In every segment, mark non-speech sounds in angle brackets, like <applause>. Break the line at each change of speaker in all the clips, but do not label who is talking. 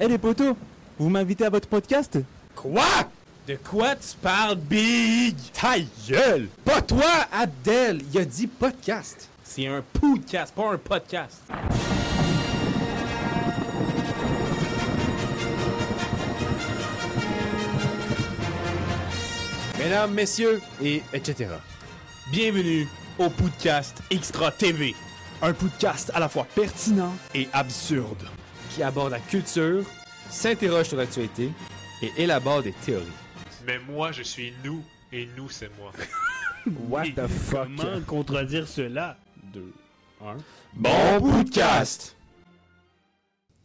Eh les potos, vous m'invitez à votre podcast
Quoi De quoi tu parles, Big Ta gueule
Pas toi, Abdel Il a dit podcast.
C'est un podcast, pas un podcast.
Mesdames, messieurs, et etc.
Bienvenue au podcast Extra TV
Un podcast à la fois pertinent
et absurde.
qui aborde la culture, s'interroge sur l'actualité et élabore des théories.
Mais moi, je suis nous, et nous, c'est moi.
What
Et Comment contredire cela?
Bon podcast!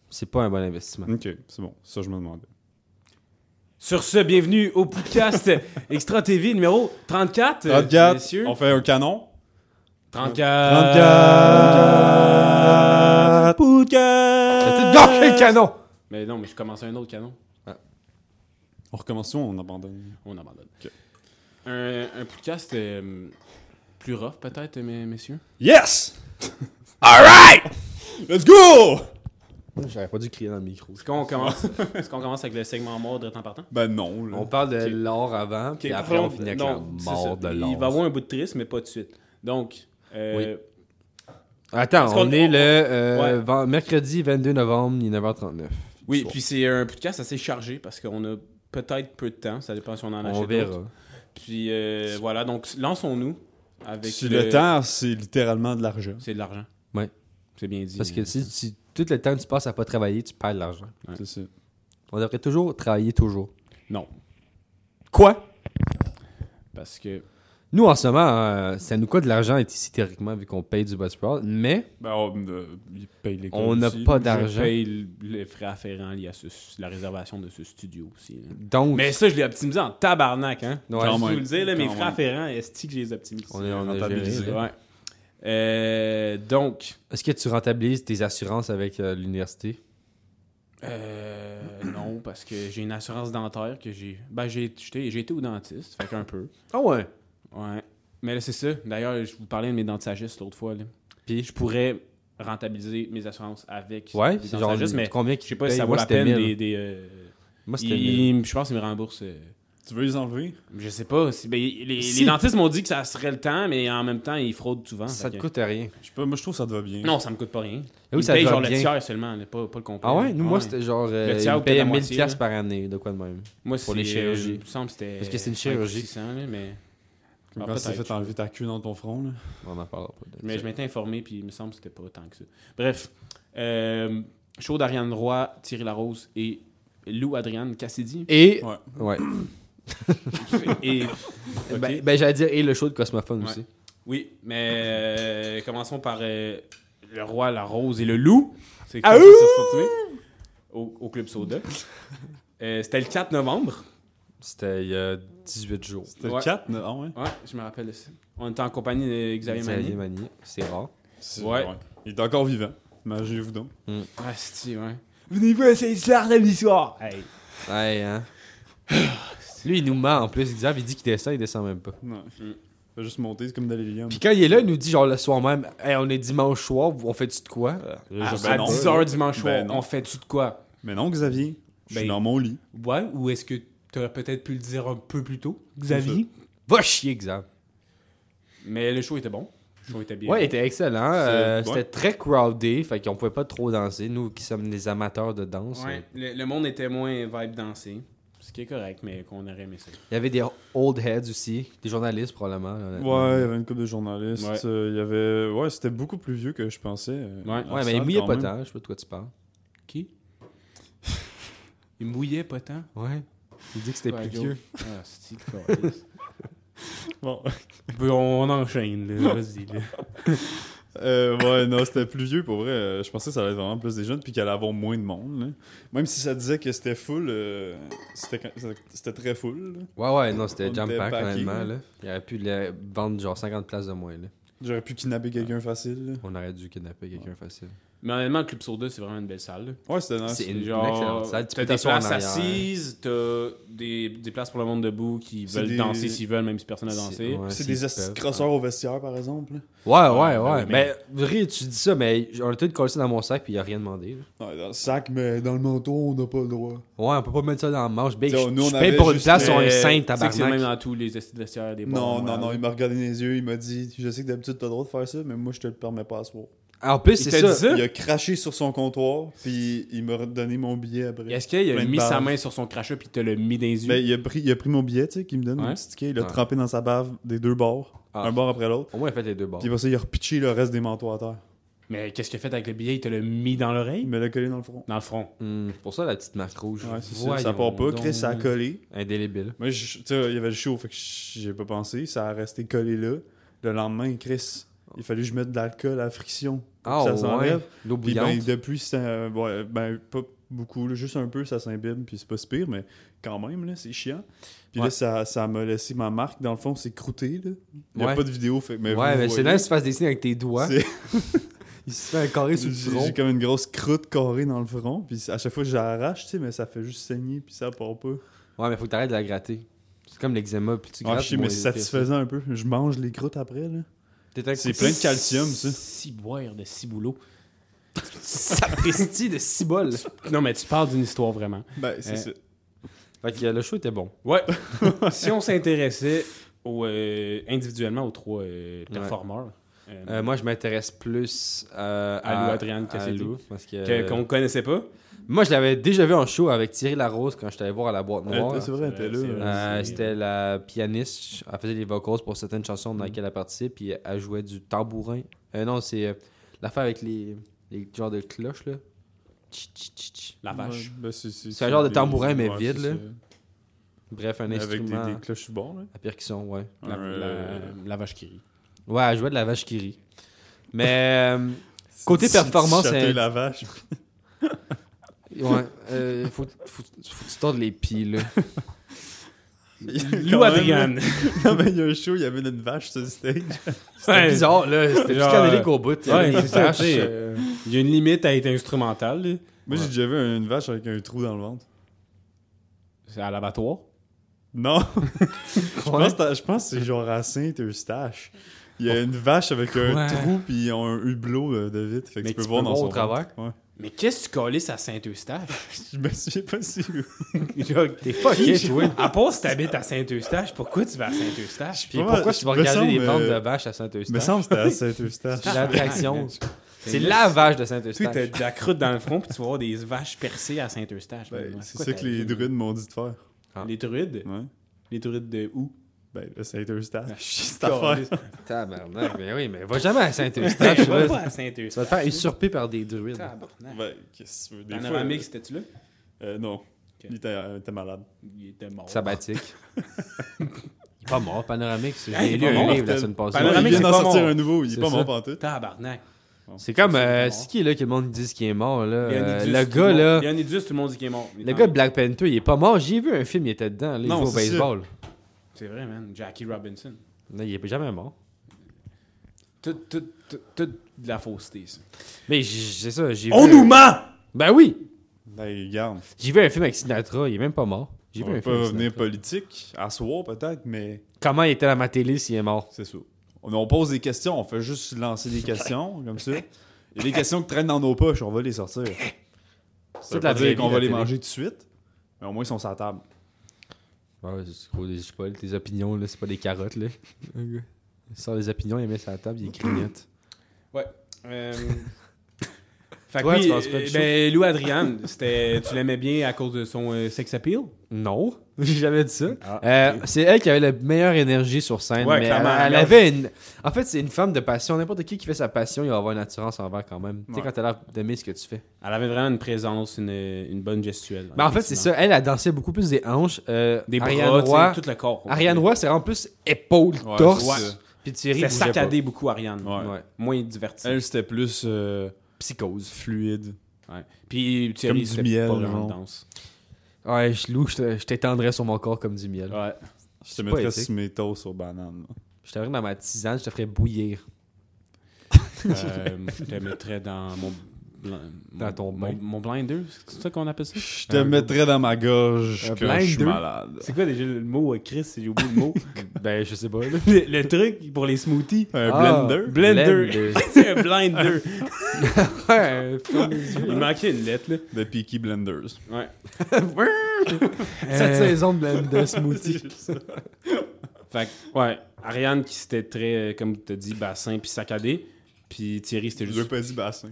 C'est pas un bon investissement.
Ok, c'est bon. Ça, je me demandais.
Sur ce, bienvenue au podcast <laughs> Extra TV numéro 34. euh,
34,
Messieurs. Euh,
on fait un canon.
34. 34. Podcast.
Dans quel canon?
Mais non, mais je commence un autre canon.
On recommence ou on abandonne
On abandonne.
Ok.
Un, un podcast euh, plus rough, peut-être, mes- messieurs.
<laughs>
Yes! Alright! Let's go!
J'aurais pas dû crier dans le micro.
Est-ce <laughs> qu'on commence, est-ce qu'on commence avec le segment mort de temps partant?
Ben non, là.
On parle de
Mm. Ok.
l'or avant, puis
Ok,
après on
parlons-
finit avec
non,
la
c'est
mort
ça.
de
Il va y
l'or.
avoir un bout de triste, mais pas tout de suite. Donc, euh,
Attends,
Est-ce
on,
qu'on-
est
on-
le euh,
Ouais.
ven- mercredi 22 novembre, il est 9h39.
oui,
Bon.
puis c'est un podcast assez chargé parce qu'on a peut-être peu de temps. Ça dépend si on en
on
achète
verra.
d'autres. Puis euh, voilà, donc lançons-nous avec
Si le... temps, c'est littéralement de l'argent.
C'est de l'argent.
Ouais.
C'est bien dit.
Parce que si, si tout le temps que tu passes à pas travailler, tu perds de l'argent.
C'est ça.
On devrait toujours travailler toujours.
Non,
Quoi?
parce que...
Nous, en ce moment, euh, ça nous coûte de l'argent ici, théoriquement, vu qu'on paye du boss Sprout, mais
Ben, on, euh, il paye les
on n'a pas
Je
d'argent.
paye l- les frais afférents liés à ce- la réservation de ce studio aussi. là.
Donc,
Mais ça, je l'ai optimisé en tabarnak, hein.
Ouais.
je
Quand
vous
même.
le dire, là, mes
Quand
frais
même.
afférents, est-ce que je les optimise?
on est, on est
rentabilisé.
géré, là.
Ouais. Euh, donc,
Est-ce que tu rentabilises tes assurances avec euh, l'université?
euh, non, parce que j'ai une assurance dentaire que j'ai. Ben, j'ai j'étais- j'ai été au dentiste, fait qu'un peu.
Ah ouais?
Ouais. Mais là, c'est ça. D'ailleurs, je vous parlais de mes dents de sagesse l'autre fois. là.
Puis,
Je pourrais rentabiliser mes assurances avec
Ouais,
les
c'est
dents de
genre
sagesse, mais
combien
je
qui
sais pas
paye?
si ça vaut
Moi,
la
c'était
peine
1000.
des. des, euh,
Moi, c'était 1000.
ils- je pense qu'ils me remboursent. euh,
Tu veux les enlever?
Je sais pas. si- ben, les, les
Si.
dentistes m'ont dit que ça serait le temps, mais en même temps, ils fraudent souvent.
Ça
fait
te
que-
coûte rien.
Je sais pas, moi, je trouve que ça te va bien.
Non, ça me coûte pas rien.
oui,
ils
ça
payent
te va
genre le
bien.
tiers seulement, là, pas, pas le complet.
Ah ouais? Nous, moi,
Ouais.
c'était genre.
Le
Euh,
tiers ou
ils payaient
peut-être la
1000
moitié,
piastres
là.
par année, de quoi de même.
Moi,
Pour
c'est,
les chirurgies.
euh, Il me semble que c'était.
Parce que c'est une chirurgie.
500, là, mais
Comme
Ah,
quand tu t'es
peut-être.
fait enlever ta queue dans ton front, là.
On en parlera pas. de
mais
ça.
je m'étais informé, puis il me semble que c'était pas tant que ça. Bref, euh, show d'Ariane Roy, Thierry Larose et Lou Adriane Cassidy.
Et.
Ouais.
Ouais.
Et,
Ben, ben, j'allais dire, et le show de Cosmophone
Ouais.
aussi.
oui, mais euh, commençons par euh, le Roi, la Rose et le Loup. C'est
Ah
comme ça que ça se continue. au, au Club
<laughs>
Soda. Euh, c'était le 4 novembre.
C'était il y a 18 jours.
C'était
Ouais.
le 4, non? Ah ouais?
Ouais, je me rappelle. de ça. On était en compagnie de Xavier Mani.
Mani, C'est rare.
C'est-
Ouais.
Il est encore vivant. Imaginez-vous donc.
Ah, si,
Euh,
ouais. Venez-vous essayer ça samedi soir! Hey.
Ouais, hein. <sighs> Lui, il nous ment en plus. Xav, il dit qu'il descend, il descend même pas.
Non. Faut juste monter, c'est comme d'aller les liens.
Puis quand il est là, il nous dit, genre, le soir même, hey, on est dimanche soir, on fait-tu de quoi
Ah, À,
ben non.
10h dimanche soir,
Ben non.
on fait-tu de quoi?
Mais non, Xavier, je suis
Ben-
dans mon lit.
Ouais, ou est-ce que t'aurais peut-être pu le dire un peu plus tôt,
Xavier?
Va chier, Xav.
Mais le show était bon. Le show était bien.
Ouais, il était excellent. euh,
C'est-
C'était
ouais.
très crowded, fait qu'on pouvait pas trop danser. Nous qui sommes des amateurs de danse,
Ouais,
euh,
le, le monde était moins vibe dansé. Ce qui est correct, mais qu'on aurait aimé ça.
il y avait des old heads aussi, des journalistes probablement. honnêtement.
Ouais, il y avait une couple de journalistes.
Ouais.
euh, Il y avait... Ouais, c'était beaucoup plus vieux que je pensais.
Ouais.
euh, la
Ouais, mais
salle,
il mouillait
quand
pas
même.
tant, je sais pas de quoi tu parles.
Qui? il mouillait pas tant.
Ouais. Il dit que c'était
Ouais,
plus
Joe.
vieux.
Ah, c'est-tu le câlisse?
Bon. <laughs>
Bon, On enchaîne, là. Vas-y, là.
Euh, ouais, non, c'était plus vieux pour vrai. Euh, Je pensais que ça allait être vraiment plus des jeunes puis qu'il allait avoir moins de monde. là. Même si ça disait que c'était full, euh, c'était quand- c'était- c'était très full. là.
Ouais, ouais, non, c'était
On
jump
était
pack,
packés,
honnêtement.
là.
Là. Il aurait pu le vendre genre 50 places de moins. Là.
J'aurais pu kidnapper quelqu'un facile. là.
On aurait dû kidnapper quelqu'un facile.
Mais honnêtement, le Club Soda, c'est vraiment une belle salle. là.
Ouais, c'était nice.
Ah, C'est
C'est
une
genre,
excellente salle. Tu
t'as
peux
des
t'asseoir en
places
arrière.
assises, t'as des, des places pour le monde debout qui
C'est
veulent
des-
danser s'ils veulent, même si personne n'a
C'est-
dansé.
ouais,
C'est
s'ils
des
peuvent.
astis de crosseurs au vestiaire, par exemple. là.
Ouais, ouais, ouais.
ouais, mais-
Mais vrai, tu dis ça, mais on a tout collé ça dans mon sac puis il a rien demandé. là.
Ouais, dans le sac, mais dans le manteau, on n'a pas le droit.
Ouais, on peut pas mettre ça dans la manche. Ben,
T'sais,
je,
nous, on
je paye
avait
pour une
juste
place
fait-
sur un saint
Tu sais que c'est même
tabarnak.
dans tous les estis de vestiaires des
Non,
bars,
non,
ouais.
non, il m'a regardé dans les yeux, il m'a dit Je sais que d'habitude t'as le droit de faire ça, mais moi je te le permets pas à ce soir.
En plus,
Il
c'est
t'a dit
ça.
ça?
Il a craché sur son comptoir, puis il m'a redonné mon billet après.
Est-ce qu'il a
Plein de
mis sa
barres.
main sur son crachat puis te l'a mis dans les yeux?
Ben, il, a pris, il a pris mon billet, tu sais, qu'il me donne,
Ouais.
mon petit ticket, il l'a
Ouais.
trempé dans sa bave des deux bords,
Ah.
un bord après l'autre.
Au moins, il a fait les
Ah.
deux bords.
Puis après ça, il a repitché le reste des manteaux à terre.
Mais qu'est-ce qu'il a fait avec le billet? Il te l'a mis dans
Il
l'oreille?
me l'a collé dans le front.
Dans le front.
Hmm, pour ça, la petite marque rouge.
Ouais, c'est ça.
Voyons
Ça part pas. Chris,
donc.
ça a collé.
Indélébile.
Moi, je- tu sais, il y avait le chaud, fait que j'ai pas pensé. Ça a resté collé là. Le lendemain, Chris, il fallait que je mette de l'alcool à la friction.
Ah
ça
ouais,
s'enlève.
l'eau
Puis ben,
bouillante.
depuis, c'est un- ouais, ben, pas beaucoup, là, juste un peu, ça s'imbibe, puis c'est pas si pire, mais quand même, là, c'est chiant. Puis là,
Ouais.
ça ça m'a laissé ma marque, dans le fond, c'est croûté, là. Il n'y a
Ouais.
pas de vidéo, fait que- mais
ouais,
vous
mais c'est
voyez.
nice que tu fasses des signes avec tes doigts.
C'est-
<laughs> Il se fait un carré sous
J'ai
le
j'ai
front.
comme une grosse croûte carrée dans le front, puis à chaque fois, j'arrache, tu sais, mais ça fait juste saigner, puis ça part pas.
Ouais, mais faut que t'arrêtes de la gratter. C'est comme l'eczéma, puis tu
Ah,
grattes.
je sais,
bon,
mais
il-
c'est satisfaisant un peu. Je mange les croûtes après, là.
T'es un
C'est
coup-
plein de calcium, ça.
Ciboire de ciboulot.
<laughs> Sapristi de cibole.
Non, mais tu parles d'une histoire vraiment.
Ben,
Euh,
Hein?
c'est ça.
Fait que euh, le show était bon.
Ouais.
<laughs>
si on s'intéressait au, euh, individuellement aux trois euh, performeurs euh,
Euh, moi, je m'intéresse plus euh,
À Lou Adrienne
à
Cassidy.
Lou, parce que,
que- qu'on connaissait pas,
Moi, je l'avais déjà vu en show avec Thierry Larose quand je t'allais voir à la boîte noire.
Euh, c'est vrai, t'es
c'est
là.
vrai.
Euh,
c'est-
C'était la pianiste. Elle faisait les vocals pour certaines chansons dans lesquelles elle participe. Puis elle jouait du tambourin. Euh, non, c'est euh, l'affaire avec les, les genres de cloches, là. Tch, tch, tch, tch.
la vache.
Ouais, ben, c'est
C'est un genre de
des-
tambourin, mais
ouais,
vide,
c'est
là.
ça.
Bref, un
Avec des,
instrument
des cloches sur bord, là.
à percussion, ouais.
La,
Un, euh,
la- la vache qui rit.
Ouais, elle jouait de la vache qui rit. Mais euh, côté performance,
Château
elle-
la vache.
ouais, euh, faut, faut, faut que tu tordes les pieds, là.
<laughs>
Lou Adrienne.
Non, mais il y a un show, il y avait une vache sur le stage.
C'était
Ouais.
bizarre, là. C'était
Genre, euh,
psychédélique au bout. Il y avait
Ouais,
des
c'est ça,
vaches,
tu sais,
euh,
euh, Il y a une limite à être instrumental. là.
Moi, j'ai déjà vu une vache avec un trou dans le ventre.
C'est à l'abattoir.
Non! <laughs> je, pense que- je pense que c'est genre à Saint-Eustache. Il y a une vache avec
Quoi?
un trou, puis ils ont un hublot euh, de vite. Fait que
Mais
tu peux voir dans
au
son
travers.
ventre. Ouais.
Mais qu'est-ce que tu colles à <laughs> Saint-Eustache?
<laughs> Je me souviens pas si.
Genre,
T'es fucké, toi.
à part si t'habites à Saint-Eustache, pourquoi tu vas à Saint-Eustache?
Puis
Ouais,
pourquoi tu vas
me
regarder
semble,
les bandes
euh,
de vaches à
Mais
Saint-Eustache?
ça me semble que c'était à
<laughs>
Saint-Eustache.
C'est l'attraction. <laughs> C'est la vache de
Tu sais, t'as
Saint-Eustache.
de la croûte dans le front, puis tu vas voir des vaches percées à Saint-Eustache.
Ben,
Ouais,
c'est
quoi
ça
ta
que les
vie?
druides m'ont dit de faire.
Les druides
Ouais.
Les druides de où
Ben, le Saint-Eustache. <laughs> cette affaire.
Caliste.
Tabarnak, mais oui, mais va jamais à
Ben,
Saint-Eustache.
va
là.
pas à
Tu vas
Saint-Eustache.
te faire usurper par des druides.
Tabarnak.
Ben, qu'est-ce que tu veux? Des fois.
Panoramique, c'était-tu là
Euh, non. Il était, euh, il était malade.
Il était mort.
Sabbatique. Il est pas mort, Panoramique. c'est-
Hey,
J'ai
il
lu
est pas
un
mort,
livre la
tel.
semaine passée.
Panoramique,
il
c'est
vient d'en
pas
sortir
mort.
un nouveau, il est
C'est
pas
ça.
mort pantoute.
Tabarnak.
C'est comme,
C'est
euh,
mort.
c'est qui là que le monde dit qu'il est mort là? Euh,
Leonidas,
Le
tout
gars
monde-
là,
Leonidas, tout le monde dit qu'il est mort. Il est
le
en-
gars de Black Panther, il est pas mort. J'ai vu un film, il était dedans. là, Il
Non,
joue au
c'est ça.
baseball.
C'est vrai, man. Jackie Robinson.
Non, il est jamais mort.
Toute tout, tout, tout de la fausseté, ça.
Mais j- c'est ça, j'ai
On
vu.
nous ment
Ben oui!
Ben, regarde.
J'ai vu un film avec Sinatra, il est même pas mort. J'ai
On
vu
va
un
pas
film. avec
revenir
Sinatra.
politique, à soir peut-être, mais
Comment il était à ma télé s'il est mort?
c'est ça. On, on pose des questions, on fait juste lancer
<laughs>
des questions, comme ça. Il y a des questions qui traînent dans nos poches, on va les
<laughs>
sortir.
C'est
Ça veut
de la
pas
vraie
dire qu'on
vie,
va
la
les
télé.
manger tout de suite, mais au moins ils sont sur la table.
Ouais, c'est gros, je sais pas, tes opinions, là, c'est pas des carottes, là. Il sort les opinions, il met sur la table, il grignote.
Ouais. Euh... <laughs> Fait que
Toi,
oui,
tu penses quoi du
euh, ben, Lou Adrian, c'était- tu l'aimais bien à cause de son euh, sex appeal?
<clears throat> Non, <laughs> j'ai jamais dit ça.
Ah,
Euh, C'est elle qui avait la meilleure énergie sur scène.
Ouais,
mais elle,
clairement,
elle
regarde.
avait une. En fait, c'est une femme de passion. N'importe qui qui fait sa passion, il va avoir une assurance envers quand même. Tu sais,
Ouais.
quand t'as l'air d'aimer ce que tu fais.
Elle avait vraiment une présence, une, une bonne gestuelle.
Mais Ben, en fait, c'est ça. Elle, elle dansait beaucoup plus des hanches. euh,
Des
Ariane
bras,
Roy.
tu sais, tout le corps.
Ariane Roy, c'est vraiment plus épaule,
Ouais,
torse.
ouais.
Puis Thierry,
C'était
bougeait
saccadé beaucoup, Ariane.
pas.
Ouais.
Ouais.
Moins diverti.
Elle, c'était plus euh,
Psychose.
fluide.
Ouais. Puis
Comme
Thierry,
du
c'était
miel,
pas vraiment
genre.
de danse.
Ouais, je loue, je te- je t'étendrais sur mon corps comme du miel.
Ouais.
Je te
C'est
mettrais
poétique.
sous mes toasts sur banane.
Je t'avais dans ma tisane, je te ferais bouillir.
<laughs> Euh, je te mettrais dans mon bl-
Dans
mon-
ton
mon,
bain.
mon blinder, c'est ça qu'on appelle ça?
Je te mettrais dans ma gorge
Un
que je suis
blinder.
malade.
C'est quoi déjà le mot euh, Chris? J'ai oublié le <laughs> mot.
Ben, je sais pas, là.
le, le truc pour les smoothies.
Un
Ah.
blender?
Blender.
Blender.
c'est un blinder. <laughs>
Ouais, ferme les
Il manquait une lettre, là.
The Peaky Blenders.
<laughs> Ouais.
Cette saison de Blender Smoothie.
Fait que, ouais, Ariane qui c'était très, euh, comme tu as dit, bassin puis saccadé. Puis Thierry, c'était
Je n'ai
juste.
pas dit bassin.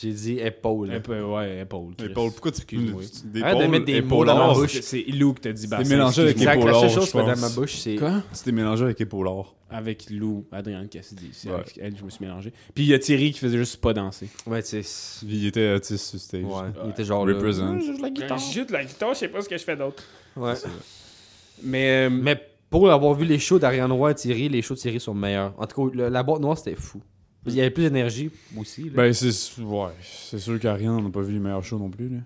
J'ai dit épaule.
Épa- ouais, épaule. Chris.
Épaule. Pourquoi tu cules?
Excuse-moi.
Arrête de mettre des mots
Non,
dans la
c'est-
bouche.
C'est Lou que t'as dit bassin.
Oh. mélangé avec
excuse-moi.
Exact, la
épaulard,
seule
je
chose qui va dans
pense.
ma bouche, c'est.
Quoi?
Tu t'es mélangé avec épaulard.
Avec Lou, Adrienne Cassidy. C'est
Ouais.
avec elle que je me suis mélangé. Puis il y a Thierry qui faisait juste pas danser.
Ouais, tu sais.
Il était autiste sur stage.
Ouais, il était genre. euh, là.
Represent.
la guitare.
Juste Ben, la guitare, je sais pas ce que je fais d'autre.
Ouais.
Mais, euh,
Mais pour avoir vu les shows d'Ariane Roy et Thierry, les shows de Thierry sont meilleurs. En tout cas, le- la boîte noire, c'était fou. Il y avait plus d'énergie aussi. là.
Ben, c'est ouais, c'est sûr qu'Ariane n'a pas vu les meilleurs shows non plus. Là.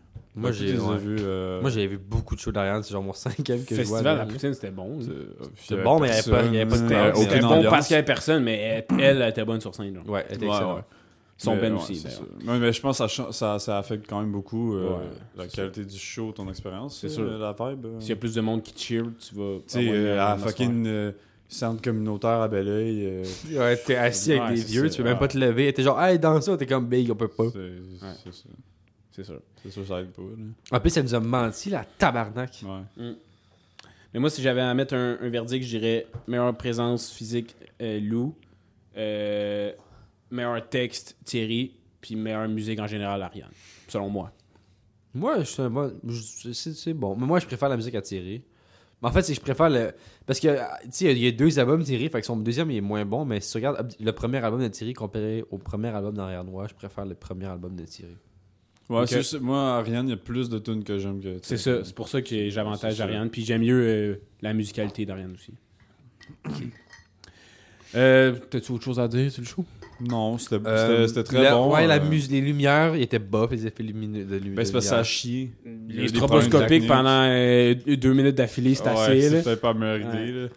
ben,
moi,
Toutes
j'ai
les a
ouais.
vues, euh,
Moi, j'avais vu beaucoup de shows d'Ariane, c'est genre mon <laughs> cinquième que je vois.
euh, festival
là.
à la poutine, c'était bon. là.
euh,
c'était
il y avait
bon, mais il y avait pas-
personne,
il y avait pas de
euh,
crowd.
aucune
C'était bon
ambiance.
parce qu'il y avait personne, mais elle, elle était bonne sur scène. genre.
Ouais, elle était
Ouais,
excellente.
ouais.
Son
Mais,
Ben
ouais,
aussi,
c'est
d'ailleurs.
sûr. Ouais, mais je pense que ça, cha- ça, ça affecte quand même beaucoup euh,
Ouais,
la
c'est
qualité du show, ton expérience,
C'est
euh,
sûr.
la vibe. euh.
S'il y a plus de monde qui cheer, tu vas.
Tu sais,
avoir une
euh,
meilleure
à
atmosphère.
fucking euh, centre communautaire à Belleuil, euh,
Ouais, t'es assis avec
Ouais,
des
c'est
vieux,
ça,
tu peux même
ouais.
pas te lever. T'es genre, hey, danse ça, t'es comme big, on peut pas.
c'est c'est ça.
C'est sûr.
C'est sûr, ça aide pas. Là.
En plus, elle nous a menti, la tabarnak.
Ouais.
Mais moi, si j'avais à mettre un, un verdict, je dirais meilleure présence physique, euh, Lou. Euh, meilleur texte, Thierry. Puis meilleure musique en général, Ariane. Selon moi.
Moi, je suis un bon. je- C'est c'est bon. Mais moi, je préfère la musique à Thierry. Mais en fait, c'est que je préfère le. Parce que, ah, tu sais, il y a deux albums Thierry, fait que son deuxième il est moins bon, mais si tu regardes Ab- le premier album de Thierry comparé au premier album d'Ariane Roy, je préfère le premier album de Thierry.
Ouais,
Ok.
c'est juste- moi, Ariane, il y a plus de tunes que j'aime que.
C'est ça. C'est pour ça que j'avantage
C'est ça.
Ariane. Puis j'aime mieux euh, la musicalité d'Ariane aussi. Euh, T'as-tu autre chose à dire sur le show?
Non, c'était c'était-
Euh,
c'était très
la-
bon.
Ouais, la
euh,
muse, les lumières, il était bas, les effets lumineux de lumière.
Ben, c'est parce que ça a chié. Il y a eu
Les
des problèmes
stroboscopiques
de
pendant euh, deux minutes d'affilée, c'est
Ouais,
assez. là.
c'était pas meilleure idée. là.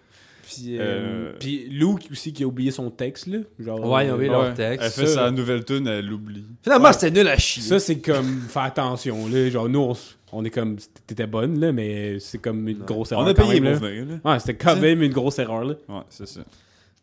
Puis, euh,
Euh,
puis Lou qui- aussi qui a oublié son texte, là. Genre, euh,
Ouais, il a oublié leur
Elle
texte.
fait
ça,
sa
là.
nouvelle tune, elle l'oublie.
Finalement, c'était nul à chier.
Ça, c'est
<laughs>
comme, fais attention, là. Genre, nous, on, s- on est comme, t'étais bonne, là, mais c'est comme une grosse erreur.
On a
quand
payé
même,
pour
là.
venir. là.
Ouais, c'était quand même une grosse erreur, là.
Ouais, c'est ça.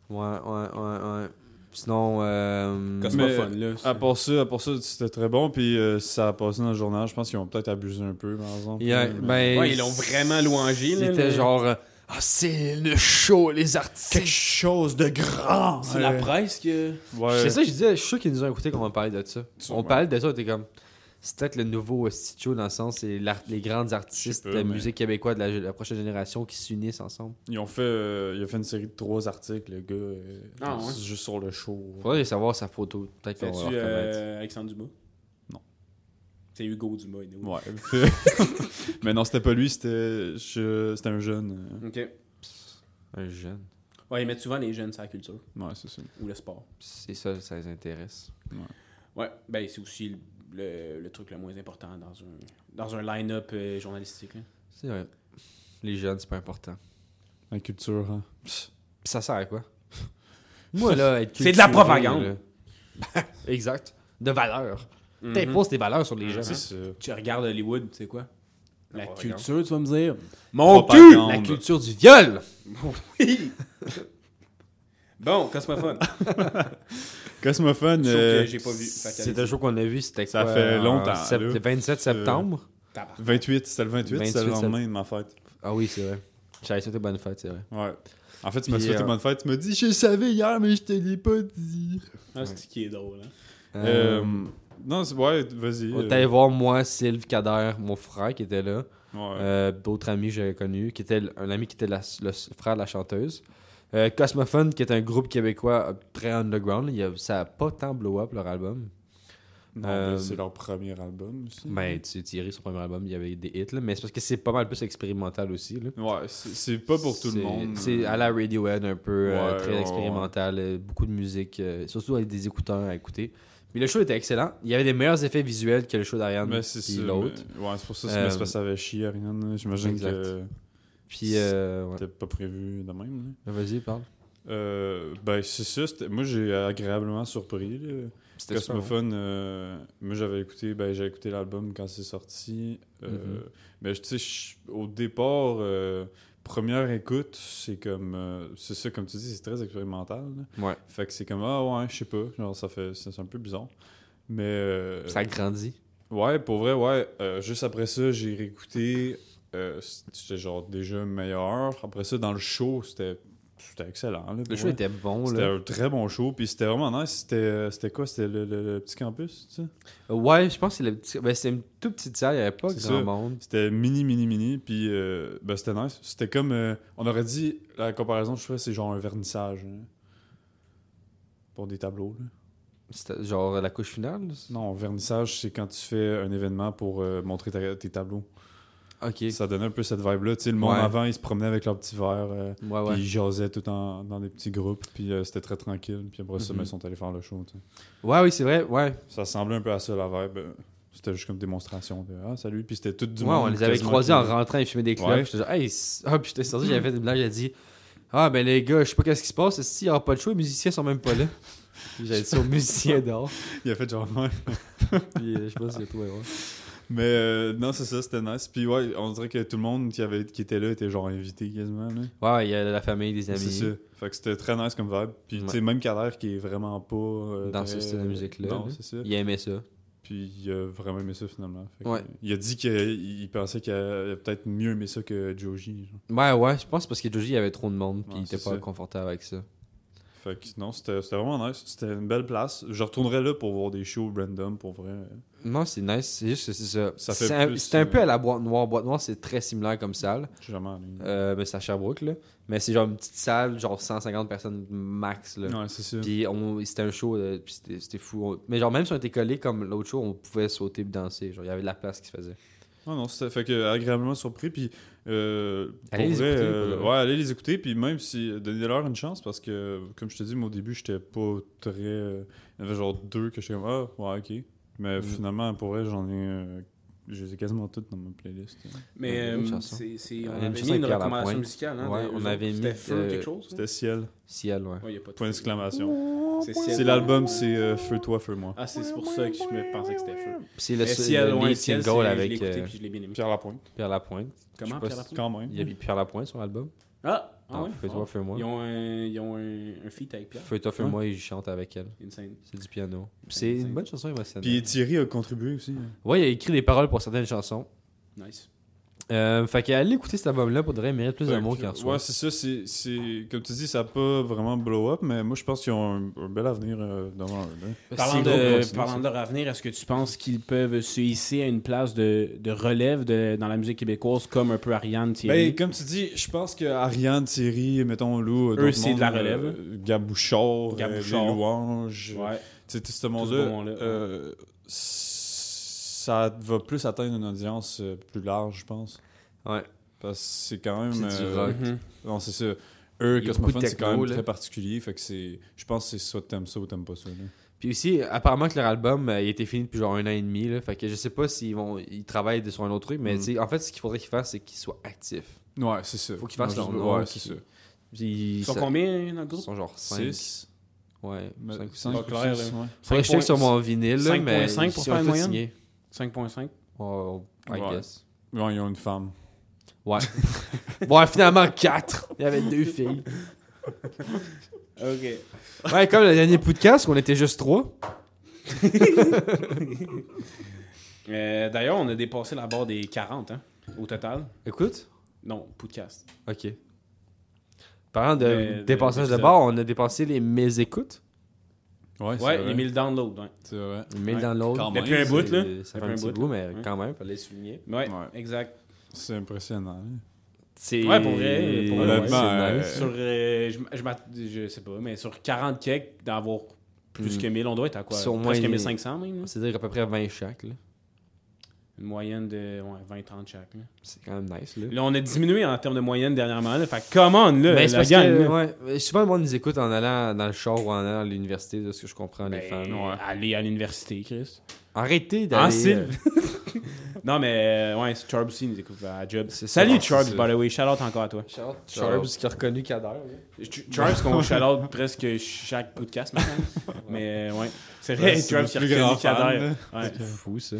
Ouais, ouais, ouais, ouais. Sinon, euh...
Cosmophone, là.
À part ça, à part ça, c'était très bon. Puis euh, ça a passé dans le journal. Je pense qu'ils ont peut-être abusé un peu, par exemple. Euh,
il y a-
Mais-
ben,
Ouais, ils l'ont vraiment louangé, là.
C'était
mais-
genre, euh, ah, c'est le show, les artistes.
chose de grand.
Ah, C'est la presse que.
Ouais.
C'est ça, je disais, je suis sûr qu'ils nous ont écouté quand on parlait de ça. On
Sûrement.
parlait de ça, on était comme. C'est peut-être le nouveau euh, style show dans le sens, c'est l'art- les grandes artistes
pas,
de la
mais-
musique québécoise de la, la prochaine génération qui s'unissent ensemble.
Ils ont fait, euh, il a fait une série de trois articles, le gars, euh,
Ah, ouais.
juste sur le show.
Faudrait aller savoir sa photo. Peut-être qu'on
C'était-tu
va la reconnaître.
euh, Alexandre Dumas
Non.
C'est Hugo Dumas, il est où?
Ouais. <laughs> Mais non, c'était pas lui, c'était je- c'était un jeune.
Ok.
Un jeune.
Ouais, ils mettent souvent les jeunes sur la culture
euh, Ouais, c'est ça.
ou le sport.
C'est ça, ça les intéresse.
Ouais, ben, c'est aussi le, le- le truc le moins important dans un, dans un line-up euh, journalistique, là.
C'est vrai. Les jeunes, c'est pas important.
La culture, hein.
Puis ça sert à quoi <laughs> Moi, là, être
C'est de la
cultivé,
propagande.
là. <laughs> Mm-hmm. exact. De valeur.
Mhm.
T'imposes tes valeurs sur les hein. jeunes.
Mm-hmm. C'est ça.
Tu regardes Hollywood, c'est quoi? La
propagande.
culture, tu vas me dire.
Mon
Cul!
Propagande.
La culture du viol
Bon,
<laughs>
Cosmophone.
Cosmophone.
Sauf
euh,
que j'ai pas vu. Fait qu'elle
C'est un
dit-
jour qu'on a vu, c'était
Ça
quoi,
fait
en
longtemps,
sept-
là.
Le 27 septembre.
Tabarnak.
28, c'était le 28, c'était le
28,
lendemain de ma fête.
Ah oui, c'est vrai. J'avais souhaité bonne fête, c'est vrai.
Ouais. En fait, tu m'as
Puis,
souhaité
euh,
bonne fête. Tu m'as dit, je le savais hier, mais je te l'ai pas dit.
Ah, c'est ce qui est drôle. Hein?
Euh,
Euh, non, c'est. Ouais, vas-y.
on
euh,
est allé voir moi, Sylve, Kader, mon frère qui était là,
ouais.
euh, d'autres amis que j'avais connus, qui était l- un ami qui était la- le s- frère de la chanteuse. Euh, Cosmophone, qui est un groupe québécois euh, très underground, il y a- ça a pas tant blow up leur album.
Non,
euh,
mais c'est leur premier album aussi.
Ben, tu sais, Thierry, son premier album, il y avait des hits, là, mais c'est parce que c'est pas mal plus expérimental aussi. Là.
Ouais, c'est c'est pas pour tout le
C'est-
monde. euh,
C'est à la Radiohead un peu, euh,
Ouais,
très
ouais,
expérimental, euh, beaucoup de musique, euh, surtout avec des écouteurs à écouter. Mais le show était excellent. Il y avait des meilleurs effets visuels que le show d'Ariane
Mais Ben, c'est ça.
puis l'autre.
mais- Ouais, c'est pour ça que
Euh,
ça ça avait chier, Ariane. J'imagine
exact.
que
Puis, euh, ouais.
c'était pas prévu de même. là.
vas-y, parle.
Euh, ben, c'est ça. c'était- Moi, j'ai agréablement surpris. là.
C'était super bon.
Cosmophone, euh, moi j'avais écouté, ben, j'ai écouté l'album quand c'est sorti. Euh,
Mhm.
Mais je- tu sais, je- au départ, euh, première écoute, c'est comme, euh, c'est ça comme tu dis, c'est très expérimental. là.
Ouais.
Fait que c'est comme ah ouais, je sais pas, genre ça fait, c'est c'est un peu bizarre. Mais euh,
Ça grandit.
ouais, pour vrai, ouais. euh, juste après ça, j'ai réécouté, euh, c'était genre déjà meilleur. Après ça, dans le show, c'était, c'était excellent. là,
Le
pour
show
vrai.
était bon.
C'était
Là.
un très bon show, puis c'était vraiment nice. C'était, euh, c'était quoi C'était le, le- le petit campus, tu sais
Ouais, je pense que c'est le petit- ben, c'était une toute petite salle, il n'y avait pas grand
C'est ça.
monde.
C'était mini, mini, mini, puis euh, ben, c'était nice. C'était comme. euh, on aurait dit, la comparaison que je ferais, c'est genre un vernissage. hein. Pour des tableaux, là.
C'était genre la couche finale. là.
Non, un vernissage, c'est quand tu fais un événement pour euh, montrer ta- tes tableaux.
Ok. Ouais,
Ça donnait un peu cette vibe-là. Tu sais, le monde
Ouais.
avant, ils se promenaient avec leur petit verre, euh,
ouais.
puis ils jasaient tout en, dans des petits groupes, puis euh, c'était très tranquille. Puis après ça,
Mhm.
ben, ils sont allés faire le show, tu sais.
Ouais, oui, c'est vrai. Ouais.
Ça ressemblait un peu à ça, la vibe. Euh, C'était juste comme démonstration de Ah, salut. Puis c'était tout du
ouais,
monde.
on les avait
quasiment
croisés en
qui-
rentrant, ils fumaient des clopes.
Ouais.
J'étais genre, hey, c'est- ah, puis j'étais sorti, j'avais fait une blague, j'ai dit, ah, ben les gars, je sais pas qu'est-ce qui se passe, s'il n'y aura pas de show, les musiciens sont même <laughs> pas là. Puis J'avais dit aux musiciens dehors.
Il a fait genre. Ouais.
Puis euh, je sais pas si c'est toi, ouais.
Mais euh, non, c'est ça, c'était nice. Puis ouais, on dirait que tout le monde qui, avait, qui était là était genre invité quasiment. Là.
Ouais, il y a la famille, des
C'est
amis.
ça. Fait que c'était très nice comme vibe. Puis tu sais, même Calère qui est vraiment pas. euh,
Dans ce
très-
style de musique-là,
Non,
là.
c'est ça.
Il aimait ça.
Puis il a vraiment aimé ça finalement. Fait que,
Ouais.
Il a dit qu'il il pensait qu'il a peut-être mieux aimé ça que Joji. genre.
Ouais, ouais, je pense parce que Joji, il y avait trop de monde, puis
Ouais,
il était
c'est
pas
ça.
confortable avec ça.
Fait que non, c'était c'était vraiment nice. C'était une belle place. Je retournerai là pour voir des shows random pour vrai.
Non, c'est nice, c'est juste que c'est ça.
Ça fait
C'est un-
plus,
C'était un
euh,
peu à la boîte noire. Boîte noire, c'est très similaire comme salle.
Je suis jamais allé.
Euh, mais c'est à Sherbrooke, là. Mais c'est genre une petite salle, genre 150 personnes max, là.
Ouais, c'est ça.
Puis on- c'était un show, euh, puis c'était c'était fou. On- mais genre, même si on était collés comme l'autre show, on pouvait sauter et danser. Genre, il y avait de la place qui se faisait.
Ah Non, non, c'était fait que agréablement surpris. Puis, euh, pour
Allez les
vrai,
écouter,
euh,
pour de vrai.
ouais, allez les écouter. Puis même si, euh, donnez-leur une chance parce que, comme je te dis, moi au début, j'étais pas très. euh, il y en avait genre deux que j'étais comme, ah, ouais, ok. Mais
Mm.
finalement, pour vrai, j'en ai. euh, je les ai quasiment toutes dans ma playlist.
Mais
Ouais, une
euh,
chanson.
c'est- c'est-
Euh,
on avait mis
une chanson avec
une
Pierre
recommandation
Lapointe.
musicale. Hein,
Ouais,
des-
on avait
c'était
mis,
feu
euh,
quelque chose.
C'était Ciel,
Ciel, ouais.
Ouais, y a pas de
point
feu. Mm.
d'exclamation.
C'est
C'est
ciel.
l'album, c'est euh, Feu-toi, feu-moi.
Ah, c'est c'est pour ça que je me pensais que c'était feu.
Puis c'est le,
Mais ciel,
le
ouais,
lead
ciel, c'est-
single
je l'ai
avec
écouté
euh,
puis je l'ai bien aimé.
Pierre Lapointe.
Pierre Lapointe.
Comment
je sais
Pierre
pas
Lapointe?
Quand même.
Il y avait Pierre Lapointe sur l'album.
Ah, ah
Dans
ouais.
Fais-toi,
ah.
fais-moi.
Ils ont un, ils ont un, un feat avec Pierre.
Feu-toi, fais-moi, et je chante avec elle.
Une scène.
C'est du piano. Puis C'est une bonne chanson émotionnelle.
Puis Thierry a contribué aussi. hein.
Ouais, il a écrit des paroles pour certaines chansons.
Nice.
Euh, fait qu'aller écouter cet album-là, pour de vrai, il mérite plus
Fait
d'amour
que,
qu'il en
Ouais,
soit.
c'est ça. c'est- c'est- Comme tu dis, ça n'a pas vraiment blow up, mais moi, je pense qu'ils ont un, un bel avenir euh, devant eux. là.
Parlant
C'est gros,
de,
continue,
parlant de leur avenir, est-ce que tu penses qu'ils peuvent se hisser à une place de, de relève de- dans la musique québécoise comme un peu Ariane Thierry
Ben, comme tu dis, je pense que Ariane, Thierry, mettons Lou, euh,
Eux,
d'autres
c'est de la
mondes,
relève.
euh, Gabouchard,
Gabouchard.
Gabouchard. Louange,
Ouais.
tu sais, tout ce
Tout ce
monde-là,
monde-là, ouais.
euh, ça va plus atteindre une audience euh, plus large, je pense.
Ouais.
Parce que c'est quand même.
C'est du
euh,
rock.
Mhm.
Non, c'est ça. Eux,
Il y a beaucoup
Cosmophone,
de
c'est quand
techno,
même
là.
très particulier. Fait que c'est. Je pense que c'est soit t'aimes ça ou t'aimes pas ça. là.
Puis aussi, apparemment que leur album, euh, il était fini depuis genre un an et demi. Là, fait que je sais pas s'ils vont, ils travaillent sur un autre truc, mais
Mm.
tu sais, en fait, ce qu'il faudrait qu'ils fassent, c'est qu'ils soient actifs.
Ouais, c'est ça.
Faut qu'ils fassent
Non,
leur
je-
nom,
Ouais, c'est ça.
qu'ils- Puis,
Ils sont
ça-
combien dans le
Ils
groupe
sont genre 5.
6.
Ouais, 5 ou
5
Pas clair, là.
Faudrait que je check sur
5.5.
mon vinyle, là, mais
5.5 pour
si
faire
on
une
tout
moyenne?
signé.
5.5.
Oh, I
Ouais.
guess.
ils ont une femme.
Ouais. bon, finalement, 4.
<laughs>
Il y avait deux filles.
Ok.
Ouais, comme le dernier podcast, on était juste 3.
Euh, D'ailleurs, on a dépassé la barre des 40 hein, au total.
Écoute.
Non, podcast.
Ok. Parlant de
Mais-
dépassage de
d'épisode.
bord, on a dépassé les mes écoutes.
Ouais, c'est
Ouais,
vrai.
les 1000 downloads. Ouais.
C'est vrai.
Mille
Ouais.
dans l'autre.
Quand même.
Depuis un
C'est-
bout, là.
Ça
Depuis
fait un
un
petit
bout,
bout, mais
Ouais.
quand même, fallait souligner.
Ouais,
Ouais.
exact.
C'est impressionnant. hein.
C'est...
Ouais, pour vrai, pour vrai,
Honnêtement,
c'est
euh,
nice.
Sur, euh, je, m- je, m'att- je sais pas, mais sur 40 cakes, d'avoir plus
Mm.
que 1000, on doit être à quoi
Sur moins-
Presque 1500 même. là.
C'est-à-dire qu'à peu près 20 chaque, là.
Une moyenne de ouais, 20-30 chaque. Là.
C'est quand même nice, là.
Là, on a diminué en termes de moyenne dernièrement. Là. Fait que come on, là,
mais c'est
la
parce
gang.
que,
là.
ouais, mais souvent le monde nous écoute en allant dans le char ou en allant à l'université, de ce que je comprends, les
Ben,
fans.
Allez à l'université, Chris.
Arrêtez
En
d'aller... euh,
Sylve. <laughs> Non, mais euh, ouais, c'est Charbs aussi, il nous écoute euh, à la job. Salut
ça,
Charbs,
c'est
by
ça.
the way. Shout out encore à toi.
Charles,
Charles.
qui a reconnu Kader.
Ch- Charbs qu'on <laughs> shout out presque chaque podcast <laughs> maintenant. mais euh, ouais, c'est vrai,
C'est
Charbs
notre
qui a
plus grand
reconnu
fan,
Kader.
là.
Ouais.
C'est fou, ça.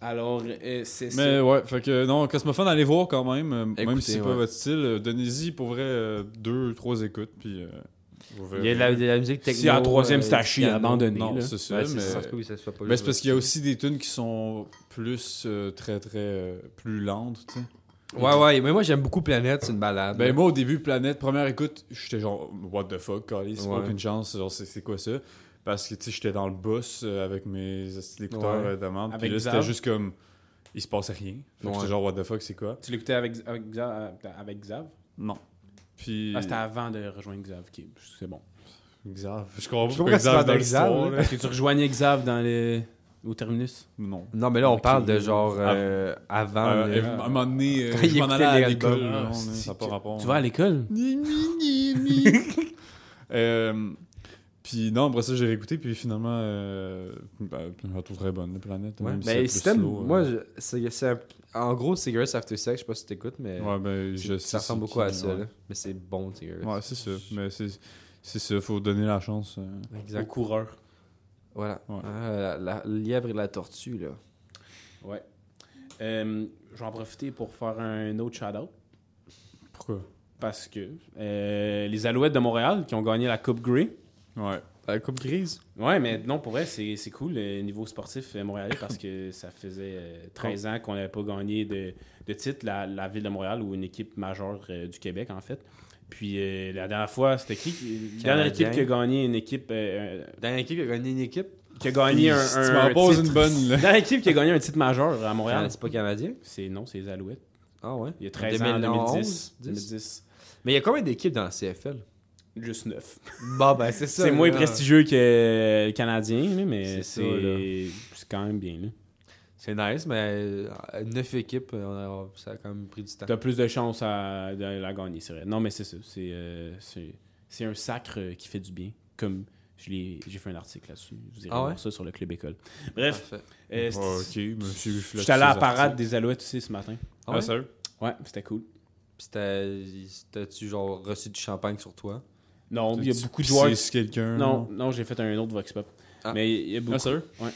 Alors, euh, c'est ça.
Mais ouais, fait que non, Cosmophone, allez voir quand même. euh, même
Écoutez,
si c'est pas
ouais.
votre style, euh, donnez-y pour vrai euh, deux, trois écoutes. Puis euh, vous
Il
verrez.
y a de la, de la musique techno.
Si en troisième,
euh,
c'est à chier,
piano.
abandonné.
Non,
là.
c'est ça.
Ouais,
mais
c'est ça se peut que ça soit pas
mais c'est
juste
parce qu'il y a
ça.
aussi des tunes qui sont plus euh, très très euh, plus lentes. tu sais.
Ouais, ouais, mais moi j'aime beaucoup Planète, c'est une balade.
Ben moi au début Planète première écoute, j'étais genre what the fuck, Carly, c'est
Ouais.
pas aucune chance, genre c'est c'est quoi ça Parce que tu sais j'étais dans le bus euh, avec mes hosties d'écouteurs
Ouais.
euh, d'amende, puis
Avec
là
Xav.
c'était juste comme il se passait rien. Fait que
Ouais.
j'étais genre what the fuck, c'est quoi
Tu l'écoutais avec, avec, Xav- euh, avec Xav?
Non. Puis
Ah, c'était avant de rejoindre Xav. ok, c'est <laughs> bon.
Xav, je comprends pas pourquoi
sais pas pourquoi tu
Xav
parles
dans
de
le
Xav,
soir,
là.
là.
Est-ce que tu rejoignais Xav dans les... au terminus?
Non.
Non, mais là on
Ok.
parle de genre euh, avant.
Euh,
le-
à un moment donné, euh,
Quand il
je m'en allais
écoutait
à
les
l'école,
albums,
là,
ah,
on est-
c'est-
ça n'a pas rapport. hein.
Tu vas à l'école?
Ni, ni, ni, ni. <laughs> Euh, Puis non, après ça, j'ai réécouté, puis finalement, euh, ben, elle est tout très bonne, la planète.
Ouais.
même si c'est
Mais
plus
si t'aimes-
slow, euh.
moi, je- c'est c'est un- en gros, Cigarettes After Sex, je sais pas si t'écoutes, mais
Ouais, ben,
c'est-
je sais
ça ressemble
c'est
beaucoup à
qui,
ça.
ouais.
là. Mais c'est bon, Cigarettes.
Ouais, c'est ça. Mais c'est c'est ça, faut donner la chance. euh.
Au
Exact.
coureur.
Voilà.
Ouais.
Ah, la, la lièvre et la tortue, là.
Ouais. Euh, je vais en profiter pour faire un autre shout-out
Pourquoi
parce que euh, les Alouettes de Montréal qui ont gagné la Coupe Grey.
Ouais.
La coupe grise.
Ouais, mais non, pour vrai, c'est c'est cool le niveau sportif euh, montréalais parce
<laughs>
que ça faisait euh, 13 ans qu'on n'avait pas gagné de, de titre, la, la ville de Montréal ou une équipe majeure euh, du Québec, en fait. Puis euh, la dernière fois, c'était qui La dernière
Canadien.
équipe qui a gagné une équipe. euh, euh,
Dernière équipe, il a gagné une équipe.
qui a gagné un.
Si
un
tu m'en poses
titre-
une
<laughs>
bonne, là.
La dernière équipe qui a gagné un titre majeur à Montréal.
Ah, C'est pas canadien.
C'est non, c'est les Alouettes.
Ah ouais.
Il y a 13 ans, en
2011,
2010.
10.
2010.
Mais il y a combien d'équipes dans la CFL
Juste 9.
Bon, ben c'est ça.
C'est moins
là.
prestigieux que le Canadien, là, mais
C'est ça,
c'est c'est quand même bien. là.
C'est nice, mais 9 équipes, euh, on a- ça a quand même pris du temps.
T'as plus de chances à, de la gagner, c'est vrai. Non, mais c'est ça. C'est euh, c'est- c'est un sacre euh, qui fait du bien. Comme je l'ai- j'ai fait un article là-dessus. Vous irez
Ah ouais? Ah.
voir ça sur le Club École. Bref,
Parfait.
euh, c'est-
Ah, Ok, monsieur.
je suis allé à la parade des Alouettes aussi ce matin.
Ah ouais?
Ah, sérieux
Ouais, c'était cool.
Puis t'as- t'as-tu genre reçu du champagne sur toi
Non, il y a beaucoup de
Pissé
joueurs.
sur quelqu'un.
Non, non j'ai fait un autre Vox Pop.
Ah.
Mais il y a beaucoup.
Ah, sérieux
Ouais.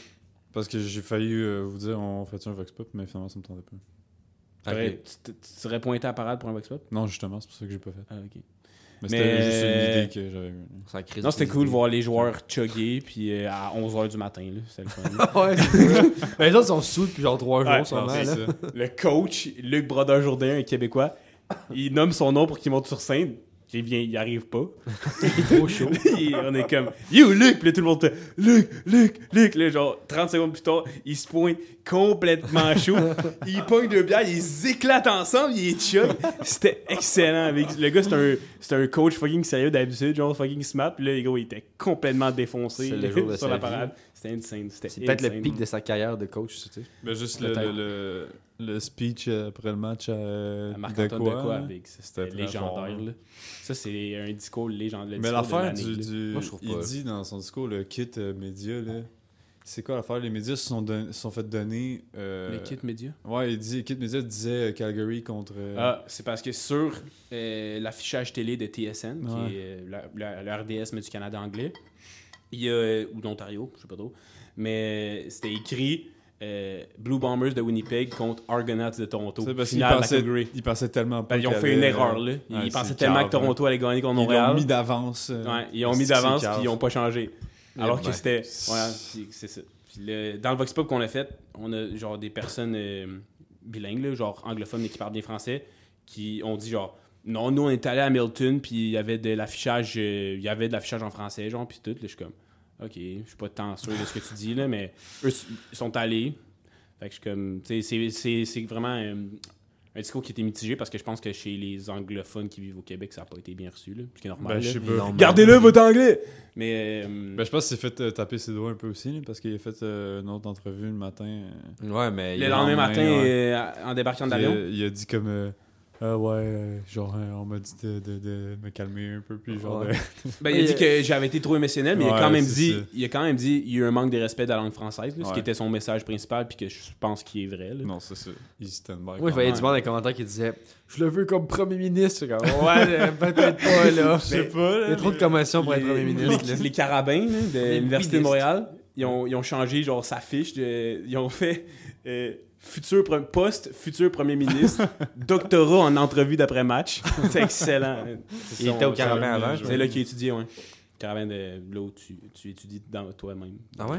Parce que j'ai failli euh, vous dire, on fait un Vox Pop, mais finalement, ça me tentait pas.
T'aurais-
Ah, Ok.
Tu tu- tu serais pointé à la parade pour un Vox Pop
Non, justement, c'est pour ça que j'ai pas fait.
Ah, ok.
Mais,
Mais-
c'était juste une idée que j'avais eue.
Ça crée
Non,
des
c'était cool de
idées.
voir les joueurs chugger puis euh, à 11h du matin. là, C'était le fun.
<laughs> ouais, c'est ça. Mais les autres sont sous depuis genre 3 jours,
Ouais,
sûrement.
c'est
là.
ça.
le coach, Luc Brodeur-Jourdain, un Québécois, il nomme son nom pour qu'il monte sur scène. Il vient, il arrive pas.
Trop chaud.
<laughs> Et on est comme Yo Luc! Puis là, tout le monde fait Luc, Luc, Luc. Là, genre 30 secondes plus tard, il se pointe complètement
<laughs>
chaud. il pogne deux bières, ils éclatent ensemble, il est chug. C'était excellent. Avec... Le gars, c'est un, c'est un coach fucking sérieux d'habitude, genre fucking smart. Puis là, gros, il était complètement défoncé
C'est le jour
<laughs>
de
sur
sa
la
vie.
parade. C'était insane. C'était
C'est peut-être le
insane.
pic de sa carrière de coach, tu sais.
Ben, juste le,
Peut-être.
le, le- le speech après le match à,
À
Euh, de
Marc-Antoine
quoi.
de quoi avec c'était
C'était très fort,
légendaire
hein.
là. ça c'est un discours légendaire le discours
Mais
de
l'affaire
l'année,
du,
là.
du-
Moi, je trouve
il
pas.
dit dans son discours le kit euh, média là. C'est quoi l'affaire Les médias se sont, don- se sont fait donner. euh,
le kit média
Ouais, il dit kit média disait euh, Calgary contre. euh,
ah c'est parce que sur euh, l'affichage télé de TSN
Ouais.
qui est euh, la, la- la RDS mais du Canada anglais il y a euh, ou d'Ontario je sais pas trop mais euh, c'était écrit euh, Blue Bombers de Winnipeg contre Argonauts de Toronto
tu sais, parce qu'ils
finale à
pensaient,
Calgary
ils pensaient tellement pas.
Ben, ils ont
qu'il
fait
allait,
une
euh,
erreur là ils
ouais,
pensaient
c'est
tellement
cave,
que Toronto allait gagner contre
là. Ils l'ont
Montréal
mis d'avance. euh,
Ouais, ils ont mis
c'est
d'avance
cave.
puis ils n'ont pas changé.
Eh
Alors
ben.
que c'était. Ouais, puis c'est ça. Puis le- dans le Vox Pop qu'on a fait, on a genre des personnes euh, bilingues, là, genre anglophones mais qui parlent bien français, qui ont dit genre. Non, nous on est allé à Milton, puis il y avait de l'affichage, euh, il y avait de l'affichage en français, genre, puis tout. Là, je suis comme, ok, je suis pas tant sûr de ce que tu dis là, mais eux s- ils sont allés. Fait que je suis comme, tu sais, c'est- c'est c'est vraiment euh, un discours qui était mitigé parce que je pense que chez les anglophones qui vivent au Québec, ça a pas été bien reçu là, ce qui est normal.
Ben,
là.
je sais pas.
Non, mais-
Gardez-le, votre anglais! Mais. euh,
Ben, je pense qu'il s'est fait euh, taper ses doigts un peu aussi, là, parce qu'il a fait euh, une autre entrevue le matin. euh,
Ouais, mais.
le
il-
lendemain
lendemain,
matin,
ouais.
euh, en débarquant de
il,
l'avion.
a, il a dit comme. euh, Euh, ouais, euh, genre, euh, on m'a dit de, de- de me calmer un peu, puis genre.
Ouais.
de-
Ben, il a
Et,
dit que j'avais été trop émotionnel, mais il, a
Ouais,
quand même
c'est
dit,
ça.
il a quand même dit il y a eu un manque de respect de la langue française, là, ce
Ouais.
qui était son message principal, puis que je pense qu'il est vrai. là.
Non, c'est ça. Il stand by.
Moi,
quand
je voyais
même.
du monde dans les commentaires qui disait Je le veux comme premier ministre. Je suis comme, ouais, euh, <laughs> peut-être pas, là.
Je sais pas,
Il y a
là.
trop de commotion Ben, pour être
Les-
premier ministre.
Les,
là.
les carabins là, de
Les
l'Université de
ministres.
Montréal, ils ont, ils ont changé genre sa fiche. De, ils ont fait euh, futur pre- poste, futur premier
<laughs>
ministre, doctorat en entrevue d'après-match. C'est excellent.
Il était au carabin
carabin
avant.
avant,
je
C'est là qu'il étudiait, ouais. Carabin de l'eau, tu, tu étudies dans toi-même.
pense. Ah ouais?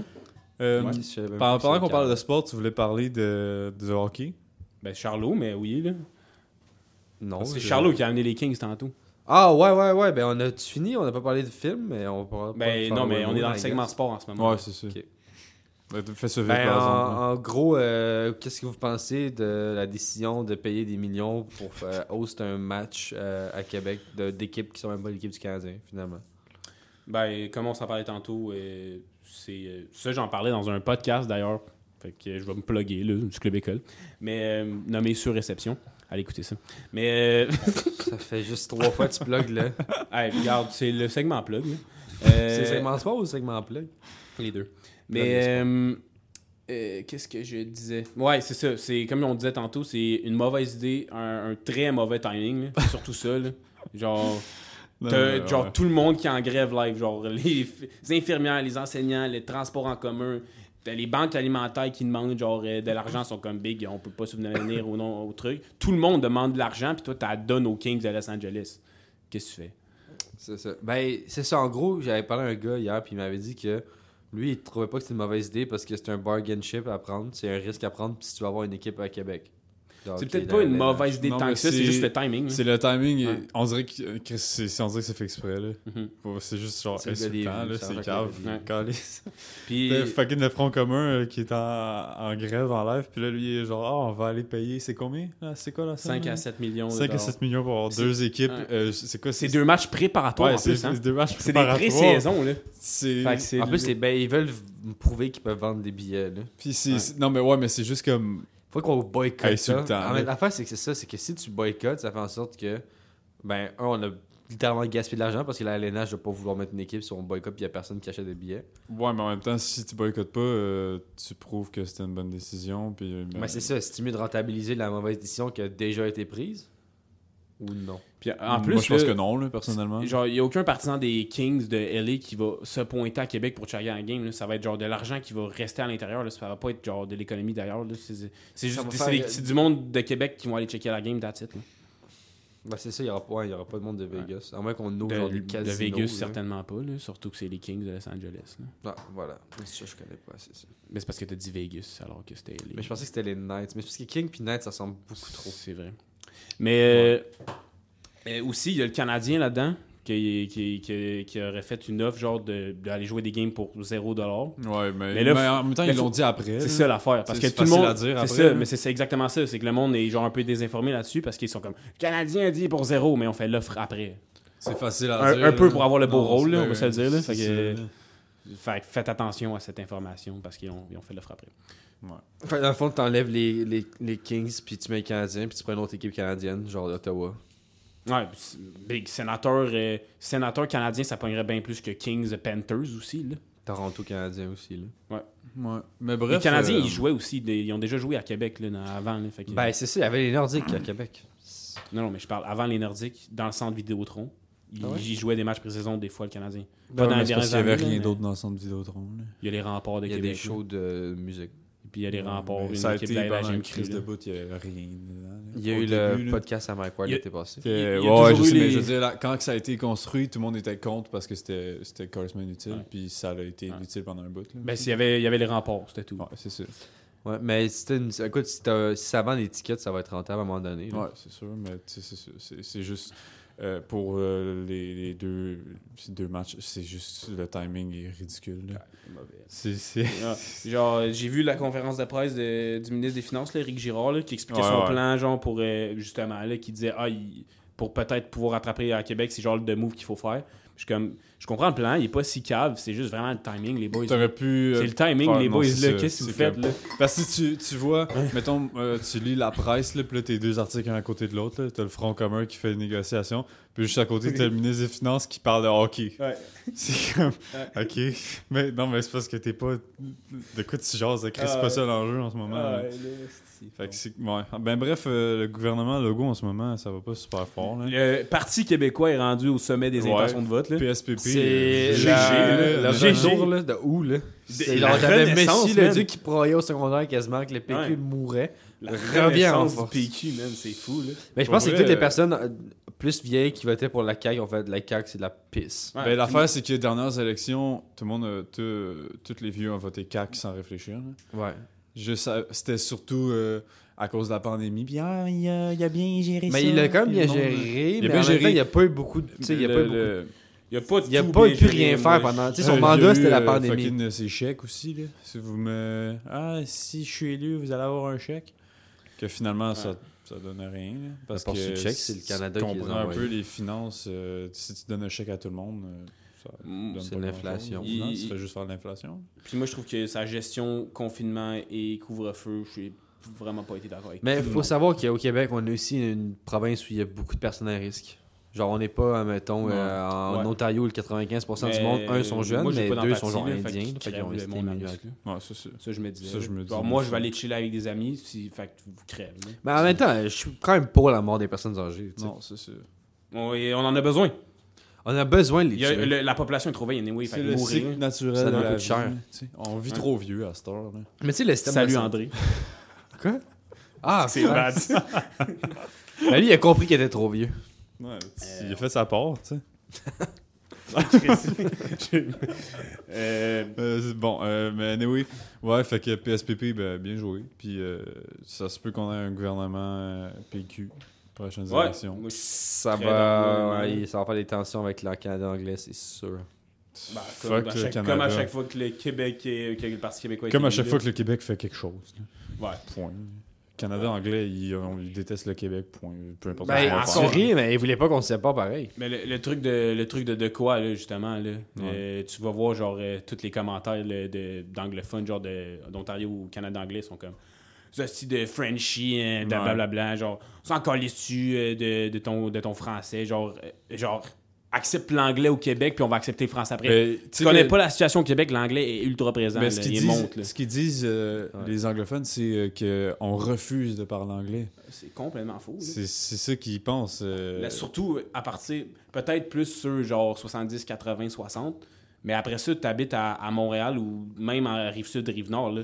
Euh,
Ouais. Je savais même
Pendant,
pas
pendant
que
qu'on
c'était le
parle de sport, tu voulais parler de, de hockey
Ben, Charlot, mais oui, là.
Non.
C'est
Ah je-
Charlot qui a amené les Kings tantôt.
Ah ouais, ouais, ouais. Ben, on a fini. On n'a pas parlé de film, mais on pourra.
Ben,
pourra
non,
faire
mais
un
on est
mot,
dans le
I
segment
guess.
sport en ce moment.
Ouais, c'est ça.
Ok.
Ben, Fais ça vite,
Ben,
par exemple.
en, en gros, euh, qu'est-ce que vous pensez de la décision de payer des millions pour euh, host un match euh, à Québec de- d'équipes qui sont même pas l'équipe du Canadien, finalement?
Ben, comme on s'en parlait tantôt, euh, c'est. euh, ça, j'en parlais dans un podcast d'ailleurs. Fait que euh, je vais me plugger, là, du Club École. Mais euh, nommé sur réception. Allez écouter ça. Mais. euh, <laughs>
Ça fait juste trois fois que tu plugues, là.
hey, regarde, c'est le segment plug. là. Euh,
<laughs> C'est segment sport ou segment plug?
Les deux. Mais. euh, euh, Qu'est-ce que je disais? Ouais, c'est ça. C'est comme on disait tantôt, c'est une mauvaise idée, un, un très mauvais timing. là. <laughs> C'est surtout ça, là. Genre.
Non,
T'as,
mais,
genre
Euh, ouais.
tout le monde qui est en grève live, genre les, f- les infirmières, les enseignants, les transports en commun, t'as les banques alimentaires qui demandent genre euh, de l'argent sont comme big, on peut pas subvenir au nom au truc. Tout le monde demande de l'argent puis toi t'as donnes aux Kings de Los Angeles. Qu'est-ce que tu fais
C'est ça. Ben, c'est ça. En gros, j'avais parlé à un gars hier, puis il m'avait dit que lui, il trouvait pas que c'était une mauvaise idée parce que c'est un bargain chip à prendre. C'est un risque à prendre si tu vas avoir une équipe à Québec. Donc,
C'est peut-être
il
pas
avait-
une mauvaise idée
Non,
tant
mais
que ça, c'est
c'est-
juste le timing. là.
C'est le timing,
Ouais.
on dirait que, que c'est c'est- on dirait que c'est fait exprès. là.
Mhm.
Ouais, C'est juste genre
C'est le gars des
insultant,
vues,
là,
ça,
c'est
fait que-
cave.
Ouais.
calice.
Puis
T'as fucking le Front commun euh, qui est en, en grève, en live, puis là, lui, il est genre, ah, on va aller payer, c'est combien là C'est quoi la
5 à 7 millions. de
5 à
dollars.
7 millions pour avoir
C'est-
deux équipes.
Ouais.
euh, c'est quoi
C'est deux matchs préparatoires
Ouais,
en
c'est
plus. hein.
c'est deux matchs
C'est des pré-saisons là.
C'est
Fait que c'est-
En plus, c'est- ben, ils veulent v- prouver qu'ils peuvent vendre des billets. Là.
Puis c'est- c'est- Non, mais ouais, mais c'est juste comme.
Faut qu'on boycotte
Insultant,
ça. En
là.
fait, L'affaire, c'est que c'est ça. C'est que si tu boycottes, ça fait en sorte que, ben, un, on a littéralement gaspillé de l'argent parce que la LNH ne va pas vouloir mettre une équipe si on boycotte puis il n'y a personne qui achète des billets.
Ouais, mais en même temps, si tu boycottes pas, euh, tu prouves que c'était une bonne décision. Puis, euh,
Mais c'est ça. C'est mieux de rentabiliser la mauvaise décision qui a déjà été prise ou non?
Puis en
Moi,
plus
je pense
là,
que non, hein. là, personnellement.
Genre, il n'y a aucun partisan des Kings de LA qui va se pointer à Québec pour checker un game. là. Ça va être genre de l'argent qui va rester à l'intérieur. là. Ça va pas être genre de l'économie d'ailleurs. là. C'est c'est juste
Ça va
c'est
faire-
des- c'est du monde de Québec qui vont aller checker la game, that's it. là.
Bah c'est ça, il n'y aura, pas- ouais, il y aura pas de monde de Vegas. À moins qu'on ouvre genre
De,
des
de
casinos.
Vegas,
là.
certainement pas. là. Surtout que c'est les Kings de Los Angeles. là.
Ah, voilà. Ça, je connais pas, c'est ça.
Mais c'est parce que tu dit Vegas alors que c'était LA.
Mais je pensais que c'était les Knights. Mais c'est parce que King puis Knights, ça ressemble beaucoup trop.
C'est vrai. Mais euh, euh, aussi, il y a le Canadien là-dedans qui, qui, qui- qui aurait fait une offre genre de- d'aller jouer des games pour 0$.
Ouais, mais,
Mais là,
mais en même temps,
mais
ils
faut-
l'ont dit après.
C'est
là.
ça l'affaire. Parce que
C'est
tout le monde.
facile à dire
c'est
après,
ça,
là.
mais c'est c'est exactement ça. C'est que le monde est genre un peu désinformé là-dessus parce qu'ils sont comme. Le Canadien dit pour zéro, mais on fait l'offre après.
C'est facile à
Un-
dire.
un peu
là.
pour avoir le beau
Non,
rôle, là,
c'est-
on va se le dire, là.
c'est
Fait que-
ça, là.
Fait que faites attention à cette information parce qu'ils ont, ils ont fait l'offre après.
Fait, dans le fond, t'enlèves les, les, les Kings puis tu mets les Canadiens puis tu prends une autre équipe canadienne, genre d'Ottawa.
Ouais, pis c'est- big sénateur, euh, sénateur canadien, ça pognerait bien plus que Kings Panthers aussi. Là.
Toronto canadien aussi, là.
Ouais. Mais bref.
les Canadiens,
euh,
ils jouaient aussi. des- ils ont déjà joué à Québec là, dans- avant. là, fait que-
Ben, c'est ça, il y avait les Nordiques à Québec.
non, non, mais je parle avant les Nordiques, dans le centre Vidéotron. Ils,
Ah ouais?
ils jouaient des matchs pré-saison, des fois, le Canadien.
ouais,
dans
mais
les
c'est parce qu'il
dernières
y avait
années,
rien
mais-
d'autre dans le centre Vidéotron. là.
Il y a les remports de
Il y a
Québec.
des shows de musique.
Puis il y a les
Ouais,
remports,
mais
une
Ça a
équipe
été
de la
pendant
LHM
une
qui
crise
là.
de bout, il y avait rien. dedans, là.
Il y a
Au
eu
début,
le
là.
podcast à Mike Ward
Il y a-
l'été passé.
Que-
Il y a- il y a
ouais,
toujours
je
eu
sais, mais
les-
je veux dire, là, quand que ça a été construit, tout le monde était contre parce que c'était c'était carrément inutile,
Ouais.
puis ça a été
Ouais.
inutile pendant un bout. là.
Ben, s'il y avait, il y avait les remports, c'était tout.
Ouais, c'est sûr.
Ouais, mais c'était une... écoute, si, t'as- si ça vend des tickets, ça va être rentable à un moment donné. là.
Ouais, c'est sûr, mais tu sais, c'est sûr, c'est- c'est juste euh, pour euh, les, les deux, ces deux matchs, c'est juste le timing est ridicule. là. C'est c'est- <laughs>
Genre, j'ai vu la conférence de presse de- du ministre des Finances, là, Éric Girard, là, qui expliquait
Ouais,
son
ouais.
plan, genre, pour euh, justement, là, qui disait, ah, il- pour peut-être pouvoir attraper à Québec, c'est genre le move qu'il faut faire. Je Je suis comme, je comprends le plan, il est pas si cave, c'est juste vraiment le timing, les boys.
T'aurais pu. euh,
C'est le timing,
faire-
les
non,
boys,
c'est
là.
ça,
Qu'est-ce que vous
c'est
faites,
comme-
là?
Parce que si tu, tu vois, mettons, euh, tu lis la presse, là, puis là, t'es deux articles un à côté de l'autre, là, t'as le Front commun qui fait des négociations, puis juste à côté, t'as le ministre des Finances qui parle de hockey.
Ouais.
<laughs> C'est comme, ok, mais non, mais c'est parce que t'es pas... De quoi tu jases, Chris, c'est
Ah,
pas ça l'enjeu en ce moment. là. Fait que c'est... Ouais. Ben bref, euh, le gouvernement Legault, en ce moment, ça va pas super fort, là.
Le Parti québécois est rendu au sommet des
Ouais.
intentions de vote, là.
PSPP,
C'est
euh,
GG,
la-
là,
le
GG.
retour là, de où là C'est
la
genre t'avais
renaissance,
Messi le
man.
dieu qui broyait au secondaire quasiment que le PQ
Ouais.
mourait.
La
Revient en
renaissance
force.
du PQ, man, c'est fou, là.
Mais je
Pour
pense que
vrai,
toutes les
euh,
personnes euh, plus vieilles qui votaient pour la CAQ ont fait la CAQ c'est de la pisse.
Ouais, tout le
ben,
monde-
l'affaire, c'est que les dernières élections, tout le monde, euh, tout- euh, tous les vieux ont voté CAC sans réfléchir. là.
Ouais.
Je sa- C'était surtout euh, à cause de la pandémie. Puis, ah, il, a, il a bien géré ça.
Mais il a quand même
Puis
bien
le monde, euh,
géré,
Il a
mais
bien
en même
géré.
temps, il n'y a pas eu beaucoup de. tu sais, Il y a
le-
pas eu beaucoup de-
le-
Il a pas,
il y a
tout
pas
bien
eu pu
géré,
rien
moi,
faire
je-
pendant. Tu sais,
Euh,
son
il y a
mandat,
eu,
c'était la
euh,
pandémie.
Fucking, euh, ses chèques aussi, là. Si vous me. Ah, si je suis élu, vous allez avoir un chèque. Que finalement, ça, ça donne rien. là, parce
pour
que
ce chèque, c'est le
si
Canada
tu
qui les
comprends un
envoie.
peu les finances. euh, si tu donnes un chèque à tout le monde, euh, ça
Mm,
donne
c'est
pas grand-chose.
l'inflation.
Au final,
Il-
Ça fait juste faire de l'inflation.
Puis moi, je trouve que sa gestion confinement et couvre-feu, je suis vraiment pas été d'accord avec
Mais
tout
il
le
faut
monde.
savoir qu'au Québec, on est aussi une province où il y a beaucoup de personnes à risque. Genre, on n'est pas, mettons,
Ouais.
euh, en
Ouais.
Ontario où le 95% du
Mais
monde, un, sont jeunes,
moi, j'ai
mais
pas
deux
d'empathie,
sont genre
là,
indiens.
qu'ils
Fait qu'ils ont
crèvent le
resté
monde à
immunisés.
risque, là.
Ouais, ça, c'est.
Ça, je me disais.
Ça, je me
Genre,
dis
moi,
aussi.
je vais aller chiller avec des amis, si... fait que vous crèvez. là.
Mais Ben, en même temps, je suis quand même pour la mort des personnes âgées. tu sais.
Non, ça, c'est.
On, et on en a besoin.
On a besoin de les
Il y a-
tuer.
le- la population est trop vieille, anyway, fait
C'est
que
le
mourir.
cycle naturel.
Ça
de
coûte
la vie,
cher.
tu sais. On vit trop vieux à cette heure. Là.
Mais tu sais, le système.
Salut
de santé-
André.
Quoi Ah,
C'est bad.
Bah,
<laughs> Mais lui, il a compris qu'il était trop vieux.
Ouais, il a fait sa part,
<laughs>
tu sais.
Euh,
Euh, c'est bon, euh, mais anyway, ouais, fait que PSPP, ben, bien joué. Puis euh, ça se peut qu'on ait un gouvernement euh, PQ, prochaines
ouais.
élections.
Moi, je-
Ça
Très
va.
dangereux,
ouais, ça va faire des tensions avec le Canada anglais, c'est sûr.
bah,
Fuck
comme, à
le
chaque,
Canada.
comme à chaque fois que le Québec est, que le Parti québécois est
Comme à
élu,
chaque
là.
fois que le Québec fait quelque chose. là.
Ouais.
Point. Canada anglais, ils, on- ils détestent le Québec, point. Peu importe.
Ben,
comment on
encore-
tu
parle.
ris, mais il voulait pas qu'on se sépare pareil.
<laughs> Mais le, le truc de le truc de, de quoi là, justement là, euh, tu vas voir genre euh, tous les commentaires là, de- d'anglophones genre de d'Ontario ou Canada anglais sont comme ça c'est de Frenchie hein, de
Ouais.
blablabla genre sans coller dessus euh, de, de ton de ton français genre euh, genre accepte l'anglais au Québec puis on va accepter le français après.
Ben,
tu
sais
connais
que-
pas la situation au Québec, l'anglais est ultra présent,
ben,
là,
ce qu'ils
il
disent,
monte là.
ce qu'ils disent, euh,
Ouais.
les anglophones, c'est euh, qu'on refuse de parler anglais.
C'est complètement faux. là.
C'est c'est ça qu'ils pensent. euh,
Là, surtout à partir, peut-être plus ceux genre 70, 80, 60. Mais après ça, tu habites à, à Montréal ou même à Rive-Sud, Rive-Nord, là,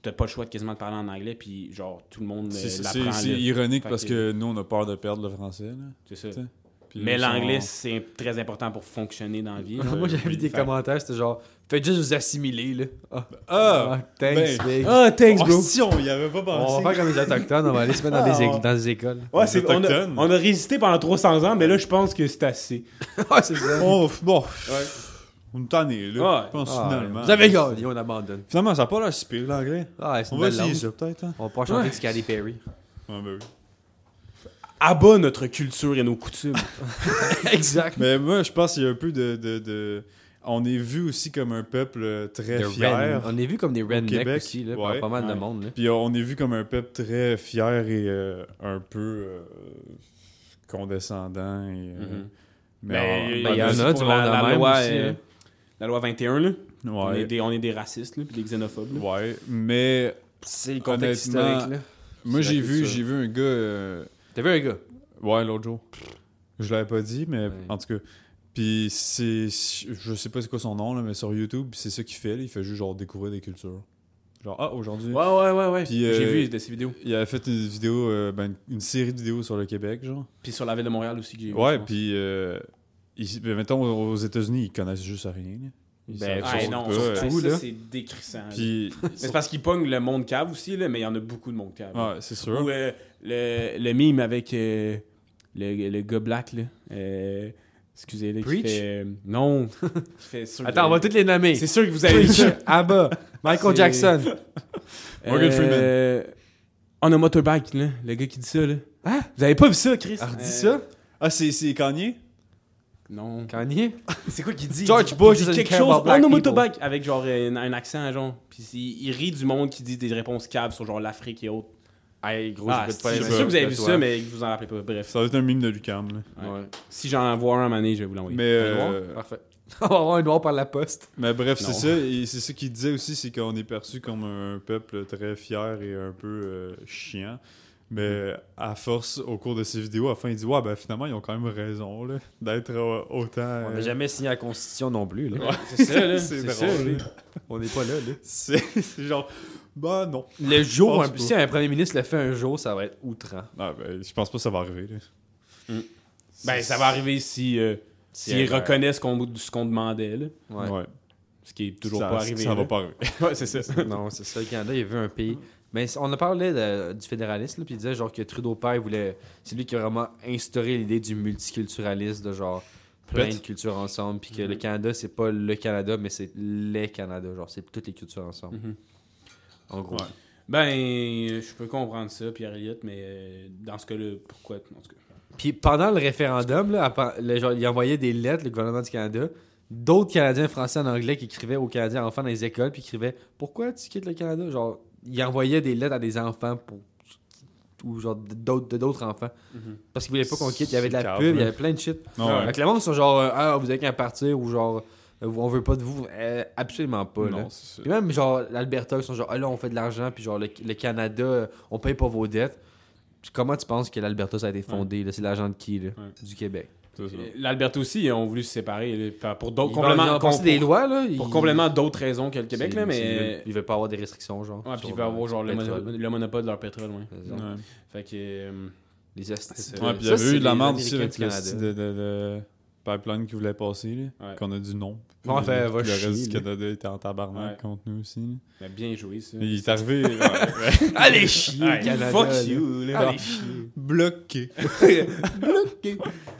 t'as pas le choix de quasiment de parler en anglais, puis genre tout le monde
c'est-
euh,
c'est-
l'apprend.
C'est c'est
là.
ironique
Fait
parce
que-
que nous, on a peur de perdre le français. là.
C'est ça.
t'sais. Puis
Mais
ils sont-
l'anglais, c'est très important pour fonctionner dans la
<laughs>
vie.
Moi, j'ai vu des
Fait-
commentaires, c'était genre, faites juste vous assimiler, là. Ah,
Ah!
thanks,
ben,
big.
Ah, thanks,
Oh,
bro!
si, on y avait pas
on
pensé.
va faire comme les Autochtones, on va aller se mettre dans, des, é- dans des <laughs> écoles.
Ouais,
Les
c'est- on, a,
Autochtones.
on a résisté pendant 300 ans, mais là, je pense que c'est assez.
Ah, c'est ça.
Oh, bon. On est tanné, là.
Ouais.
Je pense
Ah,
finalement.
Vous avez gagné, on abandonne.
Finalement, ça n'a pas l'air si pire, l'anglais.
Ah, c'est
On
une
va
belle
essayer
langue.
ça, peut-être. Hein?
On va pas chanter du Scary Perry.
Ouais, ben oui.
Abat notre culture et nos coutumes.
exact.
Mais moi, je pense qu'il y a un peu de, de, de- On est vu aussi comme un peuple euh, très
The
fier.
Ren- On est vu comme des rednecks
Québec,
aussi, là,
ouais.
par pas mal de
Ouais.
monde. Là.
Puis euh, on est vu comme un peuple très fier et euh, un peu euh, condescendant. Et, euh,
Mhm.
Mais,
Mm-hmm. ben, il y en a
aussi
du
pour
monde
la,
en
la
même
loi,
aussi,
euh,
là.
la loi 21, là.
en-
On,
ouais,
est des, on est des racistes, là, puis des xénophobes. là.
ouais, mais
C'est le
contexte historique, là. moi
C'est la
j'ai vu,
culture.
j'ai vu un gars euh,
T'as vu un gars?
Ouais, l'autre jour. Je l'avais pas dit, mais
Ouais.
en tout cas. Puis c'est. Je sais pas c'est quoi son nom, là, mais sur YouTube, c'est ça qu'il fait. là. Il fait juste genre découvrir des cultures. Genre, ah, aujourd'hui.
Ouais, ouais, ouais, ouais.
Puis, euh,
J'ai vu de ces vidéos.
Il avait fait une vidéo, euh, ben, une série de vidéos sur le Québec, genre.
Puis sur la ville de Montréal aussi que j'ai vu.
Ouais,
je pense.
puis. euh, ils- ben, mettons, aux États-Unis, ils connaissent juste à rien. là. Ils
Ben,
savent
Ouais,
juste
non,
pas,
surtout,
euh,
tout,
ça,
là.
c'est décrissant. là.
Puis.
Mais C'est parce qu'ils pognent le monde cave aussi, là, mais il y en a beaucoup de monde cave. là.
Ouais, c'est sûr.
Ou euh, le, le mime avec euh, le, le gars black, là. Euh, excusez, là. qui
Preach?
fait, euh, non. <laughs> Qui fait sûr
Attends, on va
que-
toutes les
<laughs>
nommer.
C'est sûr que vous avez vu ça.
<laughs> Abba, Michael
C'est-
Jackson.
Morgan Freeman.
Euh, On a motorbike, là.
Ah,
Le gars qui dit ça, là. Vous avez pas vu ça, Chris?
Alors,
Euh,
dis ça.
Ah, c'est c'est Kanye
Non.
Kanye?
C'est quoi qu'il dit
George
Il dit-
Bush
il dit
doesn't
quelque
care
chose
about
en
black
motobac avec genre euh, un, un accent, genre. Puis il, il rit du monde qui dit des réponses caves sur genre l'Afrique et autres.
Hey, gros,
Ah,
j'écoute
si,
pas les
je suis
mêmes
sûr que vous avez vu
toi.
ça, mais vous en rappelez pas. Bref,
Ça doit être un mime de Lucam. là.
Ouais.
Ouais.
si j'en vois un à année, je vais vous l'envoyer.
Mais,
Un noir?
euh,
Parfait. <laughs> On va avoir un noir par la poste.
mais bref, c'est
Non.
ça. Et c'est ça qu'il disait aussi, c'est qu'on est perçu comme un peuple très fier et un peu euh, chiant. Mais
Mm.
à force, au cours de ses vidéos, à la fin, il dit Ouais, ben finalement, ils ont quand même raison là, d'être euh, autant.
On
euh,
n'a jamais signé la Constitution non plus. Là.
C'est ça, là.
<laughs> C'est
<laughs> c'est
drôle,
ça, là.
On n'est pas là. là.
<laughs> C'est c'est genre, bah non.
Le jour,
pense
un-
pas.
si un premier ministre le fait un jour, ça va être outrant.
Ah, ben, je pense pas que ça va arriver. Là.
Mm.
C'est-
Ben, ça va arriver si. euh,
Si
S'ils
elle-
reconnaissent ce qu'on, ce qu'on demandait, là.
Ouais.
Ouais.
Ce qui est toujours
Ça-
pas arrivé.
Ça va
là.
<laughs>
pas arriver.
<laughs> Ouais, c'est ça.
non, c'est ça. Le Canada, il veut un pays. Mais c- on a parlé de- du fédéralisme, là, puis il disait genre que Trudeau père il voulait. C'est lui qui a vraiment instauré l'idée du multiculturalisme, de genre plein
Peut-être. Mm-hmm.
de cultures ensemble, puis que le Canada, c'est pas le Canada, mais c'est les Canada. Genre, c'est toutes les cultures ensemble.
Mm-hmm.
Mhm.
En gros.
Ouais.
Ben, euh, je peux comprendre ça, Pierre Elliott, mais euh, dans ce cas-là, pourquoi En tout cas.
Puis pendant le référendum, là, appa- le- genre, il envoyait des lettres, le gouvernement du Canada, d'autres Canadiens français en anglais qui écrivaient aux Canadiens enfants dans les écoles, puis écrivaient Pourquoi tu quittes le Canada Genre, il envoyait des lettres à des enfants pour. ou genre de- d'autres de d'autres enfants.
Mhm.
Parce qu'ils voulaient pas qu'on quitte, il y avait de
C'est
la
grave,
pub, il y
là.
avait plein de shit.
Non, ouais.
Fait que le monde ils sont genre euh, Ah, vous avez qu'à partir, ou genre Euh, on veut pas de vous. Euh, absolument pas, là.
non c'est
Puis même, genre, l'Alberta, ils sont genre, ah là, on fait de l'argent, puis genre, le, le Canada, euh, on paye pas vos dettes. Puis comment tu penses que l'Alberta, ça a été fondé, là? C'est l'argent de qui, là?
Ouais.
Du Québec.
ça.
Euh, L'Alberta aussi, ils ont voulu se séparer là, par- pour d'autres
Ils
complètement,
veulent- ils ont passé
com-
des lois, là.
pour
ils-
complètement d'autres raisons que le Québec,
c'est-
là,
c'est- Ils veulent,
mais.
ils veulent pas avoir des restrictions, genre.
Ouais,
sur euh,
puis ils veulent avoir genre le,
pétrole.
mono- le monopole de leur pétrole, ouais.
Par exemple.
Ouais.
Fait que. euh,
Les astuces.
C'est-
Ouais, puis il y
Ça,
avait eu
c'est
de la
les
merde aussi
Américains
avec
du
le
Canada.
style de, de- de pipeline qui voulait passer, là,
Ouais.
qu'on a dit non.
Ouais,
Le-
fait,
le
va chier,
reste du
là.
Canada était en tabarnak
Ouais.
contre nous aussi. là.
mais bien joué, ça.
Et Il est arrivé
<laughs>
ouais, ouais.
Allez, chier,
Ouais,
Canada,
fuck
là.
you, là.
bloqué.
<laughs>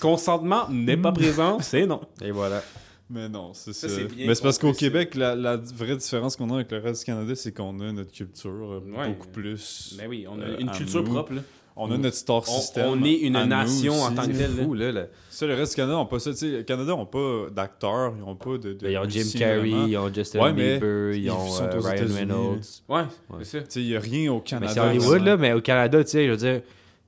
Consentement n'est pas présent, c'est non.
Et voilà.
Mais non, c'est ça.
Ça, c'est bien
Mais c'est parce
compris,
qu'au
ça.
Québec, la, la vraie différence qu'on a avec le reste du Canada, c'est qu'on a notre culture euh,
Ouais.
beaucoup plus.
Mais oui, on a
Euh,
une
à
culture
nous.
propre, là.
On a notre star system.
on est une
à nous
nation en
aussi.
tant que
C'est
tel, là.
fou, là. là.
Ça, le reste du Canada, on pas ça. Tu sais, le Canada, on pas d'acteurs, ils ont pas de. de
Ils ont Jim
musiciens,
Carrey,
vraiment.
ils ont Justin
Ouais, mais
Bieber, ils
ils
ont
sont
euh,
aux
Ryan
États-Unis,
Reynolds.
Ouais,
Ouais.
c'est ça.
Tu sais, il n'y a rien au Canada.
Mais c'est Hollywood,
vraiment.
là, mais au Canada, tu sais, je veux dire,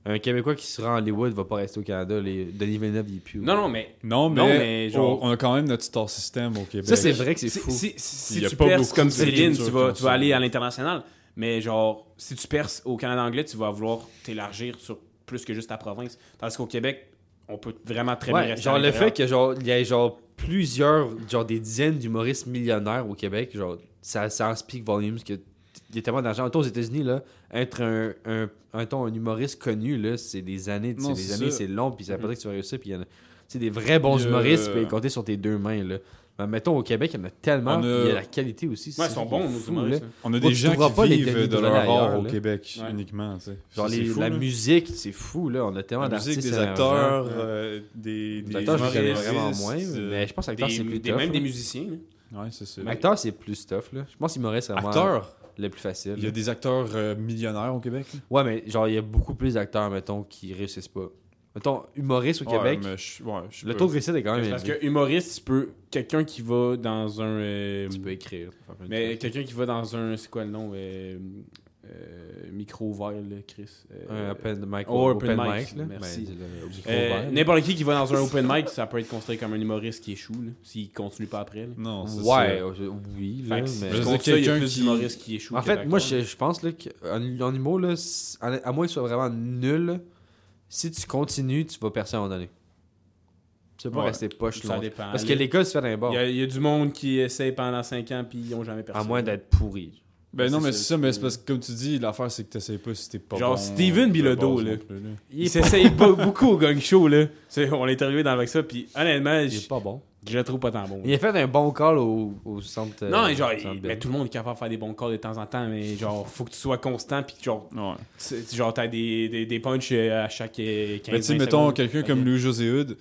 un Québécois qui sera à Hollywood va pas rester au Canada. Les... Denis Villeneuve, il est plus.
Non, non, mais.
Non, mais,
Non, mais genre-
on, on a quand même notre star system au Québec.
Ça, c'est vrai que c'est
Si,
fou.
si, si
Il y a
tu
pas
perces
beaucoup
comme
de
Céline,
cultures
tu vas,
comme
tu vas
ça.
aller à l'international. Mais genre, si tu perces au Canada anglais, tu vas vouloir t'élargir sur plus que juste ta province. Tandis qu'au Québec, on peut vraiment très bien
Ouais,
rester. à
genre le
l'intérieur.
fait que genre il y ait genre plusieurs genre des dizaines d'humoristes millionnaires au Québec, genre ça, ça en speak volumes que t- il y a tellement d'argent. Mettons, aux États-Unis là, être un un, un, ton, un humoriste connu là, c'est des années,
Non,
c'est des
c'est
années,
ça.
c'est long puis ça veut pas dire que tu vas réussir puis il y en a c'est des vrais bons
Il y a-
humoristes tu peux les compter sur tes deux mains là. Mais mettons au Québec, il y en a tellement,
On a-
il y a la qualité aussi.
Ouais,
c'est
ils sont bons,
fou,
nos
là.
humoristes.
On a
Moi,
des
tu
gens
trouveras
qui
pas les
vivent de
Denis Drolet
leur art
ailleurs,
au
là.
Québec
Ouais.
uniquement. tu sais.
Genre
C'est
les-
fou,
la
là.
musique, c'est fou là, on a tellement
La musique, des
d'artistes et d'argent.
acteurs, euh, des,
Des
des
acteurs, je connais
humoristes,
vraiment moins,
euh,
mais je pense que acteur c'est
Des,
plus
des-
tough, hein.
même
là.
des musiciens. là.
Ouais, c'est ça.
Mais Acteur, c'est plus tough, là. Je pense qu'il m'aurait c'est vraiment
Acteur,
le plus facile.
il y a des acteurs euh, millionnaires au Québec. là.
Ouais, mais genre, il y a beaucoup plus d'acteurs, mettons, qui réussissent pas. Mettons, humoriste au Québec,
Ouais, mais je- ouais, je sais
le
pas.
taux de réussite est quand même
Parce
élevé.
que humoriste, tu peux. Quelqu'un qui va dans un. euh,
Tu peux écrire.
mais quelqu'un qui va dans un. C'est quoi le nom euh, euh, Micro ouvert, là, Chris. Euh,
Un open mic,
Oh,
open,
open
mic,
mic,
là.
merci.
Ben, le- le micro
Euh,
ouvert.
N'importe qui qui va dans un open mic, ça peut être considéré comme un humoriste qui échoue, là, s'il continue pas après. là.
Non, c'est
ouais,
ça.
euh, oui, là,
Fait que si
mais-
tu
Je veux
comptes
dire,
ça, il y a
quelqu'un
plus
qui-
d'humoristes qui échouent.
En
que
fait, moi,
d'acteurs.
je, je pense là, qu'en en humour, là, si- à, à moins qu'il soit vraiment nul, si tu continues, tu vas percer à un moment donné. Tu vas pas
Ouais.
rester poche
Ça
longtemps.
dépend.
Parce que l'école se fait d'un bord.
Il y, a, il y a du monde qui essaye pendant 5 ans puis ils ont jamais perdu.
À moins d'être pourri.
Ben non,
C'est
mais
ça,
c'est ça,
tu
mais
peux-
c'est parce que comme tu dis, l'affaire c'est que t'essayes pas si t'es pas
Genre
bon,
Steven
de
Bilodeau,
base
là.
non plus, là.
Il s'essaye pas beaucoup au gang show, là. C'est- on l'a interviewé dans avec ça, puis honnêtement,
Il
je,
est pas bon.
je le trouve pas tant bon.
Il a fait un bon call au, au centre. euh,
Non, mais genre, il-
centre
mais
Bell.
tout le monde est capable de faire des bons calls de temps en temps, mais genre, faut que tu sois constant, puis que genre,
Ouais.
tu- tu- genre, t'as des, des, des punchs euh, à chaque euh, 15
Mais tu sais,
20
mettons,
secondes.
quelqu'un
Fait
comme
que-
Louis José Hood,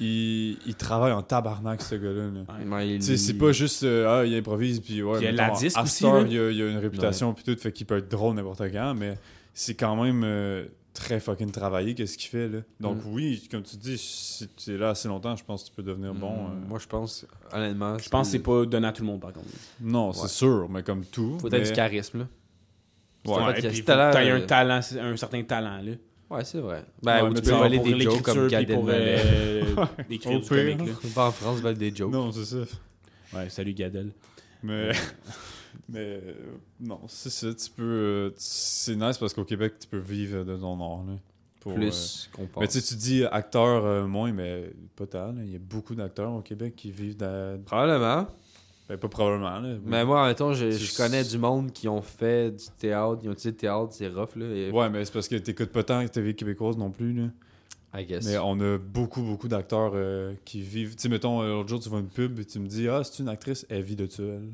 il, il travaille en tabarnak, ce gars-là. là.
Ouais, il-
Tu sais, c'est pas juste euh, ah, il improvise puis ouais.
Puis il y a
mettons,
l'adisque
à
aussi,
cette heure,
là.
il y a, il y a une réputation puis tout, fait qu'il peut être drôle n'importe quand, mais c'est quand même euh, très fucking travaillé, qu'est-ce qu'il fait, là. Donc, oui, comme tu dis, si tu es là assez longtemps, je pense que tu peux devenir bon. euh,
Mm, Moi, je pense, honnêtement.
Je pense que c'est pas donné à tout le monde, par contre.
Non, c'est sûr, mais comme tout.
Faut être
mais-
du charisme, là.
Ouais,
un
Ouais,
podcast.
puis
Tout à l'heure,
t'as eu
euh,
un talent, un certain talent, là.
Ouais, c'est vrai. Ben,
Ouais,
ou
mais
tu
tu
peux
vas
Genre,
voler
pour
des jokes
l'écriture,
comme
puis
Gad
pour
Elmaleh.
euh,
<laughs>
écrire
Au
du
pire.
comique,
<laughs>
là.
Pas en France, voler des jokes.
Non, c'est ça.
Ouais, salut Gadel.
Mais, <laughs> mais euh, non, c'est ça. Tu peux. euh, tu- c'est nice parce qu'au Québec, tu peux vivre de ton art. Là, pour, euh,
Plus qu'on pense.
mais tu sais, tu dis acteur euh, moins, mais pas tant. là. Il y a beaucoup d'acteurs au Québec qui vivent de.
Probablement.
ben, pas probablement. Là,
Mais moi, en même temps, je,
C'est-
je connais du monde qui ont fait du théâtre. Ils ont dit théâtre, c'est rough, là. et-
Ouais, mais c'est parce que t'écoutes pas tant que TV québécoise non plus. Là.
I guess.
Mais on a beaucoup, beaucoup d'acteurs euh, qui vivent. Tu sais, mettons, euh, l'autre jour, tu vois une pub et tu me dis Ah, c'est une actrice, elle vit de ça. elle.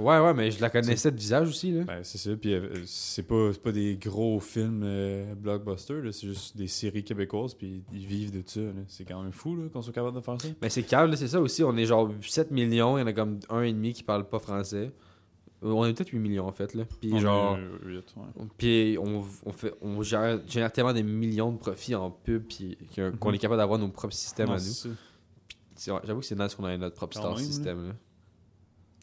Ouais, ouais, mais je la connaissais de visage aussi, là.
Ben, c'est ça. Puis euh, c'est pas, c'est pas des gros films euh, blockbusters, là, c'est juste des séries québécoises, puis ils vivent de ça. là. C'est quand même fou là, qu'on soit capable de faire ça.
Mais c'est calme, là, c'est ça aussi. On est genre 7 millions, il y en a comme 1,5 qui parle pas français. Euh, On est peut-être 8 millions, en fait, là. Puis
On
genre.
est, euh, huit, ouais.
Puis on, on, fait, on gère, génère tellement des millions de profits en pub puis que-
Mhm.
qu'on est capable d'avoir nos propres systèmes
Non,
à nous.
c'est ça.
C'est- ouais, J'avoue que c'est nice qu'on ait notre propre
Quand
star
même, hein. là.
system. Là.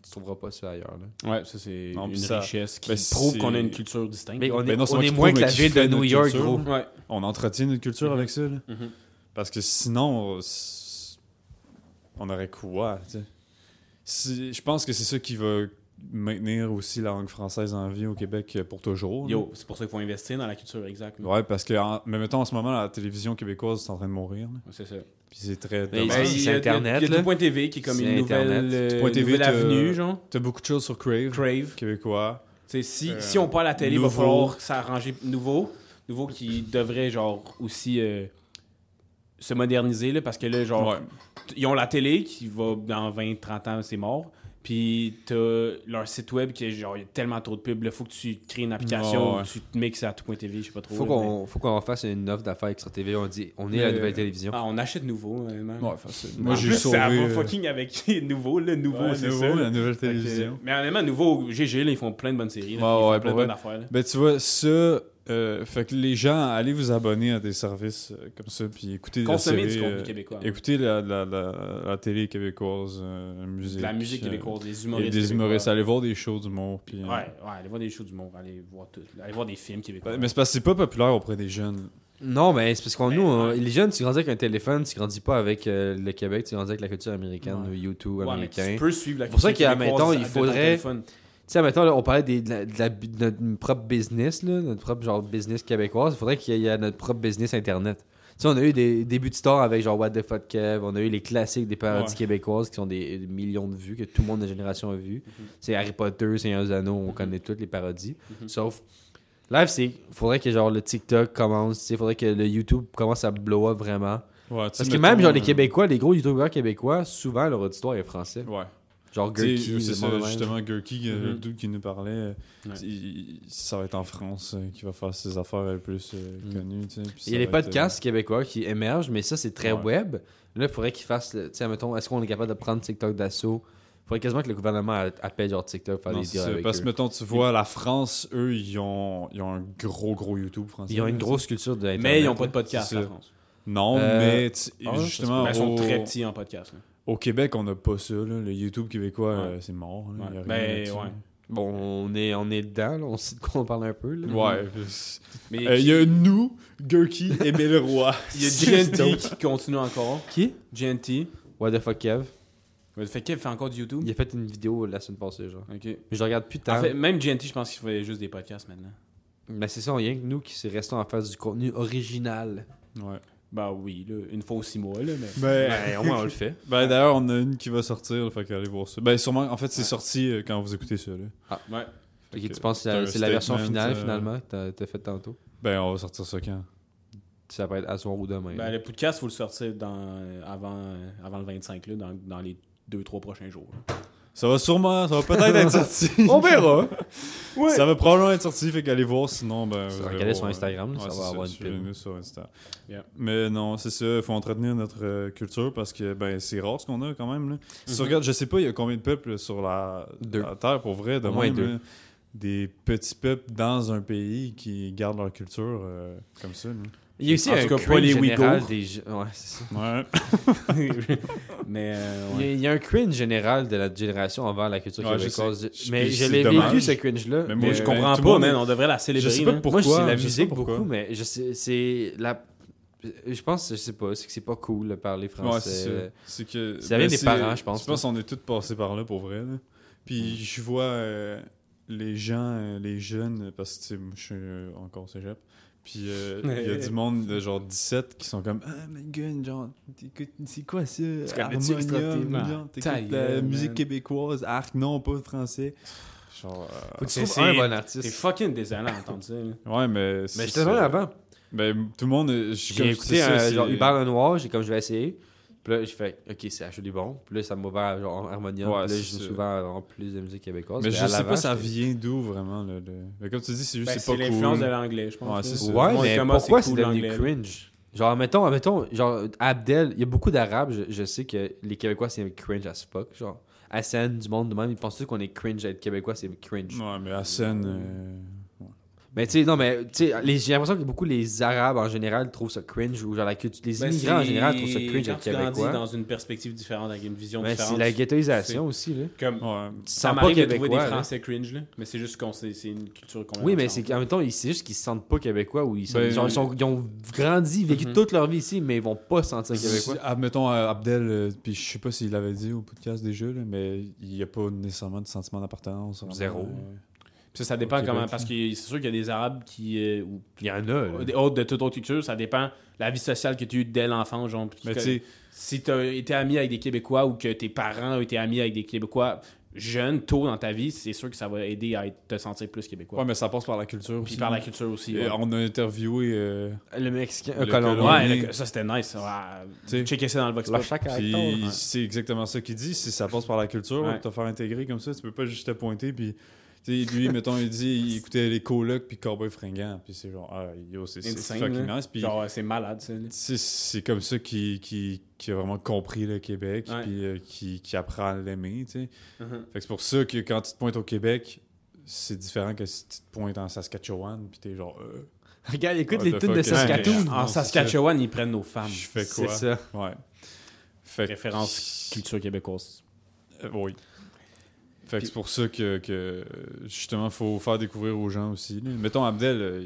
Tu trouveras pas ça ailleurs. Là.
Ouais, ça, c'est
Non,
une
puis ça-
richesse qui
ben,
prouve
c'est-
qu'on a une culture distincte.
Mais oh, on est,
Ben non, c'est
on
moi
est
qui
moins
prouve,
que la
mais qui
ville de
fait
New
notre
York,
culture.
gros.
Ouais.
On entretient notre culture avec ça. là.
Mhm.
Parce que sinon, euh, c'est- on aurait quoi tu sais? Si- Je pense que c'est ça qui va maintenir aussi la langue française en vie au Québec euh, pour toujours. là.
Yo, c'est pour ça qu'il faut investir dans la culture, exact. là.
Ouais, parce que, en- mais mettons, en ce moment, la télévision québécoise est en train de mourir. là.
C'est ça.
Puis c'est très
Mais
dommage.
Ben,
c'est-
il y a-
Internet,
Il y a
là.
tout point TV qui est comme
C'est
une
Internet.
nouvelle, euh,
Point TV,
nouvelle
t'as-
avenue, genre.
T'as beaucoup de choses sur Crave.
Crave.
Québécois.
T'sais, si,
Euh,
si on parle à la télé, il va
nouveau.
falloir s'arranger nouveau. Nouveau qui devrait, genre, aussi euh, se moderniser, là, parce que là, genre, t- ils ont la télé qui va dans 20, 30 ans, c'est mort. Puis t'as leur site web qui est genre, il y a tellement trop de pubs, là, faut que tu crées une application,
Ouais, ouais.
où tu te mixes à tout.tv, je sais pas trop.
Faut
là, mais-
qu'on faut qu'on fasse une offre d'affaires avec sur TV. On dit on est la
Mais-
nouvelle télévision.
Ah, on achète nouveau, euh, man.
Ouais, facile. Moi,
En
j'ai
plus,
sauvé.
Ça va
euh,
fucking avec <laughs> nouveau, le nouveau,
ouais,
c'est
nouveau,
ça.
la nouvelle
Fait que-
télévision.
Mais honnêtement, nouveau, GG, là, ils font plein de bonnes séries. là.
Ouais,
ils
ouais,
font plein
pour
de
vrai.
bonnes affaires. là.
Ben, tu vois, ça. euh, fait que les gens, allez vous abonner à des services euh, comme ça, puis écoutez
Consommer
la
du
série,
contenu
euh,
québécois.
Écoutez la, la, la, la télé québécoise, euh, la musique.
De la musique
euh,
québécoise, des
Il y a
humoristes.
des humoristes.
québécois.
Allez voir des shows d'humour. Puis, euh,
Ouais, ouais, allez voir des shows du monde, allez voir tout. Allez voir des films québécois.
ben, Mais c'est parce que c'est pas populaire auprès des jeunes.
Non, mais c'est parce qu'on
Mais-
nous, on- les jeunes, tu grandis avec un téléphone, tu grandis pas avec euh, le Québec, tu grandis avec la culture américaine,
Ouais.
le YouTube
Ouais, mais
américain.
tu peux suivre la
Pour ça
culture
qu'il y a,
québécoise
mettons, il
de ton
faudrait-
téléphone.
Tu sais, maintenant, on parlait des- de, la- de la- de notre propre business, là, notre propre genre business québécoise. Il faudrait qu'il y ait notre propre business Internet. Tu sais, on a eu des débuts de stars avec genre What the fuck Kev, on a eu les classiques des parodies
Ouais.
québécoises qui ont des, des millions de vues, que tout le monde de génération a vu.
Mhm.
C'est Harry Potter, Seigneur des Anneaux, on connaît toutes les parodies.
Mhm.
Sauf, live, c'est, faudrait que genre le TikTok commence, tu sais, faudrait que le YouTube commence à blow up vraiment.
Ouais, tu sais,
Parce que même
mettons,
genre les
euh,
Québécois, les gros YouTubeurs québécois, souvent leur auditoire est français.
Ouais.
Genre
Tu sais,
Gurky,
c'est
le
ça,
monde de même.
justement, Gurky, euh, le
Mhm.
dude qui nous parlait, euh,
Ouais.
il- il- ça va être en France euh, qui va faire ses affaires les plus euh,
Mm.
Mhm.
connues. tu sais, puis
Il y
ça
a les
va être, euh,
podcasts québécois qui émergent, mais ça, c'est très
Ouais.
web. Là, il faudrait qu'ils fassent, le- tu sais, mettons, est-ce qu'on est capable de prendre TikTok d'assaut Il faudrait quasiment que le gouvernement a- appelle genre TikTok,
euh,
faire
non,
des
c'est
deals
ça,
avec
parce
eux.
que, mettons, tu vois, la France, eux, ils ont, ils ont un gros, gros YouTube français.
Ils ont une
tu sais.
grosse culture de l'Internet,
Mais ils n'ont pas
là.
de podcast,
hein. C'est
la
ça. Oh.
France.
Non,
Euh,
mais tu-
ah,
justement,
Ben, Ils sont
au,
très petits en podcast. là.
au Québec, on n'a pas ça. là. Le YouTube québécois,
Ouais.
euh, c'est mort. là. Il y a
Ouais.
rien
Ben,
là-dessus.
ouais.
Bon, on est, on est dedans, là, on sait de quoi on parle un peu. là.
Ouais,
<laughs>
puis-
Mais
Euh, Il y a nous,
<laughs>
Gurky et Belleroy. <laughs>
il y a GNT qui continue encore.
Qui
GNT.
What the fuck, Kev
Ouais, Fait qu'il fait encore du YouTube.
Il a fait une vidéo la semaine passée, genre.
Ok.
Mais je regarde plus
En
tard.
fait, même GNT, je pense qu'il fait juste des podcasts maintenant.
Mais c'est ça, on rien que nous qui restons en face du contenu original.
Ouais.
Bah oui, là, une fois aux six mois, là, mais.
Ben,
au moins, on le fait.
ben, d'ailleurs, on a une qui va sortir, là, fait qu'allez voir ça. Ben, sûrement, en fait, c'est sorti euh, quand vous écoutez ça. là.
Ouais.
Ok,
Fait que
tu penses que c'est
un
la- c'est la version
statement,
finale,
euh,
finalement, que t'as- t'as fait tantôt?
Ben, on va sortir ça quand
Ça va être à soir ou demain.
Ben,
là.
le podcast, il faut le sortir dans, euh, avant, euh, avant le 25, là, dans, dans les 2-3 prochains jours. là.
Ça va sûrement, ça va peut-être être sorti.
<laughs> On verra!
Ça va probablement être sorti, fait qu'allez voir, sinon, ben. vous allez
Regardez sur
voir, euh,
Instagram, ça
ouais,
va
c'est
avoir une pile.
suivez-nous sur Insta.
Yeah.
Mais non, c'est ça, il faut entretenir notre euh, culture parce que ben, c'est rare ce qu'on a
Mhm.
quand même. Là. Si tu regardes, je sais pas, il y a combien de peuples sur la,
Deux.
la Terre pour vrai, de
Au moins
même,
deux.
là. des petits peuples dans un pays qui gardent leur culture euh, comme ça. nous.
Il y a aussi
En
un
tout cas,
cringe
pas les
général
Ouïghours.
des je- ouais, c'est ça.
Ouais.
Mais euh,
Il, y
ouais.
a, il y a un cringe général de la génération envers la culture
Ouais, je
québécoise.
sais.
mais
Puis
je
c'est
l'ai vécu,
dommage.
ce cringe-là.
Mais
Mais
ben,
moi,
je
euh,
comprends
tout le
pas,
monde-
man. On devrait la
Je
célébrer.
sais pas
là.
pourquoi.
Moi, je sais la
je sais
musique
pas pourquoi.
beaucoup, mais je sais, c'est la. Je pense, je sais pas, c'est que c'est pas cool de parler
Ouais,
français.
c'est ça. C'est que. ben,
Ça vient des
c'est-
parents, je pense,
Je pense qu'on est tous passés par là pour vrai. là. Puis je vois euh, les gens, euh, les jeunes, parce que tu sais, moi, je suis euh, encore au cégep. Puis euh, il y a
<laughs>
du monde de genre 17 qui sont comme Ah, my god, genre, t'écoutes- c'est quoi ça
connais-tu
Harmonium,
Extra-T?
genre,
Ta
T'écoutes la
gueule,
musique
man.
québécoise, arc, non, pas français. Genre.
Faut que tu
Mais
trouves un
c'est-
bon
C'est
artiste.
fucking désolant d'entendre ça. là.
euh, Ouais, mais. c'est
Mais je te demande
ça.
avant.
Ben, tout le monde. euh, je- comme
J'ai
je
écouté
dis ça,
un,
c'est-
genre Hubert Lenoir, j'ai comme je vais essayer. Puis là, j'ai fait, ok, c'est H.O. du bon. Puis là, ça m'a ouvert genre harmonium.
Ouais,
puis là,
c'est
je joue
ça.
souvent en plus de musique québécoise.
Mais
Mais
je
à
sais
l'avant,
pas, ça
j'étais-
vient d'où vraiment. Le, le- Mais comme tu dis, c'est juste,
Ben,
c'est
c'est
pas cool.
l'influence de l'anglais, je pense.
Ouais,
là.
c'est ça.
Ouais,
Moi,
mais
comment ah, c'est
pourquoi c'est
cool,
devenu
l'anglais,
cringe? Genre, mettons, mettons, genre, Abdel, il y a beaucoup d'Arabes, je, je sais que les Québécois, c'est cringe as fuck. Genre, Hassan, du monde de même, ils pensent tous qu'on est cringe à être Québécois, c'est cringe.
Ouais, mais à scène. euh,
Mais tu sais, non, mais tu sais, les- j'ai l'impression que beaucoup les Arabes en général trouvent ça cringe, ou genre la culture, les
Ben,
immigrants en
c'est-
général trouvent ça cringe
quand
être
tu grandis
Québécois.
dans une perspective différente, avec une vision
Mais c'est
différente.
la ghettoisation aussi, là.
Comme,
Ouais.
Tu te
ça
sens pas
m'arrive de trouver
québécois.
des
là.
Français cringe, là, mais c'est juste qu'on c'est c'est une culture qu'on
Oui, mais c'est qu'en même temps, ils- c'est juste qu'ils se sentent pas québécois ou ils, sont,
Ben,
genre, ils, sont- ils ont grandi, vécu
Mhm.
toute leur vie ici, mais ils vont pas se sentir québécois.
Si- Admettons, euh, Abdel, euh, puis je sais pas s'il l'avait dit au podcast déjà, là, mais il n'y a pas nécessairement de sentiment d'appartenance. vraiment,
Zéro.
euh,
Ça, ça dépend
Au
comment,
ben,
Québec,
parce que c'est sûr qu'il y a des Arabes qui, euh, ou
Il y en a. là.
des autres de toute autre culture, ça dépend la vie sociale que tu as eue dès l'enfance, genre. puis
Mais
que-
tu sais,
si tu as été ami avec des Québécois ou que tes parents ont été amis avec des Québécois jeunes, tôt dans ta vie, c'est sûr que ça va aider à être- te sentir plus Québécois.
ouais, mais ça passe par la culture
Puis
aussi. Euh,
par la culture aussi.
Et
ouais.
On a interviewé. euh,
Le Mexicain,
Le
euh, Colombien.
Colombien.
Ouais,
Colombie.
le- ça c'était nice. Ouais.
T'sais.
Checker ça dans le Vox
Leur
Pop.
chaque
puis
acteur.
c'est exactement ça qu'il dit. Si ça passe par la culture, là,
Ouais.
te faire intégrer comme ça, tu peux pas juste te pointer. Puis tu sais, lui, mettons, il dit il écoutait les colocs puis Cowboy Fringant. Puis c'est genre, ah, yo, c'est c'est
Insane, hein.
fucking
là.
nice. Puis
Genre, c'est malade, ça. là.
C'est- C'est comme ça qu'il qu'il- qu'il a vraiment compris le Québec,
Ouais.
puis euh, qu'il qu'il apprend à l'aimer. tu sais.
Uh-huh.
Fait que c'est pour ça que quand tu te pointes au Québec, c'est différent que si tu te pointes en Saskatchewan, puis t'es genre. euh,
Regarde, écoute
What
les
the
tunes de
fuck, hein.
Saskatoon.
Ouais.
En
Non, c'est
Saskatchewan, ils prennent nos femmes.
je fais
C'est
quoi
ça.
Ouais. Fait que-
Référence culture québécoise.
Euh, oui. Fait que c'est pour ça que, que, justement, faut faire découvrir aux gens aussi. là. Mettons, Abdel, euh,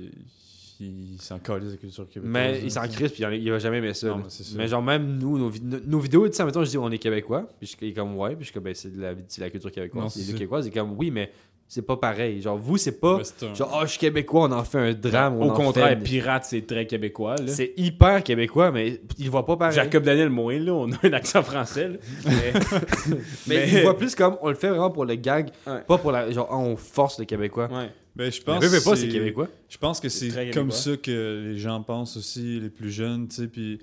il, il s'en calisse de la culture québécoise.
Mais
hein,
il s'en
tu sais.
crisse, puis il en- il va jamais aimer ça.
Non,
là.
mais c'est ça.
Mais genre, même nous, nos, vid- nos- nos vidéos, tu sais, mettons, je dis on est québécois, puis je- il est comme ouais, puis je suis comme ben, c'est de la, c'est de la culture
Non,
québécoise.
c'est
Les
ça.
québécoises, il est comme oui, mais c'est pas pareil. Genre, vous, c'est pas.
Mais c'est un-
Genre, oh, je suis québécois, on en fait un drame. on
Au
en
contraire,
fait-
pirate, c'est très québécois. là.
C'est hyper québécois, mais il voit pas pareil.
Jacob Daniel Moin, là, on a un accent français. là. Mais-
mais, il voit plus comme on le fait vraiment pour le gag,
Ouais.
pas pour la. Genre, ah, on force les Québécois.
Ouais.
Ben, je
Mais
pense
veux, veux pas, c'est
c'est-
québécois.
Je pense que
C'est très
c'est comme
québécois.
ça que les gens pensent aussi, les plus jeunes, tu sais, puis...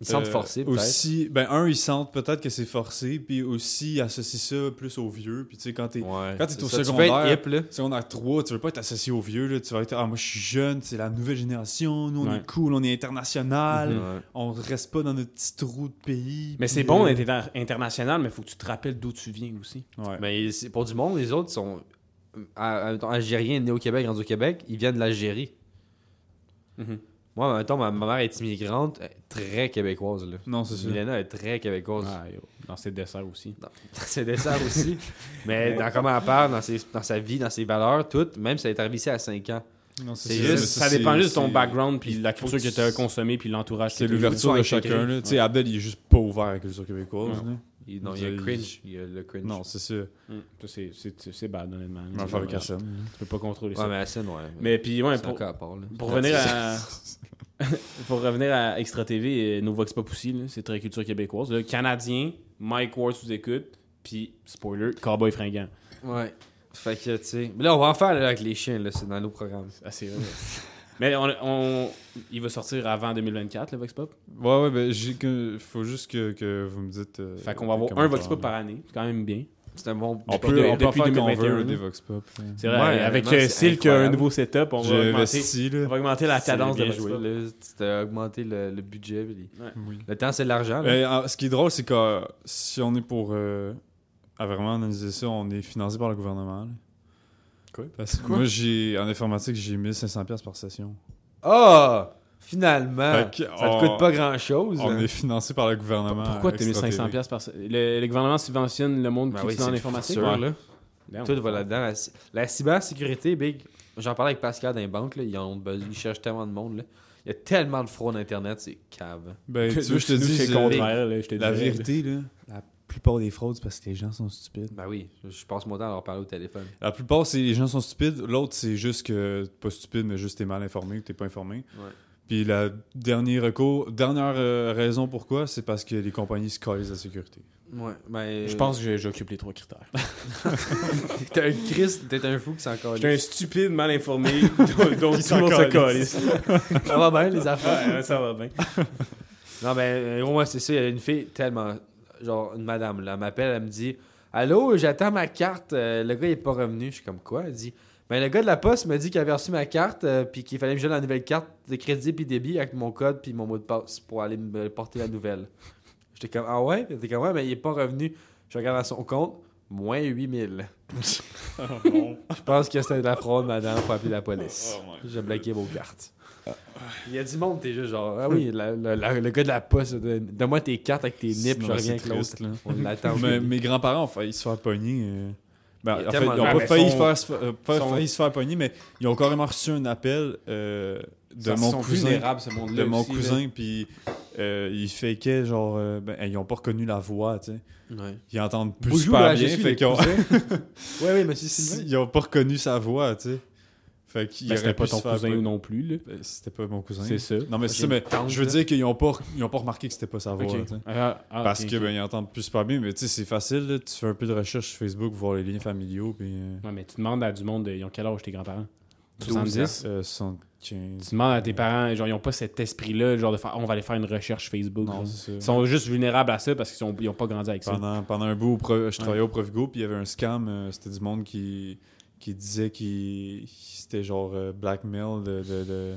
Ils sentent
euh,
forcés, peut-être.
Aussi, ben un, ils sentent peut-être que c'est forcé, puis aussi, ils associent ça plus aux vieux, puis tu sais, quand t'es...
Ouais.
Quand t'es au
Ça, Tu peux
secondaire-
être hip, là.
Si on a trois, tu veux pas être associé aux vieux, là, tu vas être « Ah, moi, je suis jeune, c'est la nouvelle génération, nous, on
Ouais. Mhm.
est cool, on est international,
Ouais.
on reste pas dans notre petit trou de pays.
Mais
puis,
c'est bon
euh,
d'être inter- international, mais il faut que tu te rappelles d'où tu viens aussi.
ouais.
Mais c'est- pour du monde, les autres sont à- à- mettons, algériens nés au Québec, rendus au Québec, ils viennent de l'Algérie.
Mhm.
Moi, en même temps, ma, ma mère est immigrante, elle est très québécoise. Là.
Non, c'est ça.
Milena est très québécoise. <laughs>
Ah, yo. Dans ses desserts aussi.
Dans ses desserts
<laughs>
aussi. mais dans comment elle parle, dans, ses- dans sa vie, dans ses valeurs, tout, même si elle est arrivée ici à 5 ans.
Non,
C'est
Juste,
Mais
ça
c'est-
dépend juste de ton
c'est-
background, puis la
faut
culture
que
que
tu-
tu as consommée, puis l'entourage.
C'est
que t'as eu.
l'ouverture de
Ils sont
chacun, là. Tu sais, Abdel, il est juste pas ouvert à la culture québécoise,
Non.
là.
Il- non, il y a
Il-
cringe. Il y a le cringe.
Non, c'est ça.
Mm. Ça, c'est- C'est c'est- c'est bad, honnêtement.
On va
C'est
faire
bad.
avec Hassan.
Tu peux pas contrôler
Ouais,
ça.
mais la scène, ouais.
Mais puis, ouais,
c'est un
pour,
cas à part. là.
pour revenir à... <laughs> pour revenir à Extra TV, euh, nos Vox Pop aussi, là, c'est très culture québécoise. Le Canadien, Mike Ward sous écoute, puis, spoiler, Cowboy Fringant.
Ouais. Fait que, tu sais. Mais là, on va en faire là, avec les chiens, là, c'est dans nos programmes.
Ah, c'est vrai. <laughs> Mais on, on- il va sortir avant 2024, le Vox Pop.
Ouais, ouais, ben, j'ai que- faut juste que, que vous me dites. euh,
Fait qu'on va avoir
comment
un Vox
faire,
Pop
là.
par année. C'est quand même bien.
C'est un bon.
On
Depuis-
peut, on peut en
depuis
faire qu'on
2021,
veut des
là.
Vox Pop. là.
C'est vrai,
Ouais,
avec euh,
vraiment, c'est
Sil qui a un
incroyable.
nouveau setup, on va,
J'ai
augmenter,
investi,
on
là.
va augmenter la
C'est
cadence de
bien
Vox
joué,
Pop.
là. C'était augmenter le, le budget. puis les-
Oui.
Le temps, c'est de l'argent. là.
Mais, euh, ce qui est drôle, c'est que euh, si on est pour euh, à vraiment analyser ça, on est financé par le gouvernement. là.
Quoi?
Parce que moi, j'ai en informatique, j'ai 1500$ par session.
Ah! Finalement!
Ah,
Fait que,
ça te
on-
coûte pas grand-chose.
On
hein.
est financé par le gouvernement.
Pourquoi
à
t'as mis 500$
Extra-TV.
piastres par. Le, le gouvernement subventionne le monde
Ben
qui
oui,
est dans
c'est
l'informatique.
sûr,
Ouais.
là.
Ben,
Tout
on-
va là-dedans. La, cy- la cybersécurité, big. J'en parlais avec Pascal dans les banques, là. Ils, en ont besoin- ils cherchent tellement de monde, là. Il y a tellement de fraude Internet, c'est cave.
Ben, tu
Nous,
veux, que je te
nous,
dis,
c'est
c'est-
le contraire, là, je te euh,
la
dirais, là.
vérité, là, la plupart des fraudes, c'est parce que les gens sont stupides.
Ben oui, je- je passe mon temps à leur parler au téléphone.
La plupart, c'est les gens sont stupides. L'autre, c'est juste que t'es pas stupide, mais juste t'es mal informé ou t'es pas informé.
Ouais.
Puis la dernier recours, dernière euh, raison pourquoi, c'est parce que les compagnies se collent la sécurité.
Ouais, ben.
Je pense que j'ai- j'occupe les trois critères.
<laughs> T'es un Christ, t'es un fou qui s'en calisse.
J'étais un stupide mal informé, <laughs>
<laughs>
donc tout le monde se calisse.
Ça va bien, les affaires.
Ouais, ça va bien.
Non, ben, gros, moi, c'est ça. Il y a une fille tellement. Genre, une madame, là, elle m'appelle, elle me dit Allô, j'attends ma carte. Euh, le gars, il est pas revenu. Je suis comme quoi Elle dit Ben, le gars de la poste m'a dit qu'il avait reçu ma carte, euh, puis qu'il fallait que je donne la nouvelle carte de crédit puis débit avec mon code puis mon mot de passe pour aller me porter la nouvelle. <laughs> J'étais comme Ah ouais Puis J'étais comme Ouais, mais il est pas revenu. Je regarde à son compte, moins
<laughs>
8000. <laughs> Je pense que c'était de la fraude, madame, pour appeler la police.
Oh
J'ai bloqué vos cartes. Il y a du monde, t'es juste genre, ah oui, la- la- la- le gars de la poste, donne- donne-moi tes cartes avec tes nips, je
Sinon,
reviens
c'est
avec l'autre.
triste, là.
On
<laughs>
l'attend.
Mais mes grands-parents ont failli se faire pogner. euh. Ben,
Il y a
en fait, ils
tellement
ont
de-
pas
Ah, mais
failli,
sont-
faire, se fa- euh, pas
sont-
failli se faire pogner, mais ils ont carrément reçu un appel euh, de
Ils
mon
sont
cousin.
vulnérables, ce monde-là
de mon
aussi, là.
cousin, puis euh, il fakeait genre. euh, ben, ils ont pas reconnu la voix, tu sais.
Ben,
Ouais.
Ils entendent plus
Bonjour,
super
là, je
bien,
suis
fait
le
qu'ils ont, <laughs>
<laughs> ouais, ouais, monsieur
si-
Sylvain.
ils ont pas reconnu sa voix, tu sais. Fait qu'il
Ben,
aurait
C'était pas
pu
ton
se faire
cousin
pogner.
non plus, là.
Ben, C'était pas mon cousin.
C'est ça.
Non, mais c'est ça,
J'ai une
mais
tante,
je veux
là.
dire qu'ils ont pas, ils ont pas remarqué que c'était pas sa voix,
Ok.
tu sais.
Ah, ah,
Parce
ok,
que
ok.
ben, ils entendent plus super bien, mais tu sais, c'est facile, là, tu fais un peu de recherche sur Facebook, voir les liens familiaux, puis. euh,
Ouais, mais tu demandes à du monde, euh, ils ont quel âge tes grands-parents
12 ans,
70
euh, 75.
Tu demandes à tes parents, genre, ils ont pas cet esprit-là, genre, de faire, Ah, on va aller faire une recherche Facebook.
Non,
genre.
c'est ça.
Ils sont juste vulnérables à ça parce qu'ils sont- ils ont pas grandi avec ça.
Pendant, pendant un bout, au Pro- je travaillais au Provigo, puis il y avait un scam. euh, c'était du monde qui, qui disait qu'il c'était genre euh, blackmail de, de- de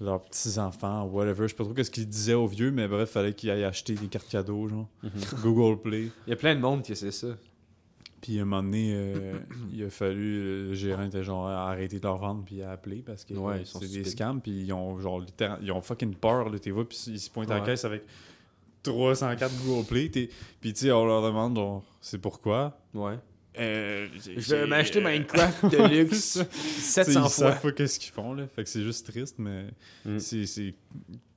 leurs petits-enfants, whatever. Je sais pas trop qu'est-ce qu'ils disaient aux vieux, mais bref, fallait qu'ils aillent acheter des cartes cadeaux, genre
Mm-hmm.
Google Play.
Il y a plein de monde qui sait ça.
Puis à un moment donné, euh, il a fallu, euh, le gérant était genre arrêter de leur vendre, puis à appeler parce que
Ouais,
euh,
ils sont
c'est des
stupides.
scams, puis ils ont genre littéral- ils ont fucking peur, là, t'es vois, puis ils se pointent à la
Ouais.
caisse avec 304 Google Play, t'es- puis tu sais, on leur demande, genre, c'est pourquoi
Ouais.
Euh, j'ai-
Je vais
j'ai-
m'acheter
euh, <laughs>
Minecraft de luxe
tu sais,
700
Ils
fois.
savent pas qu'est-ce qu'ils font, là. Fait que c'est juste triste, mais
Mm.
c'est- c'est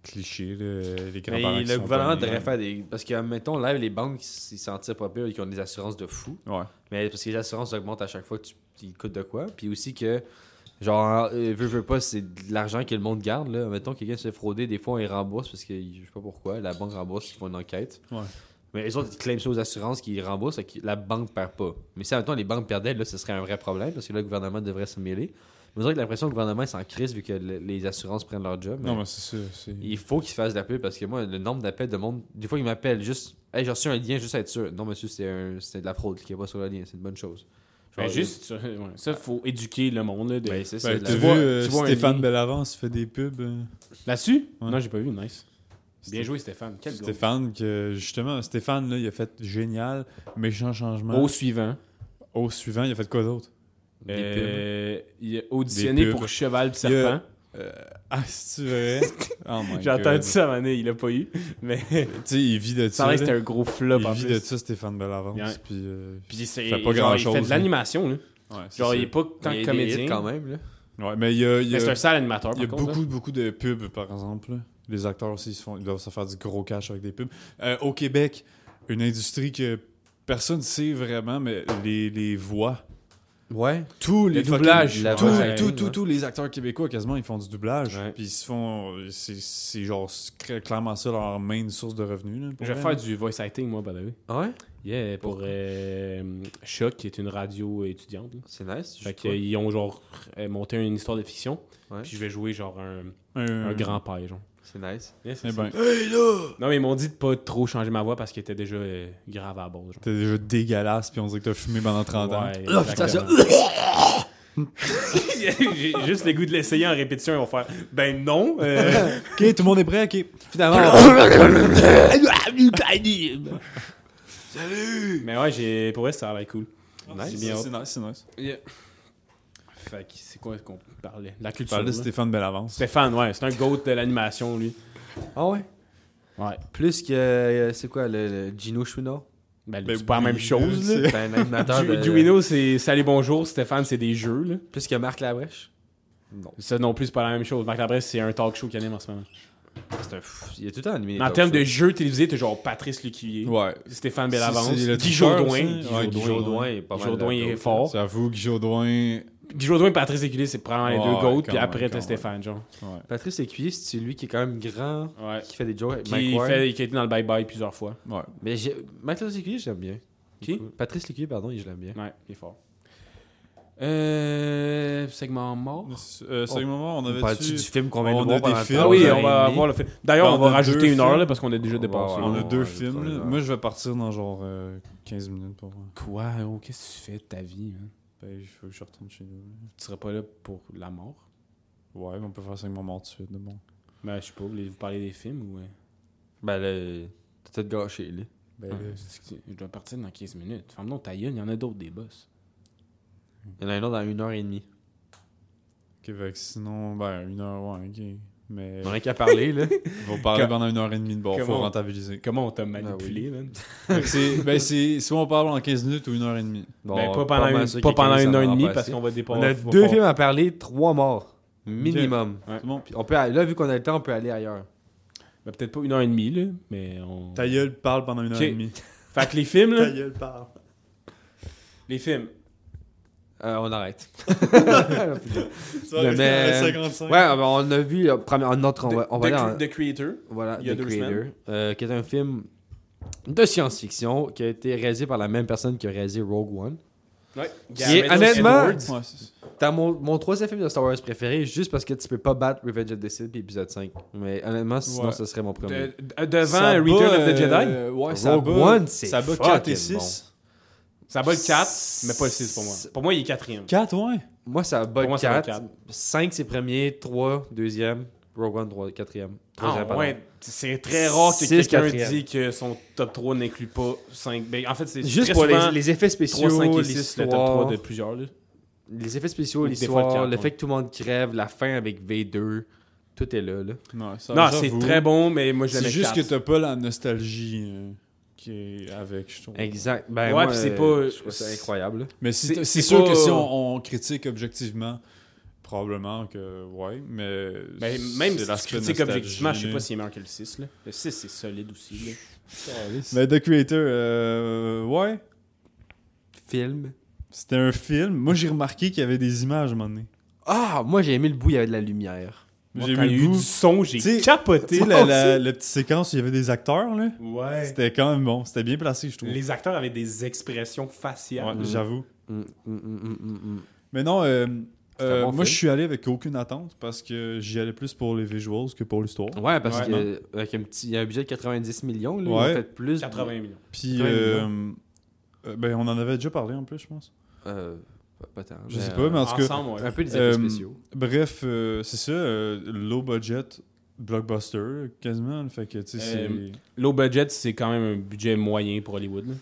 cliché, là, les grands-parents.
Mais
qui
le
sont
gouvernement
pognés,
devrait
là.
faire des. Parce que, mettons, là, les banques, ils s'en tirent pas pire, ils ont des assurances de fou.
Ouais.
Mais parce que les assurances augmentent à chaque fois que tu ils coûtent de quoi. Puis aussi que, genre, euh, veux, veux pas, c'est de l'argent que le monde garde. Là. Mettons, quelqu'un se fait frauder, des fois, on les rembourse parce que je sais pas pourquoi. La banque rembourse, ils font une enquête.
Ouais.
Mais les autres, ils claiment ça aux assurances qu'ils remboursent, fait que la banque perd pas. Mais si, mettons, les banques perdaient, là, ce serait un vrai problème parce que là, le gouvernement devrait se mêler. Mais on que l'impression que le gouvernement est sans crise vu que le- les assurances prennent leur job. mais-
Non, mais c'est ça. c'est-
il faut qu'ils fassent de la pub parce que moi, le nombre d'appels de monde, des fois, ils m'appellent juste. Hey, j'ai reçu un lien juste à être sûr. Non, monsieur, c'est un- c'est de la fraude qui est pas sur le lien. C'est une bonne chose.
Ben,
Genre,
juste, ça, ouais, ça, faut éduquer le monde, là. de-
Ben, c'est ça.
Ben,
de
t'as
la-
vu,
vois-
euh,
tu vois un
Stéphane
lien.
Bellavance fait des pubs. euh,
Là-dessus
Ouais.
Non, j'ai pas vu, nice. Bien
Sté-
joué, Stéphane. Quel gars.
Stéphane, que justement, Stéphane, là, il a fait génial, méchant changement.
Au suivant.
Au, suivant, il a fait quoi d'autre <laughs>
Des
Euh, il a
Des
auditionné
pubs.
pour Cheval pis
Il a-
Serpent.
Ah,
<laughs>
c'est vrai. oh my
J'ai
God.
entendu ça à un moment donné, il l'a pas eu. Mais
Tu sais, il vit de
<laughs> ça a
ça.
l'air
là.
que c'était un gros flop en
Il vit de
plus.
ça, Stéphane Bellavance.
Ouais.
Puis, euh,
Puis c'est.
Fait pas
genre,
grand-chose,
Il fait de
là.
l'animation, là.
ouais, c'est
Genre,
ça.
il est pas tant
Il y a
que
des hits quand
comédien.
même, là.
Ouais, mais il y a, il y a-
Mais c'est un sale animateur,
Il y a
par contre, hein.
beaucoup, beaucoup de pubs, par exemple. là. Les acteurs aussi, ils, se font, ils doivent se faire du gros cash avec des pubs. Euh, au Québec, une industrie que personne ne sait vraiment, mais les, les voix.
Ouais.
Tous
les
fucking-
doublages.
La
Tous
voix, ça
tous-
arrive,
tous-
ouais.
tous les acteurs québécois, quasiment, ils font du doublage.
Ouais.
Puis ils se font. C'est c'est genre c'est clairement ça leur main source de revenus. là, pour
Je vais
vrai,
faire
là.
du voice acting, moi, by the way.
Ah ouais?
Yeah, pour euh, Choc, qui est une radio étudiante. là.
C'est nice. je
Fait
sais pas.
qu'ils ont genre euh, monté une histoire de fiction.
Ouais.
Puis je vais jouer genre un,
Un,
un grand-père, genre.
C'est nice.
Yeah, c'est
Eh
ça.
ben,
Non, mais ils m'ont dit de pas trop changer ma voix parce qu'elle était déjà euh, grave à bord, genre.
t'es déjà dégueulasse, puis on dirait que t'as fumé pendant 30 ans.
Ouais, exactement. <laughs> J'ai juste le goût de l'essayer en répétition. Ils vont faire Ben non. euh,
Ok, tout le monde est prêt, ok.
Finalement,
mais ouais, j'ai pour vrai, ça a l'air cool.
C'est
bien.
c'est nice, c'est nice.
Fait que c'est quoi qu'on parlait La
Tu
culture.
parles de
là.
Stéphane Bellavance.
Stéphane, ouais, c'est un goat de l'animation, lui.
Ah ouais?
Ouais.
Plus que. euh, C'est quoi, le, le Gino Chouinard?
Ben,
Ben,
c'est pas la même chose, là.
Mm, <laughs> C'est un animateur. de-
Ju- Juino, c'est Salut Bonjour. Stéphane, c'est des jeux, là.
Plus que Marc Labrèche? Non.
Ça non plus, c'est pas la même chose. Marc Labrèche, c'est un talk show qu'il anime en ce moment.
C'est un fou. Il a tout le temps animé. des
en
talk
termes de
shows.
jeux télévisés, t'es genre Patrice Lecuyer,
Ouais.
Stéphane Bellavance,
C'est- c'est le
Guy
tuteur,
Jourdouin.
ça.
Guy
Ouais,
Jourdouin.
Guy Jourdouin est pas
Guy
mal
Jourdouin, il
là-dedans.
est fort.
J'avoue que Jodoin.
Guy Jourdouin et Patrice Lecuyer, c'est probablement les
Ouais,
deux goats.
quand
Puis
même,
après,
quand
t'as
même.
Stéphane, genre.
Patrice Écuyer, c'est lui qui est quand même grand,
Ouais.
qui fait des jokes avec Mike
Qui,
Ward.
fait, qui a été dans le bye-bye plusieurs fois.
Ouais.
Mais j'ai- Mike Labrèche Écuyer, je l'aime bien.
Qui?
Cool. Patrice Lécuyer, pardon, je l'aime bien.
Ouais, il est fort. Euh, segment mort.
Euh, ce moment, on avait
Parles-tu du film qu'on
on
vient
a
de voir
des
pendant
films.
trois
Ah oui,
heures
on
et
va
demie?
voir le film. D'ailleurs,
Ben,
on
on
va
a
rajouter
deux
une heure
films.
là, parce qu'on a déjà dépassé.
ouais,
On a
Ouais,
deux
ouais,
films.
c'est
là.
pas
Moi, je vais partir dans genre euh, 15 minutes pour moi.
Quoi oh, Qu'est-ce que tu fais de ta vie man?
Ben, je veux que je retourne chez nous. là.
Tu serais pas là pour la mort
Ouais, mais on peut faire 5 moments tout de suite. Bon.
Ben, je sais pas, voulez-vous parler des films ou. euh?
Ben là, t'as peut-être gâché, là.
Ben,
Ouais, euh, c'est- c'est- Je dois partir dans 15 minutes. Ferme donc ta gueule, il y en a d'autres des boss.
Il y en a un autre dans une heure et demie.
Ok, fait que sinon, ben, une heure, ouais, ok. Mais
On a qu'à parler,
<laughs>
là.
on va parler
Comme-
pendant une heure et demie de bord, faut
Comment-
rentabiliser.
Comment on t'a manipulé,
manipulé,
man
Fait que c'est- ben, c'est soit on parle en 15 minutes ou une heure et demie.
Bon,
Ben, pas
mal
pendant,
sûr
une, pas
que quelqu'un
pendant une
s'en
heure et
va
demie
passer.
parce qu'on va dépasser.
On a deux films à parler, trois morts. Minimum.
Ouais.
C'est bon.
Puis on peut, aller- là, vu qu'on a le temps, on peut aller ailleurs.
Ben, peut-être pas une heure et demie, là, mais on.
Ta gueule parle pendant une heure
Ok.
et demie.
Fait que les films, là.
gueule parle.
Les films.
Euh, on arrête.
Ça
Mais-
rester à 55.
ouais, ben, on a vu. euh, premier- un autre, on va, on va
The,
aller en-
The Creator.
Voilà,
il y a
The
deux
Creator,
semaines.
euh, qui est un film de science-fiction qui a été réalisé par la même personne qui a réalisé Rogue One.
Ouais.
est
Bah!
honnêtement-
Ouais, c'est ça.
T'as mon, mon troisième film de Star Wars préféré, juste parce que tu peux pas battre Revenge of the Sith et épisode 5. Mais honnêtement, sinon,
Ouais.
ce serait mon premier.
De- de- devant
Ça
Return
bat,
of the Jedi.
euh, ouais, ça
Rogue
bat,
One, c'est
Ça bat
fucking
4 et 6.
Ça bat le 4, mais pas le 6 pour moi. Pour moi, il est quatrième.
4, ouais.
Moi, ça bat
Pour moi, ça bat
4. 5, c'est premier. 3, deuxième. Rogue One, 3, quatrième. Troisième,
Ah,
pardon.
ouais, c'est très rare que
Six,
quelqu'un
quatrième.
dise que son top 3 n'inclut pas 5. Ben, en fait, c'est
Juste
très
pour les,
souvent
les effets spéciaux,
3, 5 et 6, le top 3
l'histoire,
de plusieurs. là.
les effets spéciaux,
Ou des fois
l'histoire,
le
le
quatre,
fait que tout le monde crève, la fin avec V2, tout est là. là.
Non, ça-
Non,
j'avoue.
c'est très bon, mais moi, je le
C'est
mets
juste que
quatre.
t'as pas la nostalgie euh, qui est avec, je trouve.
Exact. Ben,
Ouais,
moi,
puis c'est
euh,
pas-
je trouve ça incroyable. là.
Mais si
C'est-
t-
c'est
c'est sûr
pas-
que si on, on critique objectivement, probablement que ouais, mais
Mais
c'est
Ben, même si tu
l'aspect
critiques
nostalgie.
objectivement, je sais pas s'il est meilleur que le 6. Là. Le 6, c'est solide aussi. là.
Mais The Creator, euh, ouais,
Film.
c'était un film. Moi, j'ai remarqué qu'il y avait des images à un moment donné.
Ah, moi j'ai aimé le bout, il y avait de la lumière.
Moi,
J'ai
quand il y a
eu
eu
le
du
goût.
son, j'ai
Tu sais- Tu
capoté.
sais, la,
Moi
la,
aussi.
la petite séquence où il y avait des acteurs, là,
Ouais.
c'était quand même bon. C'était bien placé, je trouve.
Les acteurs avaient des expressions faciales.
Ouais, J'avoue.
Mm, mm, mm, mm, mm.
Mais non, euh,
C'est un
euh,
bon
moi,
film.
je suis allé avec aucune attente parce que j'y allais plus pour les visuals que pour l'histoire.
Ouais, parce
Ouais,
que qu'avec un petit, il y a un budget de 90 millions, là,
Ouais.
ils ont fait plus.
80 millions.
Puis,
Ouais,
euh, euh, ben, on en avait déjà parlé en plus, je pense.
Euh, pas, pas tant. euh,
Je sais pas, mais en tout cas,
Ensemble, ouais.
Un peu des effets
Euh,
spéciaux.
Bref, euh, c'est ça, euh, low budget blockbuster quasiment, fait que tu sais c'est
Euh, Low budget, c'est quand même un budget moyen pour Hollywood. là.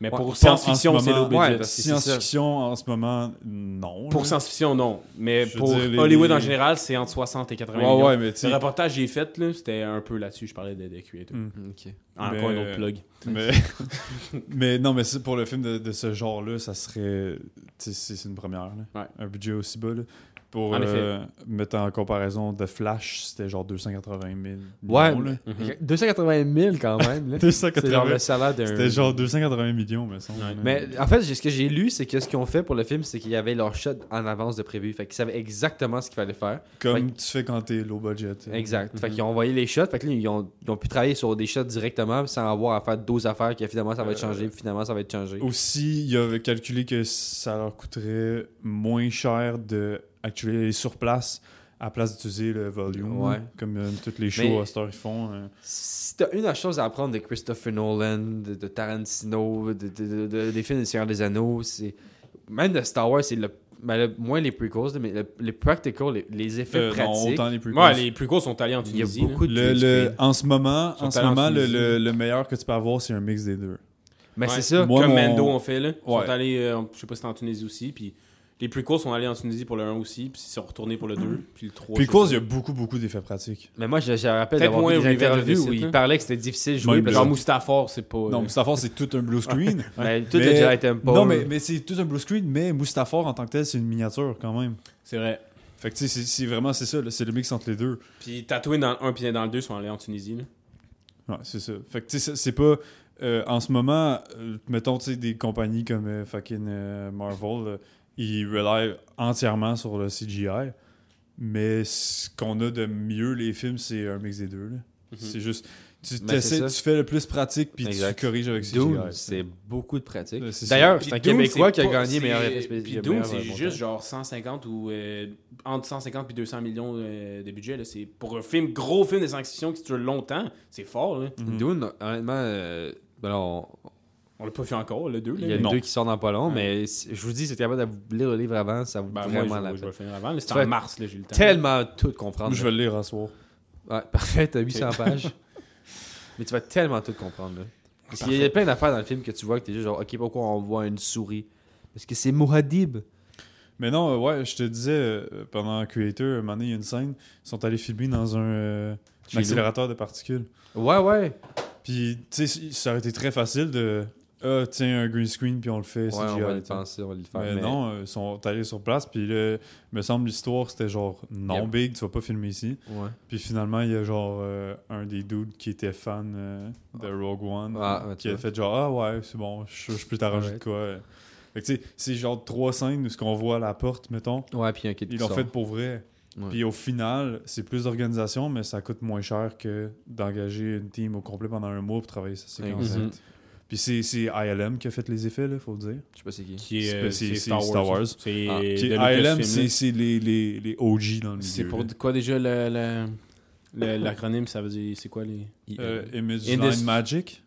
Mais
Ouais.
pour
Je pense en
science-fiction,
ce
c'est low
moment-
budget.
ouais, parce que c'est
science-fiction en ce moment non.
Pour
là.
science-fiction, non. Mais
Je veux
pour
dire, les-
Hollywood en
les-
général, c'est entre 60 et 80
Ouais
millions.
ouais, mais tu sais
Le reportage que j'ai fait, là, c'était un peu là-dessus. Je parlais de The Creator.
Mm.
Ok.
Encore
Mais-
un autre plug.
mais, <laughs> mais non, mais c'est- pour le film de, de ce genre-là, ça serait. tu sais, C'est c'est une première. là.
Ouais.
Un budget aussi bas. Là. Pour
En
euh, mettre en comparaison de Flash, c'était genre 280 000.
Ouais,
millions, là.
mais-
Mhm.
280 000 quand
<laughs>
même. là. C'est genre
280
le salaire d'un.
C'était genre 280 millions, mais ça.
Ouais.
Mais en fait, j'ai- ce que j'ai lu, c'est que ce qu'ils ont fait pour le film, c'est qu'il y avait leur shot en avance de prévu. Fait qu'ils savaient exactement ce qu'il fallait faire.
Comme
Fait-
tu fais quand t'es low budget.
Exact.
Mm-hmm.
Fait qu'ils ont envoyé les shots. Fait que là, ils ont, ils ont pu travailler sur des shots directement sans avoir à faire 12 affaires que finalement ça va être
Euh,
changé, puis finalement ça va être changé.
Aussi, il avait calculé que ça leur coûterait moins cher de actuellement aller sur place à place d'utiliser le volume,
Ouais.
comme euh, toutes les shows
Mais-
à cette heure ils font. euh.
Si t'as une chose à apprendre de Christopher Nolan, de, de Tarantino, de, de- de- de- des films du Seigneur des Anneaux, c'est même de Star Wars, c'est le, ben, le- moins les prequels, mais le- les practicals, les, les effets
Euh,
ben,
non,
pratiques.
autant les plus
Ouais, les plus gros sont allés en
il y a
Tunisie. là.
beaucoup de
le,
cringe
le-
pain.
en ce moment,
Son
en ce
talent
moment le,
physique.
le- le meilleur que tu peux avoir, c'est un mix des deux.
Mais
Ouais.
Ben, c'est ça.
Moi,
Comme
mon-
Mando ont fait, là. Ils
Ouais.
sont allés, euh, je sais pas si c'était en Tunisie aussi, puis Les prequels sont allés en Tunisie pour le 1 aussi, puis ils sont retournés pour le 2, puis le 3.
Puis cause, Mm. il y a beaucoup, beaucoup d'effets pratiques.
Mais moi, je, je rappelle
Peut-être
d'avoir
moins
vu des
Riverdale
interviews
Visit,
où il
là.
parlait que c'était difficile de jouer.
Même
parce
Genre
le-
que-
Mustafar, c'est pas. euh,
Non, Mustafar, c'est tout
<laughs>
un blue screen.
mais ben, tout
Mais-
le Jedi Temple.
non, mais, mais c'est tout un blue screen, mais Mustafar en tant que tel, c'est une miniature quand même.
C'est vrai.
Fait que tu sais, c'est- c'est vraiment c'est ça, là, c'est le mix entre les deux.
Puis Tatooine dans le 1 puis dans le 2 sont allés en Tunisie. là.
Ouais, c'est ça. Fait que tu sais, c'est- c'est pas. euh, en ce moment, euh, mettons, tu sais, des compagnies comme euh, fucking euh, Marvel, là, ils relèvent entièrement sur le CGI. Mais ce qu'on a de mieux, les films, c'est un mix des deux. là. C'est juste. Tu,
Ben, Mhm. c'est
t'essaies-
ça.
tu fais le plus pratique, puis tu
Exact.
corriges avec CGI.
Dune, c'est beaucoup de pratique.
Ouais, c'est ça.
D'ailleurs,
Puis
Ah, c'est un
Dune,
Québécois
c'est
qui a
pas-
gagné
c'est-
meilleur espèce
Puis Dune, c'est juste genre 150 ou euh, entre 150 et 200 millions euh, de budget. là. C'est pour un film, gros film de science-fiction qui dure longtemps, c'est fort. Là.
Mhm.
Dune, honnêtement, euh, alors,
On l'a pas fait encore, le 2.
il y a
là. Ben,
le
Non.
deux qui sort dans pas long,
Ouais.
mais si- je vous dis, si t'es capable de lire le livre avant, ça vaut
Ben, moi,
vraiment
je-
la
je, vais
peine.
le finir avant. là. C'est
Tu vas
en mars, là, j'ai le temps.
Tellement tout comprendre.
Moi, je vais le lire à soir.
Ouais, parfait, t'as 800 pages. mais tu vas tellement tout comprendre. Là. Parce qu'il y a- il y a plein d'affaires dans le film que tu vois que t'es juste genre, ok, pourquoi on voit une souris Parce que c'est Mouhadib.
Mais non, euh, ouais, je te disais, euh, pendant Creator, un moment donné, il y a une scène, ils sont allés filmer dans un, euh, un
Chez nous.
accélérateur de particules.
Ouais, ouais.
Puis, tu sais, ça aurait été très facile de. Ah, tiens, un green screen, puis on le fait.
Ouais, on va
CGI,
le
tu sais.
penser, on va le faire.
Mais
mais-
non, euh, ils sont allés sur place, puis là, me semble l'histoire, c'était genre, non,
Yep.
big, tu vas pas filmer ici.
Ouais.
Puis finalement, il y a genre euh, un des dudes qui était fan euh, de Rogue One,
Ah, ouais, tu
qui a
vois.
fait genre, ah ouais, c'est bon, je, je peux t'arranger
Alright.
de quoi. euh. Fait que, tu sais, c'est genre trois scènes où ce qu'on voit à la porte, mettons.
Ouais, puis il y a un kid
Ils
qui
l'ont
sort.
fait pour vrai.
Ouais.
Puis au final, c'est plus d'organisation, mais ça coûte moins cher que d'engager une team au complet pendant un mois pour travailler sa séquence.
Exact. Mhm.
Puis c'est c'est ILM qui a fait les effets, là, faut le dire.
Je sais pas c'est qui.
Qui est, euh,
C'est-
c'est
c'est
Star
Star
Wars.
Wars.
C'est euh, de
Ah.
Puis
Lucasfilm,
ILM,
là.
c'est c'est les, les, les OG dans le milieu.
C'est pour
là.
de quoi déjà le- le- <laughs> le- l'acronyme Ça veut dire, c'est quoi les.
Euh, Image
Indus-
Line Magic.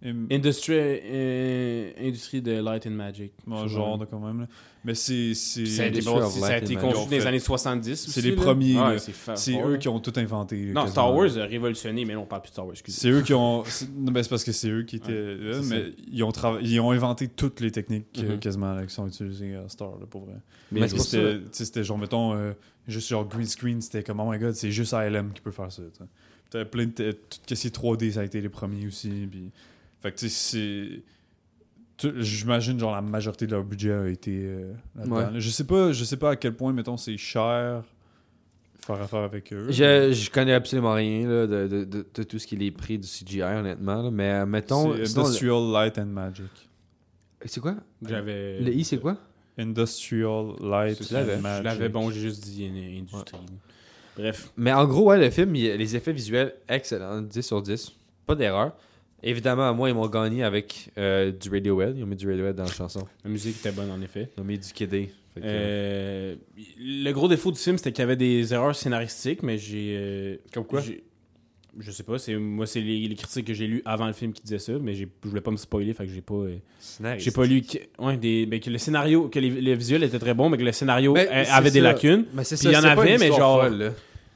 Im-
Industrie, euh, industrie de Light and Magic.
Bon, genre, de quand même. là. Mais c'est. c'est-
Puis Ça a été,
Industry of
ça a
Light
été
and
construit
Magic.
dans les années 70. aussi, là.
les premiers,
Ouais,
là.
c'est fa-
C'est
fort,
eux
là.
qui ont tout inventé. là,
Non,
quasiment.
Star Wars a révolutionné, mais là, on parle plus de Star Wars. excusez.
C'est eux qui ont. c'est- non, ben, c'est parce que c'est eux qui étaient.
c'est
là, mais ils ont, trava- ils ont inventé toutes les techniques euh,
Mhm.
quasiment là, qui sont utilisées à Star, là, pour vrai.
Mm-hmm. Mais,
Mais
c'est pour ça.
c'était tu sais, c'était genre, mettons, euh, juste genre green screen, c'était comme, oh my god, c'est juste ALM qui peut faire ça. tu sais. Puis T'avais plein de. t- Tout ce qui est 3D, ça a été les premiers aussi. Puis... Fait que tu sais, c'est. tu- J'imagine genre la majorité de leur budget a été euh, là-dedans,
Ouais.
là. Je sais pas, je sais pas à quel point mettons c'est cher faire affaire avec eux.
Je, je connais absolument rien là, de, de, de, de tout ce qui est les prix du CGI, honnêtement. là, Mais euh, mettons.
C'est
sinon, le-
Industrial Light and Magic.
C'est quoi
J'avais.
Le I, c'est quoi
Industrial Light
Tu l'avais.
and Magic.
Je l'avais, bon, j'ai juste dit euh, industrie. Bref.
Mais en gros, ouais, le film, il- les effets visuels, excellents. 10 sur 10. Pas d'erreur. Évidemment, moi, ils m'ont gagné avec euh, du Radiohead. Ils ont mis du Radiohead dans la chanson.
La musique était bonne, en effet.
Ils ont mis du KD. Fait que,
Euh, le gros défaut du film, c'était qu'il y avait des erreurs scénaristiques, mais j'ai. Comme quoi Je sais pas, c'est moi, c'est les, les critiques que j'ai lues avant le film qui disaient ça, mais j'ai- je voulais pas me spoiler, fait que j'ai pas. euh,
scénariste.
j'ai pas lu. que- Ouais, des, ben, que le scénario, que les, les visuels étaient très bons, mais que le scénario
Mais
euh,
c'est
avait des
ça.
lacunes.
Mais c'est
Puis
ça,
il y en
c'est pas
avait,
une
mais
histoire
genre-
folle, là.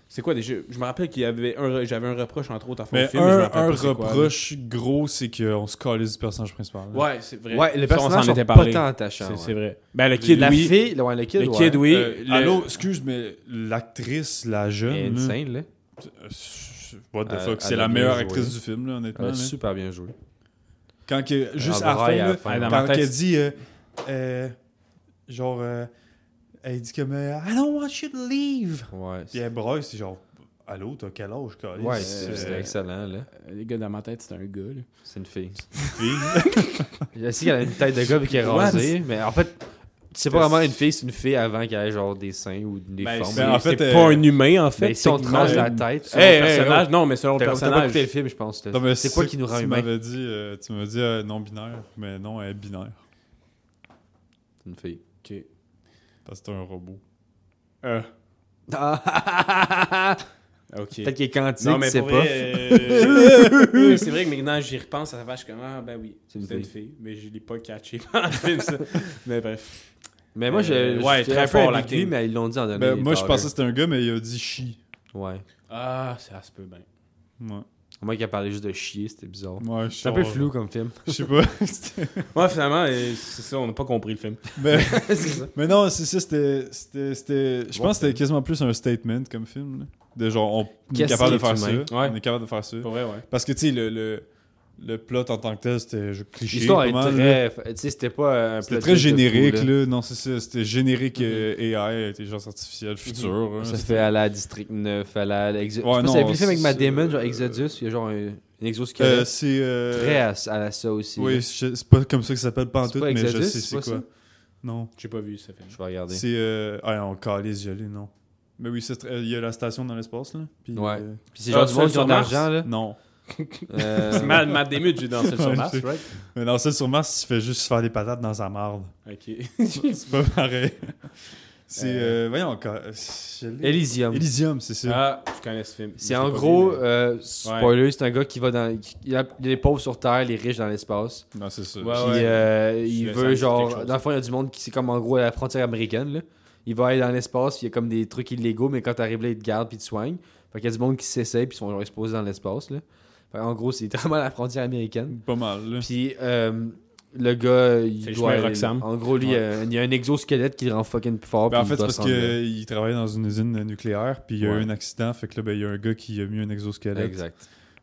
C'est quoi déjà Je me rappelle qu'il y avait un, re- j'avais un reproche entre autres à faire
Mais
au film. je me
un,
rappelle
un
pas c'est quoi,
reproche gros, c'est qu'on se calise du personnage principal.
là. ouais, c'est vrai.
Ouais, les
Ça, on s'en
personnages sont
était
pas
parlé.
tant attachants.
C'est
ouais.
c'est vrai. Ben le kid
la
oui.
fille, ouais, le kid,
le
ouais.
kid oui.
Euh,
le-
Allô, excuse, mais l'actrice, la
Elle est
Mm-hmm.
jeune. là,
insane, là.
euh, je- What the
Elle-
fuck, c'est
elle a
la
bien
meilleure
joué.
actrice du film, là, honnêtement.
Elle a
là.
super bien joué.
Quand que- juste
Elle
à la fin,
braille à la
là,
fin.
Ouais, dans ma
quand
tête,
elle dit, euh, euh, genre, euh, elle dit comme, euh, I don't want you to leave.
Ouais.
Puis elle braille, c'est genre, allô, t'as quel âge, calisse?
Ouais,
Euh,
c'est- c'était excellent, là.
les gars dans ma tête, c'était un gars. là.
C'est une fille.
fille.
Je sais qu'elle a une tête de gars puis qu'elle est
Ouais,
rasée, mais en fait, c'est pas vraiment une fille, c'est une fille avant qu'elle ait genre des seins ou des
Ben,
formes.
c'est
en fait,
c'est
euh,
pas un humain en fait.
mais si on
techniquement.
tranche la tête, oh,
Selon le personnage, non, mais selon le
t'as pas écouté le
personnage.
film, je pense. là.
Non, mais
C'est quoi qui nous rend
tu
humains
m'avais dit, euh, tu m'as dit euh, non binaire, mais non, elle est binaire.
C'est une fille.
Ok.
Parce que c'est un robot.
Ok.
<laughs> Peut-être qu'il est quantique,
Non, mais
c'est
pour
pas.
vrai, euh,
<laughs>
<laughs> mais c'est vrai que maintenant j'y repense, ça fait je suis comme ah ben oui,
C'est une
c'était une fille, mais je l'ai pas catché <laughs> pendant le film ça. Mais bref.
Mais moi,
Euh,
je.
ouais,
j'étais
très
un peu
fort,
ambigu,
l'acting.
mais ils l'ont dit en dernier.
Ben, moi, je
Tyler.
pensais que c'était un gars, mais il a dit chi.
Ouais.
Ah, ça se peut bien.
Ouais.
Au moins qu'il a parlé juste de chier, c'était bizarre. euh,
Ouais, je
C'est un
sais
peu
pas.
flou comme film.
Je sais pas. <laughs> C'était-
Ouais, finalement, euh, c'est ça, on n'a pas compris le film.
mais,
<laughs> c'est ça.
mais non, c'est ça, c'était. c'était- c'était- Je
Bon
pense que c'était
film.
quasiment plus un statement comme film. là. De genre, on est
Qu'est-ce
capable de
qui est
faire ça.
humain?
Ouais.
On est capable de faire ça.
Pour vrai, ouais.
Parce que, tu sais, le, le, le plot en tant que tel, c'était je- cliché.
L'histoire
pas
est
mal, là.
très. Tu sais, c'était pas. euh, un
C'était
plot
très
twist de fou,
générique,
là.
là. Non, c'est ça. C'était générique euh, AI, intelligence artificielle, future. hein.
Ça fait à la District 9, à la. Exodus.
Ouais,
Ouais,
non,
non, le film avec Matt
c'est-
Damon, genre Exodus, il y a genre un, un exosquelette.
Euh, c'est. euh,
très à, à la ça aussi.
Oui,
là.
je- c'est pas comme ça que ça s'appelle pas en
C'est
tout,
pas
mais je
Exodus,
sais
c'est
c'est
pas
quoi.
ça?
Non.
J'ai pas vu ce film.
Je vais regarder.
C'est. euh, Ah, on calisse, gelé, non. Mais oui, c'est tr- euh, il y a la station dans l'espace, là. Puis,
Ouais.
euh,
Puis c'est genre
Ah,
du
celle
monde qui
sur
a de
Mars?
l'argent, là.
Non.
Euh,
C'est mal, Matt Damon, j'ai dansé sur Mars, right?
Mais dans celle sur Mars, tu fais juste faire des patates dans sa marde. <laughs>
Ok.
<laughs>
C'est pas pareil. <laughs> C'est. euh, Voyons, ca- gelé.
Elysium.
Elysium, c'est ça.
Ah, je connais ce film.
C'est en gros,
J'ai pas
euh, spoiler, c'est un gars qui va dans. qui- il y a les pauvres sur Terre, les riches dans l'espace.
Non, c'est ça.
Ah Ouais.
Puis euh, il
Je- ça me
veut
dit quelque
genre.
chose.
Dans le fond, il y a du monde qui. C'est comme en gros la frontière américaine, là. Il va aller dans l'espace, puis il y a comme des trucs illégaux, mais quand t'arrives là, ils te gardent puis ils te soignent. Fait qu'il y a du monde qui s'essaye, puis ils sont genre exposés dans l'espace, là. Fait en gros, c'est <laughs> vraiment la frontière américaine.
Pas mal, là.
Puis euh, le gars,
C'est
il
le
doit.
chemin Roxham.
En gros, lui,
Ouais.
euh, il y a un exosquelette qui le rend fucking plus fort.
Ben, en
puis
fait, c'est
il doit
parce
s'en aller.
qu'il travaillait dans une usine nucléaire, puis il y a
Ouais.
eu un accident, fait que là, ben, il y a un gars qui a mis un exosquelette.
Exact.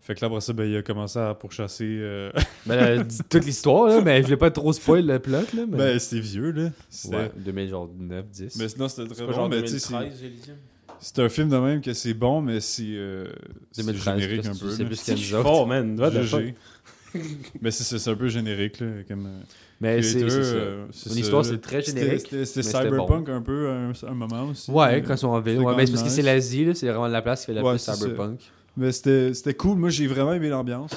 Fait que là, après ça, ben, il a commencé à pourchasser. euh, <laughs>
Ben, elle dit toute l'histoire, là, mais je voulais pas trop spoil le plot. Là, mais...
ben, c'était vieux, là. C'était-
ouais, 2009, 10.
Mais sinon, c'était
C'est
très
pas
bon.
genre
Mais tu sais, c'est-
2013, Elysium?
c'est un film de même que c'est bon, mais c'est. euh, c'est
2013,
générique
parce
un
que
peu.
c'est
là.
plus
C'est
qu'elle
que je suis
nous autres.
fort, man. What the fuck?
GG. <laughs> Mais c'est- c'est c'est un peu générique, là. Comme, euh,
Mais Eh, c'est
Creator,
c'est ça.
euh, c'est
Mon
ça,
histoire,
là.
c'est très
C'était-
générique,
C'était c'était
mais c'était
cyberpunk un peu à un, à un moment aussi.
Ouais,
mais-
quand ils sont en ville.
c'est
Ouais,
quand
mais
même
c'est parce que
nice.
c'est l'Asie, là, c'est vraiment la place qui fait la
Ouais,
plus
c'est ça.
cyberpunk.
Mais c'était c'était cool. Moi, j'ai vraiment aimé l'ambiance.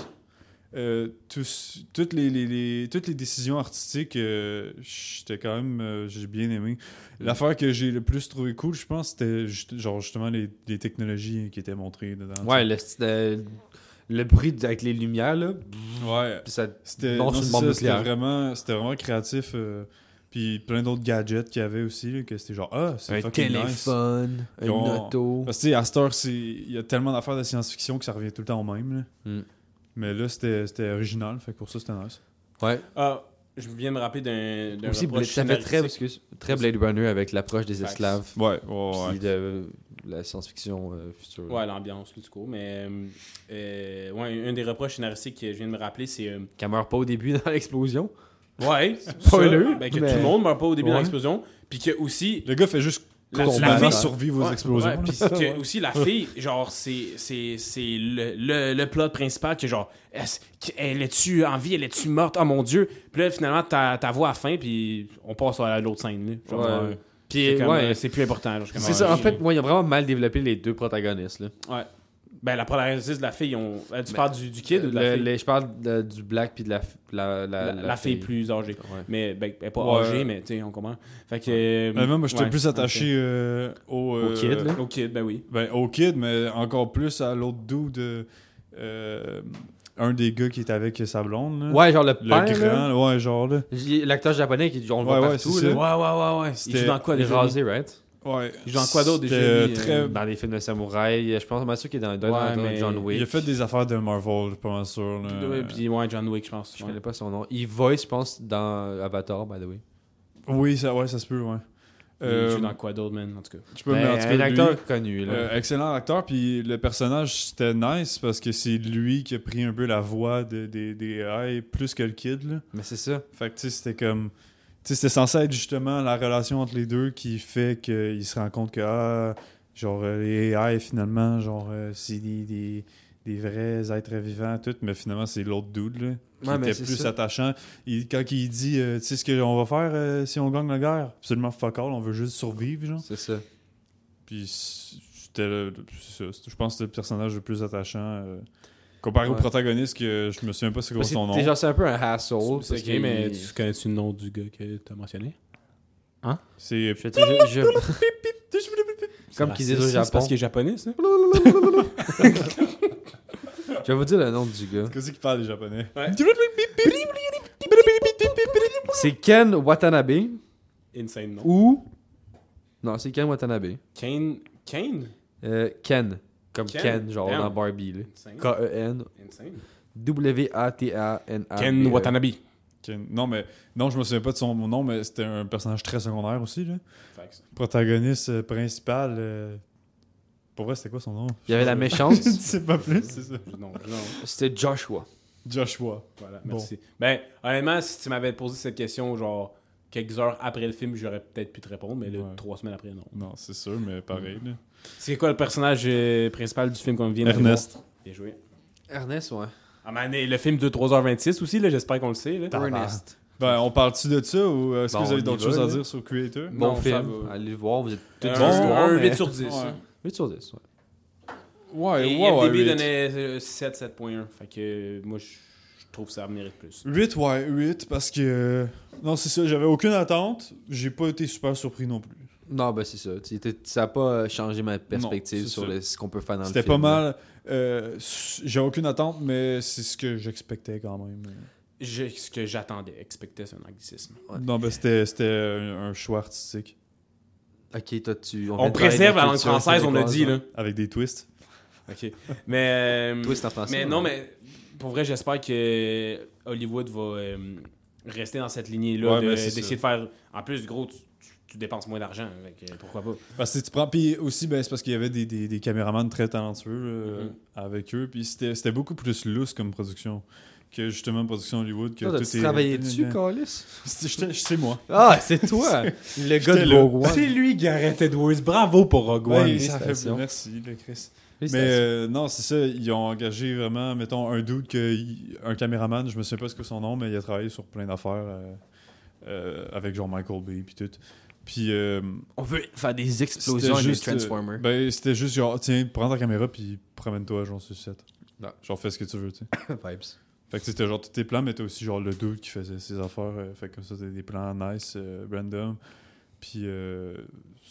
Euh, tous- toutes, les, les- les- toutes les décisions artistiques, euh, j'étais quand même. euh, j'ai bien aimé. L'affaire que j'ai le plus trouvé cool, je pense, c'était juste- genre justement les, les technologies qui étaient montrées dedans.
Ouais, le, sti- euh, le bruit d- avec les lumières, là,
Ouais.
puis ça
C'était
Non,
non,
c'est une
c'est
bombe
ça, c'était
nucléaire.
vraiment, c'était vraiment créatif. euh, puis plein d'autres gadgets qu'il y avait aussi, là, que c'était genre, ah, c'est
un
fucking nice.
téléphone,
Ils
une
ont-
auto.
Parce que, tu sais, à cette heure, c'est- il y a tellement d'affaires de science-fiction que ça revient tout le temps au même. là.
Mm.
Mais là, c'était c'était original, fait que pour ça, c'était nice.
Ouais.
Ah, je viens de me rappeler d'un d'un
Aussi, Bla-
reproche
ça fait très,
scénaristique.
excuse, très Blade Runner avec l'approche des
Facts.
esclaves,
Ouais, ouais,
puis de la science-fiction euh, future.
Ouais, l'ambiance, là, du coup. Mais euh, euh, ouais, un des reproches scénaristiques que je viens de me rappeler, c'est. euh,
Qu'elle meurt pas au début <laughs> dans l'explosion. <laughs>
ouais, ça,
Spoiler,
ben, que
mais-
tout le monde meurt pas au début
Ouais.
de l'explosion. Puis que aussi.
Le gars fait juste
La-
constamment
la fille-
survivre aux
Ouais,
explosions.
ouais,
là.
puis que aussi la fille, genre, c'est c'est- c'est le, le, le plot principal qui est genre, est-ce que- elle est-tu en vie, elle est-tu morte, oh mon dieu. Puis là, finalement, ta, ta voix à la fin, puis on passe à l'autre scène. là. Genre,
Ouais.
euh,
Puis,
c'est comme,
ouais,
euh, c'est plus important. genre, je
C'est
comprends.
ça, en fait, moi, ils ont vraiment mal développé les deux protagonistes. Là.
Ouais. Ben, la polarisation de la fille, on... euh, tu parles du, du kid ou de la
Ben, Le-
fille
les- je parle de- du black puis de la, f- la, la,
La, la fille plus âgée.
Ouais.
Mais ben, elle est pas
Ouais.
âgée, mais tu sais, on comprend. Fait que. euh,
Mais Euh, moi, j'étais
ouais,
plus attaché
ok.
euh, au, euh,
Au kid, là.
Au kid, ben oui.
Ben, au kid, mais encore plus à l'autre dude, euh, euh, un des gars qui est avec sa blonde. là.
Ouais, genre le,
Le
père, là,
grand, ouais, genre là.
j'ai- l'acteur japonais qui on le
Ouais,
voit
ouais,
partout.
c'est
là.
ça.
ouais, ouais, ouais. Il
C'était-
joue dans quoi
Il est
déjà lui?
rasé, right?
Ouais.
Il joue dans quoi d'autre déjà
C'était
lui, euh,
très- ben
Dans les films de samouraï, je pense à sûr qu'il est dans, dans,
Ouais,
dans
mais
John Wick.
Il a fait des affaires de Marvel, je suis pas mal sûr. là.
Ouais, puis ouais, John Wick, je pense.
Je
ouais.
connais pas son nom. Il voice, je pense, dans Avatar, by the way.
Oui, ça, ouais, ça se peut, ouais.
Il
Euh,
joue dans Ben, quoi d'autre, man, en tout cas.
je peux
Mais
mais en tout cas,
un
lui-
acteur connu, là.
Euh, excellent acteur, puis le personnage c'était nice parce que c'est lui qui a pris un peu la voix de- des des AI plus que le kid. Là.
Mais c'est ça.
Fait que tu sais, c'était comme. Tu sais, c'était censé être justement la relation entre les deux qui fait qu'il se rend compte que, ah, genre, euh, les AI finalement, genre, euh, c'est des, des, des vrais êtres vivants, tout, mais finalement c'est l'autre dude, là. Qui
Ouais, mais
était
c'est
plus
ça.
attachant. Il- quand il dit, euh, tu sais ce qu'on va faire euh, si on gagne la guerre, absolument fuck all, on veut juste survivre, genre.
C'est ça.
Puis c'était le- c'est ça, c'était- je pense que c'était le personnage le plus attachant euh, comparé au
Ouais.
protagoniste que je me souviens pas c'est quoi
Parce que
son nom.
t'es genre, C'est un peu un hassle.
C'est
parce
ok,
que
mais
il-
tu connais-tu le nom du gars que t'as mentionné
C'est
Je- je- je- Comme
C'est
qu'ils disent au
raciste,
Japon.
c'est Parce qu'il est japonais, ça
Je vais vous dire le nom du gars.
qu'est-ce qui parle les japonais
C'est Ken Watanabe
Insane, non
ou. Non, c'est Ken Watanabe.
Kane. Kane
Euh, Ken. Comme Ken,
Ken,
genre
damn.
dans Barbie. là.
Insane.
K-E-N.
Insane.
W-A-T-A-N-A.
Ken Watanabe.
Ken- Non, mais non, je me souviens pas de son nom, mais c'était un personnage très secondaire aussi. Là.
Facts.
Protagoniste euh, principal. euh, Pour vrai, c'était quoi son nom
Il y avait la
Je
méchante.
<laughs> ne sais pas plus, c'est ça.
Non, non.
C'était Joshua.
Joshua.
Voilà,
Bon.
merci. Ben, honnêtement, si tu m'avais posé cette question, genre, quelques heures après le film, j'aurais peut-être pu te répondre, mais là,
Ouais.
trois semaines après, non.
Non, c'est sûr, mais pareil. là.
C'est quoi le personnage euh, principal du film qu'on vient de
Ernest.
voir? Bien joué.
Ernest, ouais.
Ah, man, et le film de 3h26 aussi, là, j'espère qu'on le sait. Là. Euh,
Ernest.
Ben, on parle-tu de ça ou euh, est-ce
Bon,
que vous avez
on y
d'autres
va,
choses à
là.
dire sur Creator
Bon
Non, ça
film.
va.
Allez le voir, vous êtes
Un,
toutes
un 8
mais-
sur 10.
Ouais.
8 sur 10, ouais.
Ouais,
Et
ouais,
IMDb
ouais.
donnait euh, 7, 7.1. Fait que euh, moi, je je trouve ça mérite plus.
8, ouais, 8, parce que. euh, Non, c'est ça, j'avais aucune attente. J'ai pas été super surpris non plus.
Non, ben c'est ça. Tu- t'es- Ça a pas euh, changé ma perspective
c'est
sur
ça.
le- ce qu'on peut faire dans le film.
C'était pas mal. euh, s- J'ai aucune attente, mais c'est ce que j'expectais quand même.
Je- ce que j'attendais, expectais, c'est un anglicisme.
Ouais.
Non, ben c'était c'était un un choix artistique.
Ok, toi, tu.
On, préserve la hein. langue française, on l'a dit, là.
Avec des twists.
OK. Mais. euh,
Twist en français.
Mais
ouais.
non, mais pour vrai, j'espère que Hollywood va euh, rester dans cette lignée-là,
Ouais,
de-
ben, c'est
d'essayer de faire. En plus, gros, tu, tu- tu dépenses moins d'argent, fait que pourquoi pas.
Parce que tu prends. Puis aussi, ben, c'est parce qu'il y avait des, des, des caméramans très talentueux euh,
Mm-hmm.
Mhm.
avec eux. Puis c'était c'était beaucoup plus loose comme production que justement production Hollywood. Que
Toi,
tout
tu
est-
travaillé dessus, Calis
<laughs> C'est j'étais- c'est moi.
Ah, <laughs> c'est toi Le gars
J'étais
de
là.
Rogue One.
lui, Gareth Edwards. Bravo pour Rogue
Ouais, ça fait,
félicitations.
merci, le Chris. Mais
Félicitations.
euh, non, c'est ça. Ils ont engagé vraiment, mettons, un dude, que, il- un caméraman, je me souviens pas ce que son nom, mais il a travaillé sur plein d'affaires euh, euh, avec genre Michael Bay puis tout. Puis euh,
On veut faire des
c'était
explosions avec des
juste, euh,
Transformers.
ben, c'était juste genre, tiens, prends ta caméra puis promène-toi genre sur le set.
Ouais.
Genre fais ce que tu veux, tu sais.
Vibes.
Fait que c'était genre tous tes plans, mais t'as aussi genre le dude qui faisait ses affaires. euh, fait que comme ça, t'as des plans nice, euh, random. Puis euh,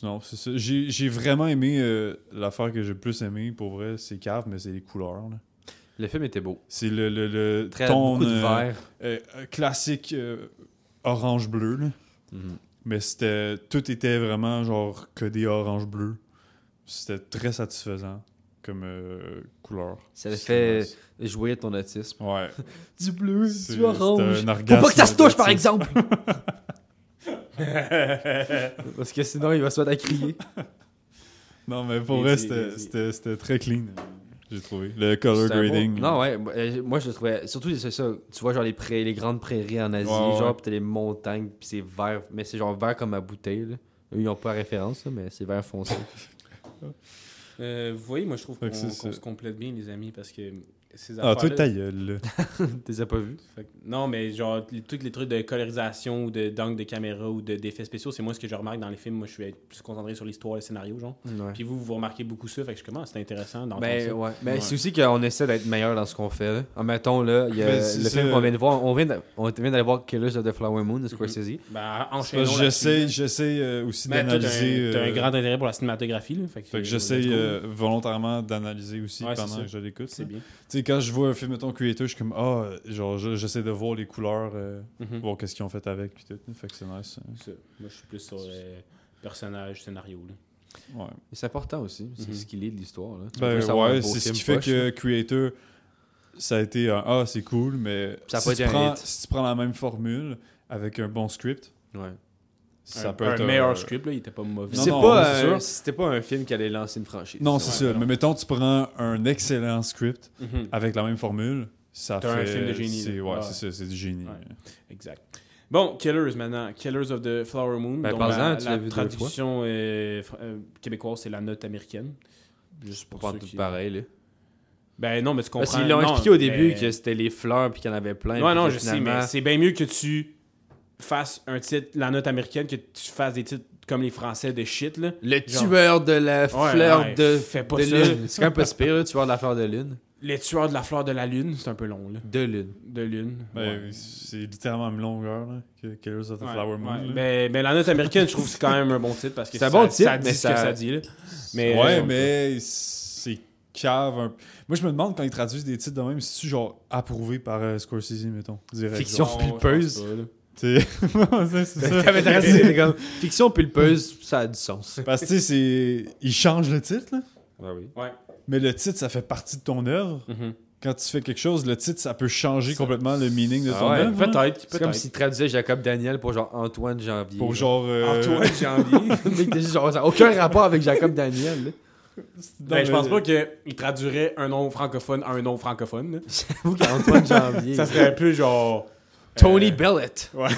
non, c'est ça. J'ai j'ai vraiment aimé euh, l'affaire que j'ai le plus aimé pour vrai, c'est cave, mais c'est les couleurs. là.
Le film était beau.
C'est le, le, le
Très
ton
beaucoup de
euh,
vert.
euh, euh, classique euh, orange-bleu. là.
Mhm.
Mais c'était tout était vraiment genre codé orange-bleu. C'était très satisfaisant comme euh, couleur.
Ça le
C'était
fait-
nice.
Jouer ton autisme. <laughs>
Ouais.
Du bleu,
C'est-
du orange.
c'était un
Faut
orgasme
pas que ça se touche, par
d'autisme.
exemple. <laughs> Parce que sinon, il va se mettre à <laughs> crier.
Non, mais pour
Easy,
vrai,
easy.
c'était- c'était c'était très clean, euh, j'ai trouvé. Le color
C'est un
grading.
bon- Non, ouais. euh, Moi, je le trouvais. Surtout, c'est ça. Tu vois, genre, les, prairies, les grandes prairies en Asie,
Ouais, ouais.
genre, pis t'as les montagnes, pis c'est vert. Mais c'est genre vert comme ma bouteille, là. Eux, ils ont pas la référence, là, mais c'est vert foncé. <laughs>
Euh, vous voyez, moi, je trouve qu'on
Fait que c'est
qu'on
ça.
se complète bien, les amis, parce que ces
Ah, toi,
affaires-là-
ta gueule. là.
T'es as pas vu?
Fait que- Non, mais genre, les- tous les trucs de colorisation ou de- d'angle de caméra ou de- d'effets spéciaux, c'est moi ce que je remarque dans les films. Moi, je suis plus concentré sur l'histoire, le scénario, genre.
Ouais.
Puis vous, vous remarquez beaucoup ça, fait que je commence, c'est intéressant d'entendre
Ben,
ça.
ouais. Mais
Ouais.
c'est aussi qu'on essaie d'être meilleur dans ce qu'on fait. Là. Ah, mettons, là, il y a
Ben, c'est
le
ça.
film qu'on vient de voir. On vient de- on vient d'aller voir Killers of the Flower Moon de Scorsese.
Ben,
C'est parce
enchaînons
que
là-dessus.
J'essaie j'essaie, euh, aussi
Mais toi,
d'analyser.
T'as un, t'as un
euh,
grand intérêt pour la cinématographie, là. Fait que,
Fait que
euh,
j'essaie
let's go.
euh, volontairement d'analyser aussi
Ouais, c'est
pendant
ça.
que je l'écoute.
C'est
là. Tu
bien.
<laughs> sais, quand je vois un film, mettons, Creator, je suis comme, ah, genre, je- j'essaie de voir les couleurs, euh,
Mhm.
voir qu'est-ce qu'ils ont fait avec, puis tout. Fait que c'est nice. hein.
Ça. Moi, je suis plus sur euh, personnage, scénario, là.
Ouais.
Et C'est important aussi. C'est
Mhm.
ce qu'il est de l'histoire. là. Tu
Ben,
veux savoir un
ouais,
beau
c'est ce
film
qui fait
poche, là.
que Creator, ça a été un ah, c'est cool, mais
Ça a
si,
pas
tu
été un
prends,
hit.
si tu prends la même formule avec un bon script,
Ouais.
ça
un,
peut
un
être
meilleur
euh,
script, là, il était pas mauvais.
Non,
C'est
non,
pas,
c'est
euh,
sûr.
c'était pas un film qui allait lancer une franchise.
Non, c'est
Ouais,
ça.
non.
Mais mettons, tu prends un excellent script
Mhm.
avec la même formule, ça fait.
T'as un film de génie,
C'est,
là.
ouais,
Ouais.
c'est ça, c'est du génie.
Ouais. Exact. Bon, Killers maintenant. Killers of the Flower Moon.
Ben,
dont
par
la,
exemple, tu
la
l'as vu deux
traduction euh, fr- euh, québécoise, c'est la note américaine. Juste
Pas
pour
pas
ceux
tout
qui-
pareil. Là.
Ben non, mais tu comprends.
Parce qu'ils l'ont
Non,
expliqué au début
mais-
que c'était les fleurs puis qu'il y en avait plein.
Ouais,
puis
non,
que
je sais,
finalement-
mais c'est bien mieux que tu fasses un titre, la note américaine, que tu fasses des titres comme les Français de shit, là.
Le
Genre-
tueur de la
Ouais,
fleur
ouais,
de,
fais pas
de
ça.
lune. C'est quand même pas si pire, le tueur de la fleur de lune.
Les tueurs de la fleur de la lune, c'est un peu long, là.
De <laughs> lune.
De lune.
Ben,
ouais.
C'est littéralement une longueur là, que Killers of the
Ouais,
Flower Moon.
ouais.
là.
Ben, ben, la note américaine, je trouve que c'est quand même un bon titre parce que
C'est un
ça-
bon
ça
titre,
dit
mais
ce
ça-
que ça dit, là. Mais,
ouais,
euh,
mais c'est cave. un- Moi, je me demande quand ils traduisent des titres de même, si tu genre approuvé par euh, Scorsese, mettons. Direct,
Fiction
Ah,
genre.
pulpeuse.
T'sais- <laughs> c'est c'est ça.
T'avais raison, c'était comme, Fiction pulpeuse, ça a du sens.
Parce que, tu sais, c'est- ils changent le titre, là.
Ben oui.
Mais le titre, ça fait partie de ton œuvre.
Mhm.
Quand tu fais quelque chose, le titre, ça peut changer complètement le meaning de
Ah
ton
ouais,
œuvre. hein.
Peut-être,
C'est comme
peut-être.
s'il traduisait Jacob Daniel pour genre Antoine Janvier.
Pour genre. euh,
Antoine Janvier.
<laughs> Le mec, t'es juste genre, ça a aucun rapport avec Jacob Daniel. là.
dans
Ben, je
le-
pense pas qu'il traduirait un nom francophone à un nom francophone. là.
J'avoue qu'Antoine Janvier.
Ça serait plus genre.
Tony
euh,
Bellett.
ouais.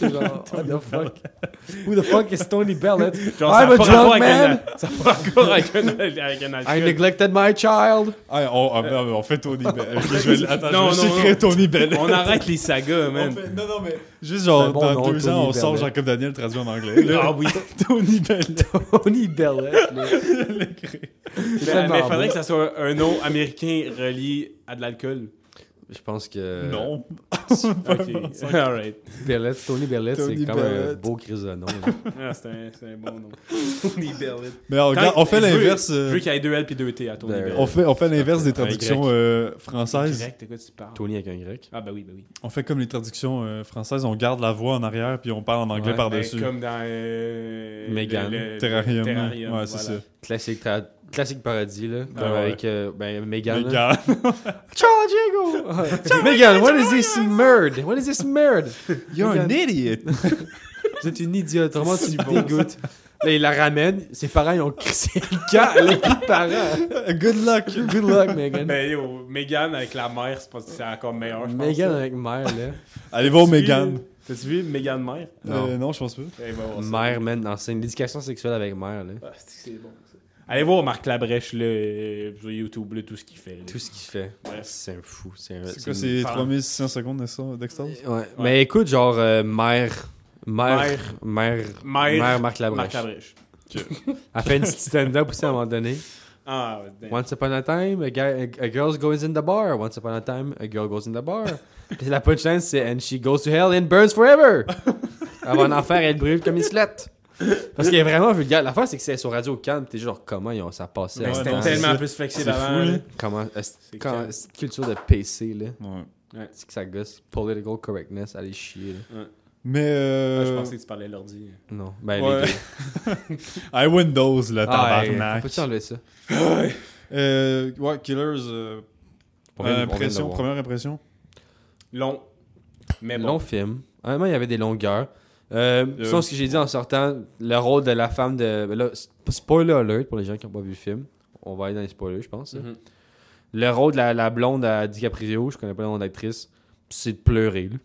T'es <laughs> genre, what the fuck? Who the fuck is Tony Bellett?
Genre, ça
I'm
a
a
pas rapport
drunk
avec un-
man.
Ça n'a pas rapport avec un avec un
I
alcool.
neglected my child.
Ah, on, ah, non, mais on fait Tony
<laughs>
Bell. Ok, je vais- attends,
Non,
je
non,
vais secret
non. <laughs>
Tony Bell.
On arrête les sagas,
On
man.
fait- Non, non, mais juste
C'est
genre,
un bon
dans
nom,
deux
Tony
ans, on sort
Bellette.
Jacob Daniel traduit en anglais. Euh, là.
Ah oui.
<laughs>
Ben,
Tony Bell.
Tony Bellett. là. C'est
Mais, mais
tellement
faudrait
bon.
que ça soit un nom américain relié à de l'alcool.
Je pense que.
Non.
Ok. <laughs> Alright.
Bellette, Tony Bellett,
Tony
c'est comme un
Bellett.
beau crise de nom.
Ah, c'est un, c'est un bon nom. Tony Bellett.
Mais alors, regarde,
Tant-
on fait
je veux-
l'inverse.
Je
euh,
veux qu'il y ait deux L puis deux T à Tony
Ben,
Bellett.
On fait, on fait l'inverse des
Un grec.
traductions euh, françaises.
Direct, de quoi tu parles?
Tony avec un Y.
Ah, bah oui, bah oui.
On fait comme les traductions euh, françaises, on garde la voix en arrière puis on parle en anglais
Ouais.
Ben,
par-dessus.
comme dans. euh,
Megan.
le- le-
Terrarium. hein.
Terrarium,
Ouais, c'est
voilà.
Classique, tra- classique paradis, là. comme
ouais.
Avec euh, ben,
ça.
Megan.
Mais
là.
garde.
Ciao, Diego! <laughs> Megan, what is this merde? What is this merde?
You're
an
idiot!
<laughs> Vous êtes une idiote, vraiment, tu me dégoûtes. Là, il la ramène, ses parents, ils ont crissé le camp, elle a plus de parents.
Good luck!
Good luck, Megan.
Ben, yo, Megan avec la mère, c'est pas- c'est encore meilleur, je pense.
Megan
ça.
avec mère, là.
Allez voir
T'as-tu vu-
Megan.
T'as-tu vu Megan mère?
Non.
Euh, non, je pense pas.
Eh, va voir ça.
Mère, man, non, c'est une éducation sexuelle avec mère, là.
Ah, c'est que c'est bon, ça. Allez voir Marc Labrèche, là, euh, sur YouTube, là, tout ce qu'il fait. là.
Tout ce qu'il fait.
Ouais.
C'est un fou. C'est un-
C'est quoi,
une-
c'est
parle.
3600 secondes n'est-ce pas, d'extase?
Ouais. Mais écoute, genre, euh, mère. Mère.
Mère.
Mère.
Mère.
Marc
Marc
Labrèche.
Labrèche.
Elle fait une petite stand-up aussi à un moment donné.
Ah, ouais, damn.
Once upon a time, a, guy, a, a girl goes in the bar. Once upon a time, a girl goes in the bar. Puis la punchline, c'est And she goes to hell and burns forever. Avant d'enfer, elle brûle comme une slette. Parce qu'elle est vraiment vulgaire. L'affaire, c'est que c'est sur Radio Cannes. T'es genre, comment ils ont, ça passait?
Ben,
Ouais,
C'était
non, c'est
tellement
ça.
plus flexible
C'est fou, hein.
avant.
là.
là.
Comment. euh, c'est-
C'est
quand-
calme.
cette culture de PC, là.
Ouais.
C'est que ça gosse. Political correctness, allez chier, là.
Mais
Ah, Je
euh...
pensais que tu parlais de l'ordi.
Non. Ben,
ouais.
<laughs>
les deux.
I Windows, le
Ah, hey,
tabarnak.
Peux-tu enlever ça?
Euh, ouais, Killers, euh,
On vient de- on vient de
impression,
le voir.
première impression.
Long. Mais bon.
Long film. Honnêtement, il y avait des longueurs. Euh, Sinon, ce que j'ai dit en sortant, le rôle de la femme de. ben là, sp- spoiler alert pour les gens qui n'ont pas vu le film. On va aller dans les spoilers, je pense. hein.
Mhm.
Le rôle de la, la blonde à DiCaprio, je connais pas le nom d'actrice, c'est de pleurer. là.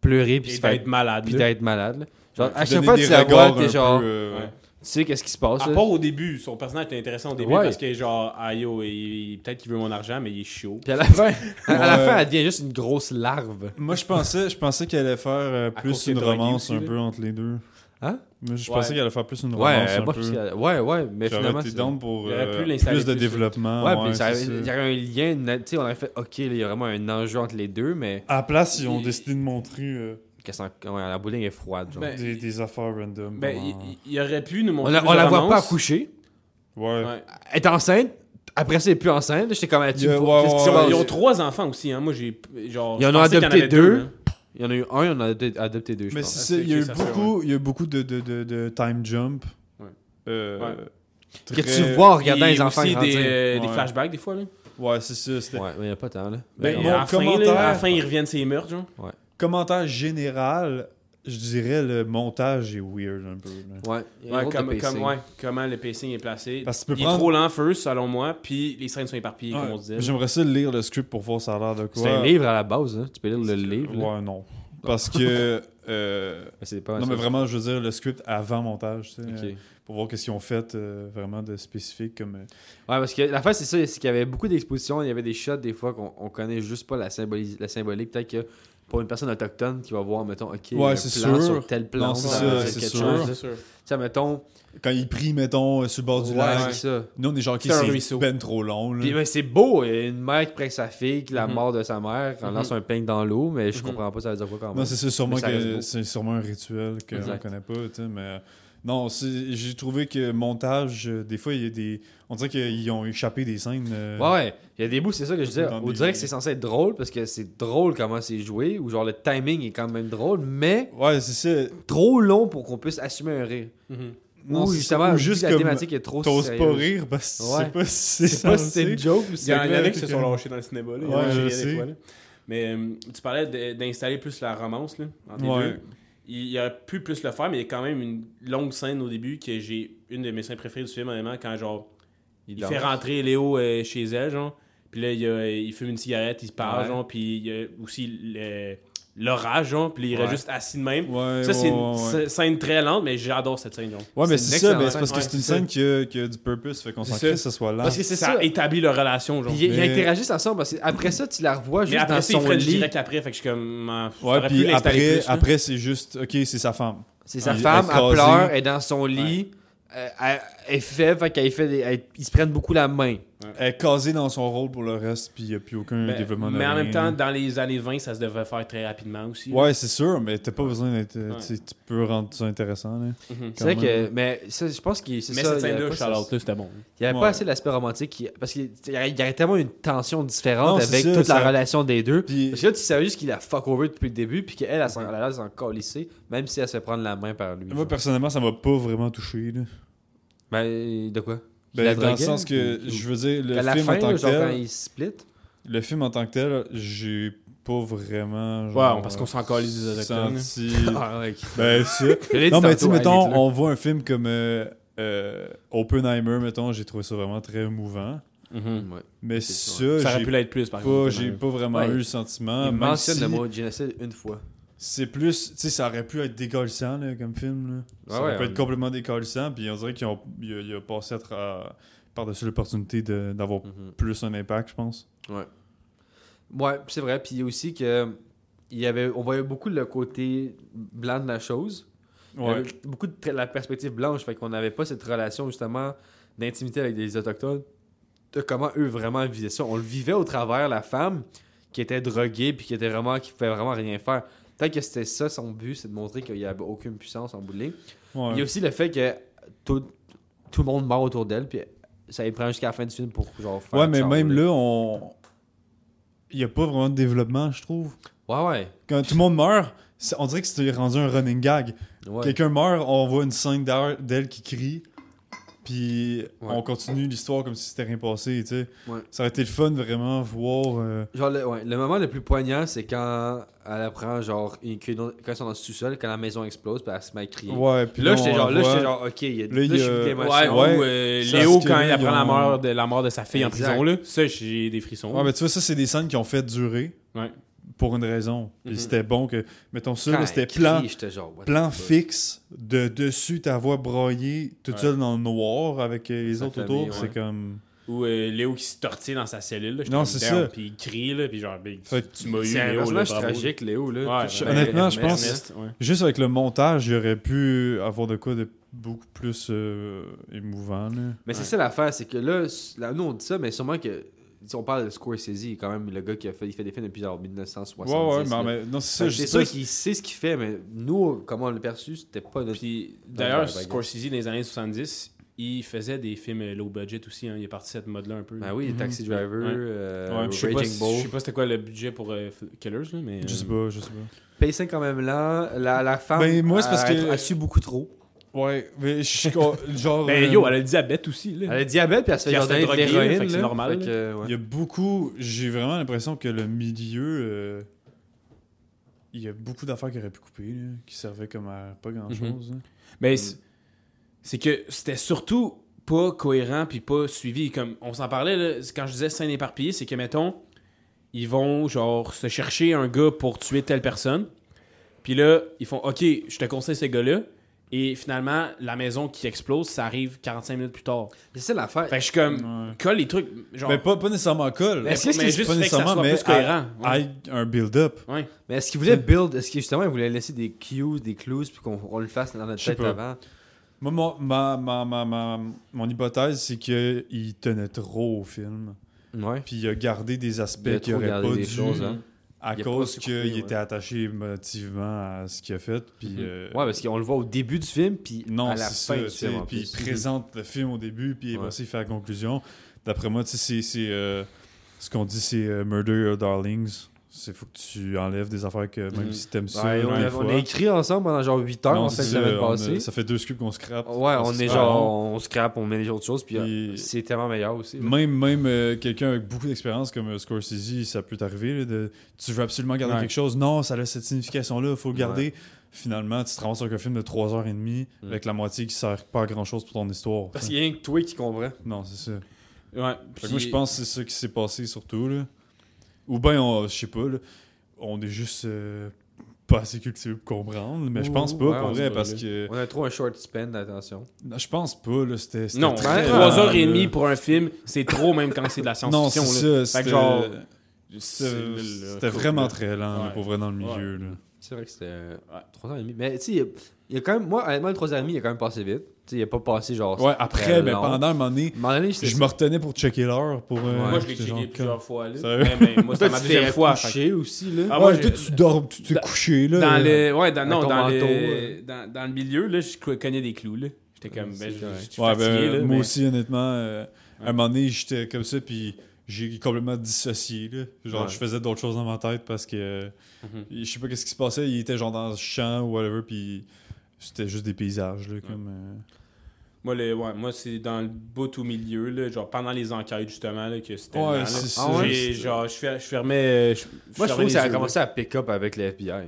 Pleurer puis
Et
se faire-
d'être malade.
puis
là.
d'être malade. là. Genre, à
Donner
chaque fois que
des
tu la
regards
vois, t'es
un
genre.
peu, euh,
Ouais.
Tu sais qu'est-ce qui se passe.
À
là.
part au début, son personnage était intéressant au début
Ouais.
parce que genre, ah yo, il- il- peut-être qu'il veut mon argent, mais il est chaud.
Puis à la fin, <laughs> à, la
Ouais.
fin, elle devient juste une grosse larve.
Moi, je pensais, je pensais qu'elle allait faire euh,
cause
plus
qu'il
une
est drogué
romance
aussi,
un
là.
peu entre les deux.
Hein?
Mais je
Ouais.
pensais qu'elle allait faire plus une romance
Ouais,
un
moi,
peu.
je pense qu'elle- euh, ouais, ouais, mais finalement.
J'aurais été
c'est-
down pour
Il aurait
euh,
pu l'installer
plus de
plus,
développement.
Ouais,
ouais,
puis ça-
c'est
il y
ça.
aurait un lien, na- tu sais, on aurait fait, ok, là, il y a vraiment un enjeu entre les deux, mais
À la place, ils ont
Il-
décidé de montrer euh,
qu'elle s'en- ouais, la bouling est froide. genre.
Ben,
des, des affaires random.
Ben,
pendant-
il, il- il aurait pu nous
on,
montrer.
la- on
des
la voit pas
romances.
accoucher,
Ouais.
Ouais.
elle est enceinte, après ça, elle est plus enceinte, j'étais comme, ah, tu
Yeah,
me-
ouais,
qu'est-ce qui
Oh, Ils
se
ont,
passe?
ils ont trois enfants aussi, hein. Moi, j'ai. Genre,
Ils
je
en ont
pensais qu'il y
adopté
avait
deux.
hein.
Il y en a eu un, il y en a adopté, adopté deux, je
Mais
pense.
c'est
pense. Ah,
ça, il y a eu
ok, ça se fait,
beaucoup, il y a eu beaucoup de, de, de, de time jump.
Ouais.
Euh,
Ouais.
Que tu
très-
vois en regardant
Il y
Oh, les
a
enfants
aussi des,
grandir.
euh, des
Ouais.
flashbacks des fois, là.
Ouais, c'est ça. C'était
Ouais, mais il n'y a pas tant, là.
Ben,
Mais
Et
mon
à la fin, là,
commentaire-
à la fin, ils reviennent ces meurtres, genre.
Commentaire général, je dirais le montage est weird un peu. là.
Ouais, il y a un
Ouais,
autre
comme,
de
comme-
pacing.
ouais, comment le pacing est placé.
Parce que tu peux
il est
prendre-
trop lent, first, selon moi, puis les scènes sont éparpillées,
Ouais,
comme on disait.
J'aimerais ça lire le script pour voir ça a l'air de quoi.
C'est un livre à la base, hein. tu peux lire le livre. là.
Ouais, non. Parce que.
<laughs>
euh,
Mais c'est pas
non, mais vraiment, je veux dire, le script avant montage, tu sais,
Ok.
euh, pour voir qu'est-ce qu'ils ont fait euh, vraiment de spécifique. comme euh,
Ouais, parce que la face, c'est ça, c'est qu'il y avait beaucoup d'expositions, il y avait des shots des fois qu'on on connaît juste pas la, symbolis- la symbolique. Peut-être que pour une personne autochtone qui va voir, mettons, ok,
Ouais,
un
c'est
plan
sûr.
sur telle plante,
Non, c'est
ça,
ça,
c'est
c'est
quelque
sûr.
chose.
C'est
Tu
sûr.
sais, mettons,
Quand ils prient, mettons, euh, sur le bord du Mm.
ouais,
lac.
c'est ça.
Nous, on est genre qui
C'est un
c'est
ruisseau.
ben trop long. là.
Puis mais c'est beau, il y a une mère qui prête sa fille, qui la
Mm-hmm.
Mhm.
mort de sa mère, en
Mhm.
lance un peigne dans l'eau, mais je
Mhm.
comprends pas ça veut dire quoi quand même.
Non, c'est ça, sûrement
Ah Mais ça reste
que
beau.
c'est sûrement un rituel que ne
Exact.
connaît pas, tu sais, mais non, c'est- j'ai trouvé que montage, euh, des fois, il y a des, on dirait qu'ils ont échappé des scènes. euh,
Ouais, ouais. Il y a des bouts, c'est ça que je disais.
Dans
On
des-
dirait que c'est censé être drôle parce que c'est drôle comment c'est joué, ou genre le timing est quand même drôle, mais
ouais, c'est ça.
trop long pour qu'on puisse assumer un rire.
Mhm.
Non,
ou
c'est ça.
justement,
Ou
juste
juste
la
comme
thématique est trop
T'oses pas
sérieuse.
rire parce que
Ouais.
tu sais pas si
Je sais pas si c'est
censé.
une joke ou
Il y
c'est
en il y en a
clair
qui
que-
se sont lâchés dans le cinéma. Là,
Ouais,
ouais,
je
je
sais.
Mais euh, tu parlais de- d'installer plus la romance là, entre
Ouais.
les deux. Il, il aurait pu plus le faire, mais il y a quand même une longue scène au début que j'ai une de mes scènes préférées du film, honnêtement, quand genre il,
danse.
fait rentrer Léo euh, chez elle, genre. Puis là, il, y a- il fume une cigarette, il se parle,
Ouais.
genre. Puis il y a aussi le- l'orage, genre. Puis il
Ouais.
reste juste assis de même.
Ouais,
ça, c'est
ouais,
une
ouais, ouais.
sc- scène très lente, mais j'adore cette scène, genre.
Ouais, mais c'est
c'est une
ça,
excellente
mais c'est parce que
scène.
c'est une scène qui a, qui a du purpose, fait qu'on s'en
C'est
crée
ça.
que ce soit là.
Parce que c'est
Ah. ça,
ça.
établit leur relation, genre.
Puis ils
Mais-
interagissent ensemble parce que après ça, tu la revois
Mais
juste
après
dans
ça, il
son
ferait le
lit.
direct après, fait que je suis comme. ah,
Ouais,
j'aurais pu
puis
l'installer
après,
plus, là.
après c'est juste, ok, c'est sa femme.
C'est sa
Il est
femme, elle
écrasé.
pleure, elle est dans son lit, euh, elle, elle est faible, fait qu'elle fait des- elle- ils se prennent beaucoup la main.
Elle est casée dans son rôle pour le reste, puis il n'y a plus aucun
Ben,
Mais,
développement de
mais en
rien.
même temps, dans les années 20, ça se devait faire très rapidement aussi.
Ouais, c'est sûr, mais t'as pas besoin d'être.
euh,
euh,
Ouais.
Tu sais, tu peux rendre ça intéressant. Là,
Mhm.
quand
C'est vrai
même.
que, mais ça, je pense que c'est
Mais
ça.
cette
il y avait
scène-là,
pas ça-
Charlotte, là, c'était bon.
Il n'y avait
Ouais.
pas assez l'aspect romantique qui- parce qu'il y a- il y avait tellement une tension
Non,
différente
c'est
avec
ça,
toute la
ça-
relation des deux.
Puis-
Parce que là, tu savais juste qu'il a fuck over depuis le début, puis qu'elle, elle, s'en- elle, elle s'en calissait, même si elle se fait prendre la main par lui.
Moi,
genre.
personnellement, ça m'a pas vraiment touché. Là.
Ben, de quoi
Ben,
la
dans le
droguait,
sens que,
ou-
je veux dire,
À
le
la
film,
fin,
en tant
là,
que
genre, quand
tel,
ils split.
le film en tant que tel, j'ai pas vraiment.
Ouais,
genre,
parce qu'on s'en calisse des autochtones. <laughs>
Senti...
Ah, ouais.
ben, ça.
Je l'ai dit
Non, mais tu sais,
tantôt, hein,
mettons,
les deux.
on voit un film comme euh, euh, Oppenheimer, mettons, j'ai trouvé ça vraiment très mouvant.
Mhm.
Ouais.
Mais
C'est
ça,
Ça aurait
j'ai
pu l'être plus, par
pas,
exemple.
j'ai pas vraiment
Ouais.
eu le sentiment.
Il
même
mentionne
si
le mot génocide une fois.
C'est plus, tu sais, ça aurait pu être décollissant là, comme film. Là.
Ah Ouais, hein.
Ça aurait
ouais,
pu
on-
être complètement décollissant, puis on dirait qu'il a, il a passé à tra- par-dessus l'opportunité de- d'avoir plus un impact, je pense.
Mm-hmm. Ouais, c'est vrai. Puis aussi que il y avait, on voyait beaucoup le côté blanc de la chose. Il y
Ouais.
avait beaucoup de tra- la perspective blanche. Fait qu'on n'avait pas cette relation justement d'intimité avec les Autochtones, de comment eux vraiment vivaient ça. On le vivait au travers la femme qui était droguée puis qui était vraiment qui pouvait vraiment rien faire. Peut-être que c'était ça son but, c'est de montrer qu'il n'y avait aucune puissance en bout de ligne.
Ouais.
Il y a aussi le fait que tout, tout le monde meurt autour d'elle, puis ça y prend jusqu'à la fin du film pour genre faire
Ouais, mais
genre,
même
là.
là, on. Il n'y a pas vraiment de développement, je trouve.
Ouais, ouais.
Quand tout le monde meurt, c'est- on dirait que c'était rendu un running gag.
ouais.
Quelqu'un meurt, on voit une scène d'heure- d'elle qui crie, puis on continue l'histoire comme si c'était rien passé, tu sais.
Ouais.
Ça aurait été le fun vraiment voir. euh,
Genre, le, ouais, le moment le plus poignant, c'est quand elle apprend, genre, une- qu'une autre- quand ils sont dans le sous-sol, quand la maison explose, puis elle se met à crier.
Ouais, puis
là,
là,
j'étais
on
genre,
la
là,
voit.
j'étais genre, ok, il y a
Là,
là,
il y
je
a-
vis de
Ouais,
l'émotion.
Ouais.
ou euh,
Ça,
Léo,
c'est
quand
que
il
là,
apprend
ils
la
ont-
mort, de, la mort de sa fille
Exact.
en prison, là. Ça, j'ai des frissons.
Ouais, mais tu vois, ça, c'est des scènes qui ont fait durer
Ouais.
pour une raison. Puis
Mhm.
c'était bon que. Mettons ça,
Quand
là,
elle
c'était
crie,
plan,
J'étais genre, what
plan
the fuck.
fixe de dessus ta voix broyée toute
Ouais.
seule dans le noir avec euh, les
Sa
autres
famille,
autour.
ouais.
C'est comme.
Ou euh, Léo qui se tortille dans sa cellule. Là, J'étais
Non,
comme
c'est
down,
ça.
Puis il crie, là, puis genre, ben, tu-
Fait que
tu m'as eu,
C'est un
Léo, là,
personnage
bravo.
tragique, Léo, là.
Ouais,
Tout-
ben,
honnêtement, je pense-
Ernest, ouais.
Juste avec le montage, j'aurais pu avoir de quoi de beaucoup plus euh, émouvant. là.
Mais c'est
Ouais.
ça l'affaire, c'est que là, s- là, nous on dit ça, mais sûrement que. Si on parle de Scorsese, quand même, le gars qui a fait, il fait des films depuis genre 1970.
Ouais, ouais, mais,
là.
en même- non, c'est ça. je
C'est
dis
sûr
ça,
qu'il sait ce qu'il fait, mais nous, comment on l'a perçu, c'était pas notre.
Puis
Ouais,
d'ailleurs,
ouais, ouais.
Scorsese, dans les années 70, il faisait des films euh, low budget aussi. hein. Il est parti de cette mode-là un peu.
Ben oui, Taxi Driver,
Ouais.
euh,
mm-hmm. Ouais,
Je sais pas,
Raging
si- je
Bull.
sais pas c'était quoi le budget pour euh, F- Killers, là, mais.
Je sais
euh,
pas, je sais pas.
Pacing quand même lent. La, la femme
Ben, moi, c'est parce
a,
que-
a su beaucoup trop.
Ouais, mais je suis con- genre.
Ben
euh,
yo, elle a le diabète aussi,
Elle
là.
a diabète puis elle se fait
Puis elle
garder
se fait
avec
droguer,
l'héroïne.
fait que c'est
là.
normal,
Fait que, ouais.
Il y a beaucoup. J'ai vraiment l'impression que le milieu. euh, il y a beaucoup d'affaires qui auraient pu couper, là, qui servaient comme à pas hein. grand chose.
Mhm.
Mm.
Mais c'est- c'est que c'était surtout pas cohérent puis pas suivi. Comme on s'en parlait, là, c'est quand je disais scène éparpillée, c'est que, mettons, ils vont, genre, se chercher un gars pour tuer telle personne. Puis là, ils font, OK, je te conseille ce gars-là. Et finalement, la maison qui explose, ça arrive 45 minutes plus tard.
C'est ça l'affaire.
Fait que je suis comme, colle les trucs. Genre,
Mm. Mais pas, pas nécessairement col.
Mais est-ce que c'est juste fait que ça soit plus
à-
cohérent, ouais.
à un build-up.
Mais est-ce qu'il voulait build Est-ce que justement il voulait laisser des cues, des clues, puis qu'on on le fasse dans notre
Je sais
tête
pas.
avant
Moi, mon, ma, ma, ma, ma- mon hypothèse, c'est qu'il tenait trop au film.
Ouais.
Puis il a gardé des aspects
Il a
qu'il
trop
aurait
gardé
pas
des
dû.
choses, hein.
À
Il a pas
cause
su
qu'il
couper, ouais.
était attaché émotivement à ce qu'il a fait. Puis.
Mhm.
euh,
Ouais, parce qu'on le voit au début du film, puis
Non,
à la
c'est ça.
fin du
tu sais,
film. en
Puis il
plus.
présente le film au début, puis
Ouais.
après ça, il fait la conclusion. D'après moi, tu sais, c'est- c'est. euh, ce qu'on dit, c'est euh, Murder Your Darlings. C'est faut que tu enlèves des affaires que même
Mhm.
si t'aimes ça.
Mm. Ouais, on,
des
a,
fois,
on a écrit ensemble pendant genre 8 heures
non,
en fin de
c'est ça,
semaine
on a-
passée.
ça fait deux scopes qu'on scrape.
Ouais, on est
Ah,
genre, on scrape, on met des autres choses, puis
Puis-
euh, c'est tellement meilleur aussi. là.
Même, même euh, quelqu'un avec beaucoup d'expérience comme euh, Scorsese, ça peut t'arriver. là, de- Tu veux absolument garder
Ouais.
quelque chose. Non, ça a cette signification-là, il faut le garder. Finalement, tu te ramasses avec un film de 3h30
Mm.
avec la moitié qui sert pas à grand-chose pour ton histoire.
Parce qu'il y a rien que toi qui comprends.
Non, c'est ça.
Ouais.
Fait que
puis-
moi, je pense que c'est ça qui s'est passé surtout. Là. Ou bien, on- je sais pas, là, on est juste euh, pas assez cultivé pour comprendre. Mais je
Ouh,
pense pas,
ouais,
pour
on
vrai,
dit
parce
pas,
que.
On a trop un short span, attention.
Non, Je pense pas, là. C'était. c'était
Non, hein,
très
3h30
lent,
pour un film, c'est trop même quand c'est de la
là. Non,
science-fiction. là.
c'est ça.
Fait que
C'était
genre,
c'était-
c'est-
c'était
le-
vraiment très lent, là,
Ouais.
pour vrai, dans le milieu. là.
C'est vrai que c'était euh, 3h30. Mais tu sais, il y a- il y a quand même, moi, honnêtement, le 3h30, il a quand même passé vite. Tu sais, il a pas passé genre.
Ouais, après, ben,
long.
pendant un moment donné,
À un moment donné, j'étais-
je me retenais pour checker l'heure. pour euh,
moi, je l'ai
j'étais
checké
genre,
plusieurs fois. Là.
Sérieux?
Mais, mais
<laughs>
moi, c'était
Toi,
ma
tu
deuxième
t'es
fois. fait que-
couché aussi, là.
Ah,
Ouais,
moi,
toi,
j'ai-
tu dors, tu t'es
Dans-
couché, là.
dans le ouais dans, non,
Avec euh, ton
dans,
manteau,
le,
euh.
dans, dans le milieu là je co- cognais des clous là j'étais comme
C'est
ben je
correct.
je suis
Ouais, ben,
fatigué là
moi
mais-
aussi, honnêtement, euh, à un moment donné, j'étais comme ça, puis j'ai complètement dissocié. Là. Genre,
Ouais.
je faisais d'autres choses dans ma tête parce que euh,
Mhm.
je sais pas qu'est-ce qui se passait. Il était genre dans le champ ou whatever, puis c'était juste des paysages. Là, comme, euh,
moi le- ouais, moi c'est dans le bout au milieu là genre pendant les enquêtes justement là que c'était
Ouais,
lent, là.
c'est ça.
Ah ouais?
J'ai- genre je fer- je fermais euh, je-
Moi, je
fermais
trouve que ça
les
a
yeux,
commencé à pick up avec le FBI.
là.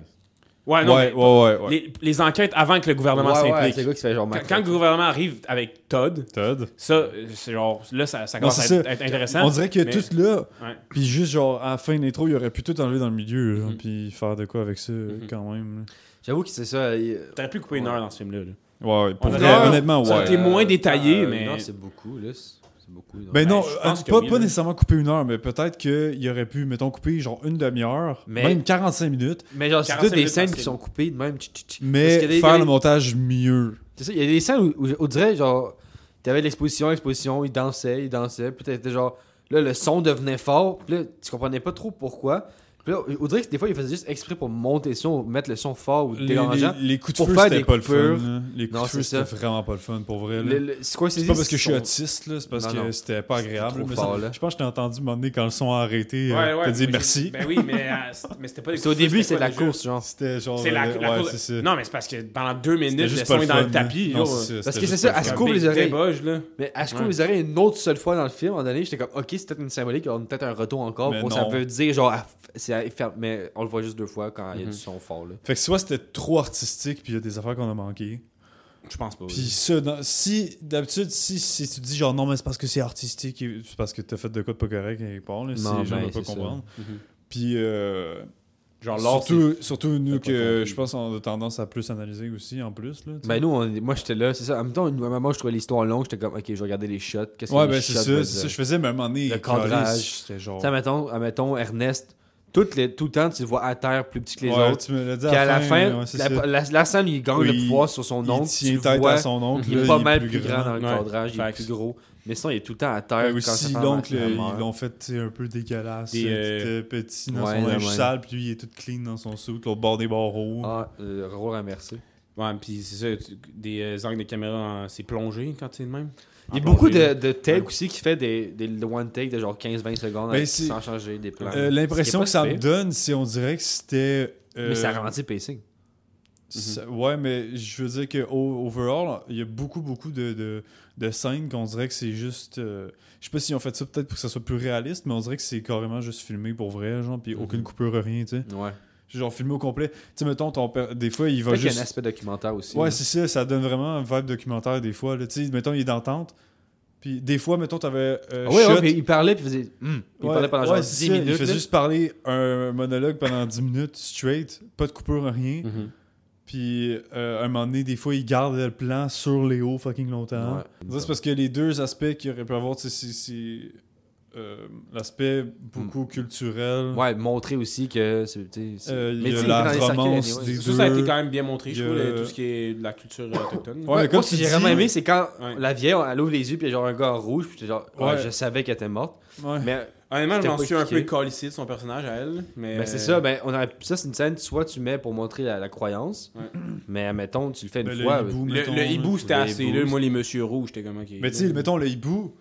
ouais Ah non
ouais,
mais
ouais, ouais, ouais.
Les, les enquêtes avant que le gouvernement
Ouais, ouais,
s'implique
c'est le gars qui se fait genre
quand,
matraquer.
quand le gouvernement arrive avec Todd
Todd.
ça euh, c'est genre là ça, ça
Non,
commence à
c'est
être,
ça.
être intéressant
On dirait que
mais-
tout là,
Ouais.
puis juste genre à la fin de l'intro, il aurait pu tout enlever dans le milieu, là,
Mhm.
puis faire de quoi avec ça euh,
Mhm.
quand même.
J'avoue que c'est ça. il-
t'aurais pu couper une
Ouais.
heure dans ce film là,
là. Ouais, ouais, pour
On
vrai,
aurait-
honnêtement,
Ça a
ouais.
été moins détaillé, mais-
Euh, Non, c'est beaucoup, là. C'est c'est beaucoup. non.
Ben
Ben,
non,
je
euh,
pense que
pas,
oui,
pas
là.
nécessairement couper une heure, mais peut-être qu'il aurait pu, mettons, couper genre une demi-heure,
Mais-
même 45 minutes,
mais genre, c'est
45
toutes des
minutes
scènes
par
qui
film.
sont coupées de même. tch, tch, tch. Parce
mais
qu'il y a des-
faire
il y a
le
des-
montage mieux.
C'est ça, il y a des scènes où, où on dirait, genre, t'avais l'exposition, l'exposition, il dansait, il dansait, puis t'étais genre, là, le son devenait fort, puis là, tu comprenais pas trop pourquoi. Puis là, on dirait que des fois, ils faisaient juste exprès pour monter le son, ou mettre le son fort ou
Les, les-
dérangeant.
les coups de
Pour
feu,
faire
c'était
des
pas le
coupures.
fun. là. Les coups
Non,
de feu,
c'est
c'était
ça.
vraiment pas le fun, pour vrai. là.
Le- le- C'est quoi,
C'est pas parce que je suis
son-
autiste, là, c'est parce
Non,
que
non.
c'était pas
C'était
agréable.
trop
mais
fort,
ça-
là.
je pense que je t'ai entendu m'emmener quand le son a arrêté. euh, T'as dit
j'ai-
merci.
ben oui mais euh, c'est- mais c'était pas
C'est au début, c'est de la
course
course, genre.
C'était genre.
C'est la,
euh,
la
ouais,
cour-
c'est ça.
Non, mais c'est parce que pendant deux
C'était
minutes, le
juste pas
son est dans
fun,
le tapis. euh,
là.
là.
Non, c'est ça,
Parce
c'était
que c'est
juste
ça,
pas
à
le
se
fun.
couper les oreilles.
Déboge, là.
Mais à ce
Ouais.
qu'on les aurait une autre seule fois dans le film, à un moment donné, j'étais comme, ok, c'est peut-être une symbolique, on a peut-être un retour encore.
Mais
bon, ça
non.
veut dire, genre, ah, f- c'est à faire, mais on le voit juste deux fois quand il y a
Mhm.
du son fort, là.
Fait que soit c'était trop artistique, puis il y a des affaires qu'on a manquées.
Je pense pas.
Puis ça, dans- si d'habitude, si, si tu dis genre non, mais c'est parce que c'est artistique, et c'est parce que t'as fait de quoi de pas correct quelque part, là, si
Non,
les gens
ben,
veulent pas
c'est ça.
comprendre.
Mhm.
Puis euh,
Genre, l'or,
surtout, surtout nous
pas
que
compris.
je pense on a tendance à plus analyser aussi en plus. Là, tu
Ben
sais.
nous, on- moi j'étais là, c'est ça. En même temps, une- à un moment, je trouvais l'histoire longue, j'étais comme, ok, je regardais les shots. Qu'est-ce que
ouais,
les
ben c'est
shots
ça,
veulent
c'est
dire?
ça. Je faisais même année.
Le cadrage.
C'était genre.
Tu sais, admettons, admettons, Ernest, tout, les, tout le temps, tu le vois à terre plus petit que les
Ouais,
autres.
tu me l'as dit
Puis à la fin,
ouais, c'est
la,
ça.
la, la scène, il gagne
Oui,
le pouvoir sur son oncle.
il tient
tu le
tête
vois,
à son oncle.
il est
là,
pas mal plus, grand,
grand.
dans le
Ouais,
cadrage, il est
facts.
plus gros. Mais sinon, il est tout le temps à terre.
Ouais,
quand ça
aussi,
fait
l'oncle,
mal,
ils
meurt.
l'ont fait tu sais, un peu dégueulasse.
Des,
Il
euh,
était petit dans
ouais,
son
de
linge
même.
sale, puis lui, il est tout clean dans son soute, l'autre bord des barreaux.
Ah, euh, rôle remercié.
Ouais, puis c'est ça, tu- des euh, angles de caméra, en- c'est plongé quand c'est de même.
Ah,
Il y a
En
beaucoup
plongée,
de, de takes
Ouais.
aussi qui fait des, des one take de genre 15-20 secondes
Ben,
avec-
c'est-
sans changer des plans.
Euh, L'impression
Ce
que
qui est pas
ça
si
me
pire.
donne, c'est on dirait que c'était. euh,
Mais ça Mhm. ralentit le pacing.
ça- Ouais, mais je veux dire que o- overall, il y a beaucoup, beaucoup de, de, de scènes qu'on dirait que c'est juste. euh, je sais pas s'ils ont fait ça peut-être pour que ça soit plus réaliste, mais on dirait que c'est carrément juste filmé pour vrai, genre,
Mhm.
puis aucune coupure, rien, tu sais.
Ouais.
Genre filmé au complet. Tu sais, mettons, ton père- des fois, il va
Peut-être qu'il y a un
juste.
aspect documentaire aussi.
Ouais,
là.
c'est ça, ça donne vraiment un vibe documentaire des fois. là. Tu sais, mettons, il est dans la tente. Puis des fois, mettons, t'avais. euh,
Ah ouais, ouais,
shot.
puis il parlait, puis il faisait. Hum. Il parlait pendant genre
ouais,
10
c'est ça,
minutes.
Il faisait
là.
juste parler un monologue pendant 10 minutes straight, pas de coupure, rien.
Hmm.
Mhm.
Puis euh, à un moment donné, des fois, il garde le plan sur les hauts fucking longtemps.
Ouais.
Ça, c'est parce que les deux aspects qu'il aurait pu avoir, tu sais, c'est c'est, euh, l'aspect beaucoup culturel.
Hmm. Ouais, montrer aussi que c'est. tu sais, c'est-
Euh, il y
tu
a
sais,
la
il était dans les
romance
circuits,
des-
anyway.
Ça, ça a été
deux.
quand même bien montré, je
Il y
trouve,
a-
le- tout ce qui est de la culture euh, autochtone.
Ouais, mais
Ouais,
comme
moi, ce que
tu
j'ai
dis-
vraiment aimé, c'est quand
Ouais.
la vieille, elle ouvre les yeux, puis il y a genre un gars en rouge, puis j'étais genre, ouais,
Ouais.
je savais qu'elle était morte.
Ouais.
Mais,
Honnêtement, je
C'était
m'en
pas
suis un peu
expliqué.
collissé de son personnage à elle. Mais
Euh.
mais c'est ça, ben, on aurait- ça, c'est une scène, soit tu mets pour montrer la, la croyance,
Ouais.
mais admettons, tu le fais une
Ben, le
fois.
hibou,
Le,
mettons,
le
là.
hibou, c'était
Le
assez.
hibou,
là, moi, les monsieur rouges, j'étais comme ok.
Mais tu sais, mettons le hibou,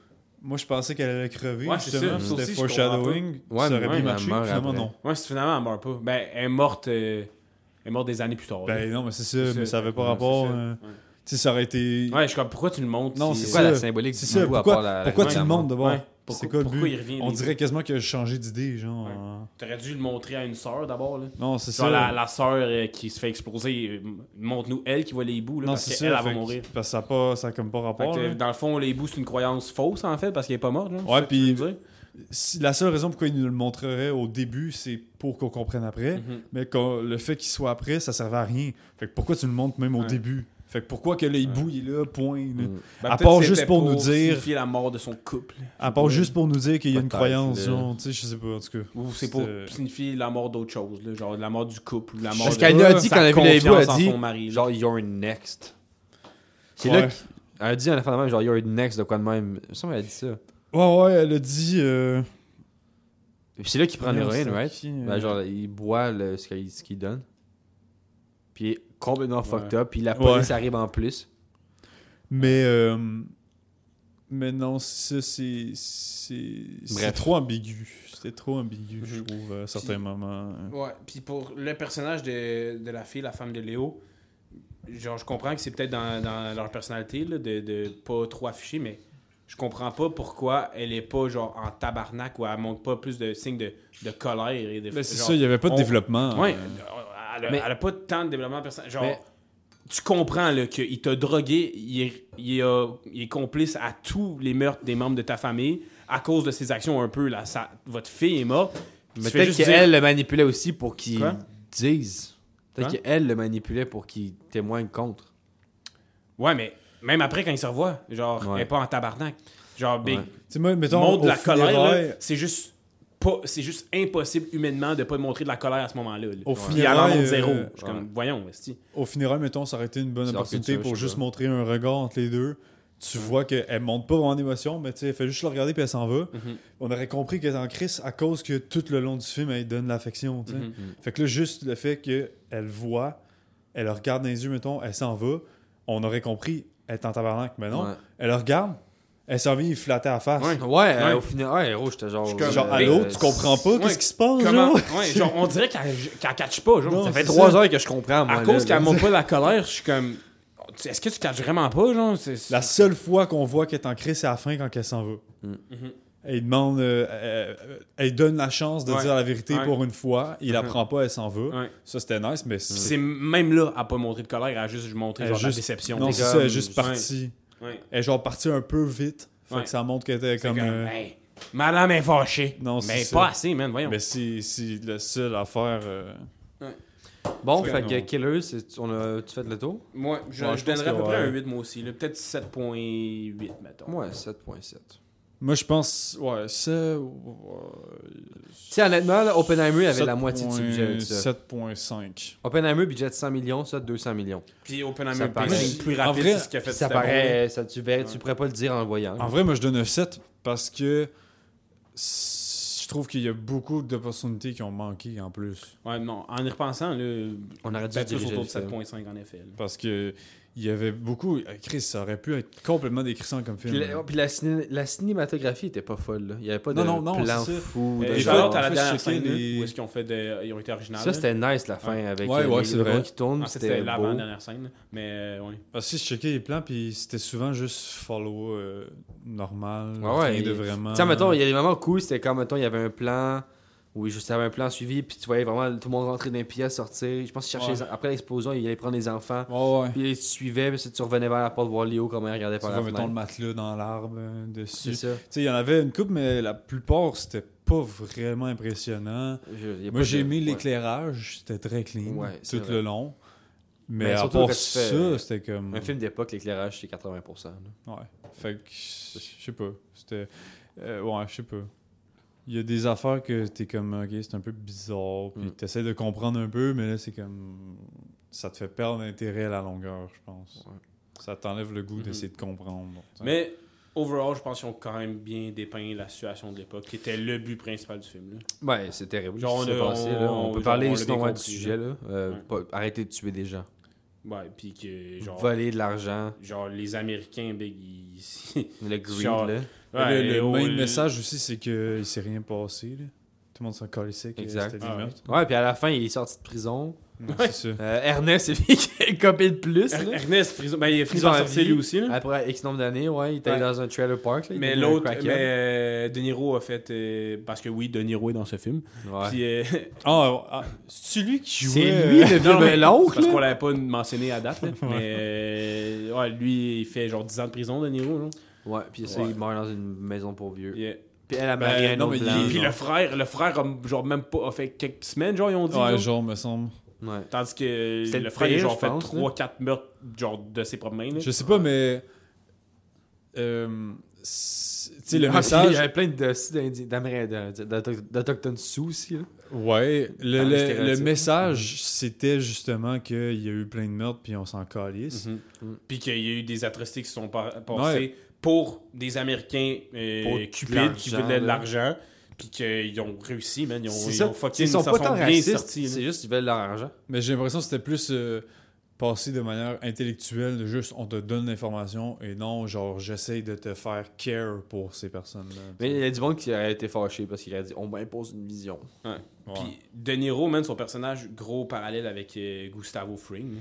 Moi, je pensais qu'elle allait crever.
Ouais, c'est
justement,
ça.
c'était
Aussi, je
foreshadowing.
comprends
ça
pas. Ouais,
aurait
mais
pu
ouais,
marcher.
elle meurt
Finalement,
après.
non.
Ouais, c'est- finalement, elle meurt pas. Ben, elle est morte, euh, elle est morte des années plus tard. là.
Ben non, mais c'est ça.
C'est
Mais
ça.
ça avait pas
Ouais,
rapport.
c'est ça.
euh,
Ouais.
Tu sais, ça aurait été.
ouais, je suis comme, pourquoi tu le montres?
Non,
si-
c'est
C'est
ça.
quoi la symbolique
C'est
du
ça.
coup, à
Pourquoi,
part la-
pourquoi
la
tu le
mort?
montres d'abord
Ouais. Pourquoi-
C'est quoi le
pourquoi
but
il revient,
On
lui?
dirait quasiment qu'il a changé d'idée, genre.
Ouais.
hein.
T'aurais dû le montrer à une sœur d'abord, là.
Non, c'est
Genre
ça.
la, la sœur euh, qui se fait exploser, euh, montre-nous elle qui voit les bouts, là,
non,
parce
c'est
qu'elle
ça.
elle, elle va
fait que-
mourir.
Parce que ça a pas- ça a comme pas
Fait
rapport.
que,
là.
dans le fond, les bouts, c'est une croyance fausse, en fait, parce qu'elle est pas morte. Genre,
Ouais,
c'est ça que
puis-
tu veux dire?
Si- La seule raison pourquoi il nous le montrerait au début, c'est pour qu'on comprenne après.
Mhm.
Mais quand, le fait qu'il soit après, ça servait à rien. Fait que pourquoi tu le montres même au
Ouais.
début Fait que pourquoi que le hibou il est là, point. là?
Mm.
Ben,
À
peut-être
part
que
juste
c'était
pour nous dire-
signifier la mort de son couple.
À part juste pour nous dire qu'il y a une
Peut-être,
croyance,
là.
genre, tu sais, je sais pas, en tout cas.
Ou c'est pour
C'était-
signifier la mort d'autre chose, là, genre la mort du couple, ou la mort
Parce
de
qu'elle a dit
sa
quand elle a vu le hibou, elle
confiance en
a dit
son mari, là.
genre you're next. C'est
Ouais.
là qu'elle a dit en fin de même genre you're next de quoi de même. Il me semble qu'elle a dit ça.
Ouais, ouais, elle a dit. euh,
Puis c'est là qu'il prend
Non,
l'héroïne,
c'est
right?
qui, euh,
Ben, genre, il boit le- ce qu'il ce qu'il donne. Puis il est complètement fucked up. Puis la
Ouais.
police arrive en plus.
Mais, euh, mais non, ça, c'est. C'est c'est
Bref.
trop ambigu. C'était trop ambigu, je
Mhm. Ben,
trouve, à certains moments.
Ouais, puis pour le personnage de, de la fille, la femme de Léo, genre, je comprends que c'est peut-être dans, dans leur personnalité là, de, de pas trop afficher, mais je comprends pas pourquoi elle est pas genre en tabarnak ou elle montre pas plus de signes de, de colère et de.
Mais c'est
genre,
ça, il n'y avait pas de
on-
développement.
Ouais,
euh,
elle, a,
Mais-
elle a pas tant de développement personnel. Genre,
Mais-
tu comprends là, qu'il t'a drogué, il est, il, a- il est complice à tous les meurtres des membres de ta famille à cause de ses actions un peu. Là, sa- votre fille est morte. Tu
Mais
fais
peut-être
juste
qu'elle
dire-
le manipulait aussi pour qu'il
Quoi? Hein?
dise. Peut-être
Quoi?
qu'elle le manipulait pour qu'il témoigne contre.
Ouais, mais même après, quand il se revoit, genre,
Ouais.
elle est pas en tabarnak. Genre, Big,
Ouais.
Tu sais, moi, mettons,
montre de
au
la colère, là,
funérailles-
c'est juste pas, c'est juste impossible humainement de pas montrer de la colère à ce moment-là. là.
Au
Puis elle en
funérailles,
montre zéro.
euh,
Je suis comme, voyons, esti.
Au funérail, mettons, ça aurait été une bonne
Ça aurait été
opportunité
ça,
pour
je sais
juste
pas.
montrer un regard entre les deux. Tu vois qu'elle monte pas vraiment d'émotion, mais tu sais, elle fait juste le regarder puis elle s'en va.
Mhm.
On aurait compris qu'elle est en crise à cause que tout le long du film, elle donne l'affection. tu sais.
Mhm.
Fait que là, juste le fait qu'elle voit, elle le regarde dans les yeux, mettons, elle s'en va, on aurait compris, elle est en tabarnak. Mais non,
Ouais.
elle le regarde, elle s'en vient, il flatter la face.
Ouais.
Ouais, euh,
Ouais.
au final, ouais, héros, j'étais genre.
suis comme-
Genre,
Euh,
allô,
euh,
tu comprends pas,
ouais.
qu'est-ce qui se passe?
Comment?
là?
Ouais, genre, on dirait qu'elle qu'elle catch pas. Genre,
Non,
Ça fait
c'est
trois
ça.
heures.
heures que je comprends.
À
moi,
cause
là,
qu'elle
là.
montre pas la colère, je suis comme, est-ce que tu catches vraiment pas, genre? C'est- c'est-
La seule fois qu'on voit qu'elle est en crise, c'est à la fin quand elle s'en va.
Mhm.
Elle demande, euh, euh, euh, elle donne la chance de
Ouais.
dire la vérité
Ouais.
pour une fois. Il la prend pas, elle s'en va.
Ouais.
Ça, c'était nice, mais c'est
C'est même là, à pas montrer de colère, à juste montrer
Elle
genre, de la
juste-
déception.
non,
T'es
c'est ça,
comme-
elle est juste
Ouais.
partie.
Ouais.
Elle est genre partie un peu vite. Fait
Ouais.
que ça montre qu'elle était comme.
comme,
euh,
Hey, madame est fâchée.
Non, c'est
mais
ça.
pas assez, man, voyons.
Mais c'est c'est la seule affaire. euh,
Bon,
Ouais,
fait que
non.
Killer, c'est- on a, tu fais le tour?
Moi, je,
Ouais,
je
je pense
donnerais à peu
que
près
ouais.
un 8, moi aussi. là. Peut-être 7.8, mettons.
Ouais, 7.7.
Moi, je pense. Ouais, c'est.
Tu sais, honnêtement, là, Oppenheimer avait
7
la moitié du budget. de ça.
7.5.
Oppenheimer, budget de 100 millions, ça, 200 millions.
Puis Oppenheimer,
Ça paraît-
pacing plus
En
rapide,
vrai,
c'est ce qui a fait
Ça
que c'était
paraît, ça, tu, verrais- tu pourrais pas le dire en le voyant.
En vrai, moi, je donne un 7 parce que s- je trouve qu'il y a beaucoup d'opportunités qui ont manqué en plus.
bon. Ouais, non, en y repensant, là,
on aurait dû se
Ben,
peut-être plus
diriger.
autour de
vers ça.
7.5, en effet. là.
Parce que il y avait beaucoup. euh, Chris, ça aurait pu être complètement décrissant comme film.
Puis, la, oh, puis la ciné- la cinématographie était pas folle. là. Il y avait pas de
Non, non, non,
plan
c'est ça.
fou.
Euh,
de
des
je
genre-
vais
fois-
à la
des fois, je
dernière
checkais
scène, là,
les-
où est-ce qu'ils ont fait de... Ils ont été originaux.
Ça, c'était nice la fin
Ouais.
avec
Ouais,
euh,
ouais,
les-
c'est
les
vrai. Ah,
rois qui tournent.
En fait, c'était
C'était
la
beau.
dernière scène. là. Mais, euh, ouais.
Parce que je checkais les plans, puis c'était souvent juste follow euh, normal.
Ouais, ouais,
rien de
il-
vraiment. euh,
Tu sais, mettons, il y a des moments cool, c'était quand, mettons, il y avait un plan où juste avait un plan suivi, puis tu voyais vraiment tout le monde rentrer d'un pièce, sortir. Je pense qu'il
Ouais.
cherchait les en- après l'explosion, il allait prendre les enfants,
Ouais, ouais.
puis tu suivais, puis tu revenais vers la porte voir Léo comment il regardait
Tu
par
vois,
la
mettons le
fenêtre.
matelas dans l'arbre euh,
C'est
dessus. Tu
ça.
sais, il y en avait une coupe, mais la plupart, c'était pas vraiment impressionnant.
Je- il y a
Moi,
pas
j'ai
de-
aimé
ouais.
l'éclairage, c'était très clean
Ouais, c'est
tout
vrai.
le long. Mais,
Mais
à
surtout
part
quand tu
ça,
fais, euh,
c'était comme.
Un film d'époque, l'éclairage, c'est 80%. là.
Ouais. Fait que, je sais pas. C'était. euh, ouais, je sais pas. Il y a des affaires que t'es comme, ok, c'est un peu bizarre, puis
Mm.
t'essaies de comprendre un peu, mais là, c'est comme. Ça te fait perdre l'intérêt à la longueur, je pense.
Ouais. Mm-hmm.
Ça t'enlève le goût
Mhm.
d'essayer de comprendre. tu sais.
Mais, overall, je pense qu'ils ont quand même bien dépeint la situation de l'époque, qui était le but principal du film. là.
Ouais, c'est terrible.
Genre,
ce qui
on
s'est
a-
passé,
on-
là. on, peut
genre, on
parler
l'a
sinon
bien
ouais, du
compris,
sujet. Là. Euh,
Ouais.
pas- arrêter de tuer des gens.
Ouais, puis que genre,
Voler de l'argent,
genre les Américains, big, ils- <laughs>
le greed,
Genre-
là.
Ouais, oh,
le
et
le
au-
main message aussi, c'est qu'il s'est rien passé. là. Tout le monde s'en calissait que
Exact.
c'était des
Ah ouais.
<laughs>
meurtres.
Ouais, puis à la fin, il est sorti de prison.
Ouais,
Ouais.
C'est ça.
Euh, Ernest, c'est lui <laughs> qui a copé de plus.
Er- <laughs>
là.
Ernest, prison. Ben, il est fini
Prison
par
à
sortir
vie.
lui aussi. là.
Après X nombre d'années, ouais, il était
Ouais.
dans un trailer park. là, il
Mais
était
l'autre,
un crackhead.
mais euh, De Niro a fait. euh, parce que oui, De Niro est dans ce film.
Ouais.
Puis, euh, <laughs>
Ah, ah, c'est lui qui jouait.
C'est lui le
Non, mais
vieux l'oncle.
Parce
là.
qu'on l'avait pas mentionné à
<laughs>
date, là. mais euh, ouais, lui, il fait genre 10 ans de prison, De Niro. genre.
Ouais, puis ça,
Ouais. Euh,
il meurt dans une maison pour vieux.
Yeah.
Puis elle a
Ben,
marié un
non,
autre
mais il-
blanc,
Puis le
genre.
frère, le frère a genre même pas a fait quelques semaines, genre ils ont dit.
Ouais,
genre.
genre, me semble.
Ouais.
Tandis que
C'était
le
le
frère il a
pire,
genre
je
fait
pense,
3-4 meurtres genre de ses propres mains. là.
Je sais pas, mais. euh, c'est- tu sais, le
Ah, puis Il y
message.
avait plein de- aussi d'Indi- d'Amérindiens, d'Auto- d'Autochtones sous aussi. là.
Ouais, le,
Dans
le-
les stéréotypes.
le
Mhm.
message, c'était justement qu'il y a eu plein de meurtres, puis on s'en calisse.
Mhm.
Mm.
Puis qu'il y a eu des atrocités qui se sont par- passées pour des Américains euh,
Pour de
cupides qui
l'argent,
voulaient de
là.
l'argent. Puis qu'ils ont réussi, man. Ils ont,
C'est
ils
ça.
ont fucking-
Ils sont
s'en
pas tant
bien
racistes,
sortis, là.
c'est juste qu'ils veulent leur argent.
Mais j'ai l'impression que c'était plus euh, passé de manière intellectuelle, de juste on te donne l'information et non, genre, j'essaye de te faire care pour ces personnes-là.
Mais il y a du monde qui aurait été fâché parce qu'il a dit on m'impose une vision.
Ouais.
Puis De Niro, man, son personnage, gros parallèle avec euh, Gustavo Fring.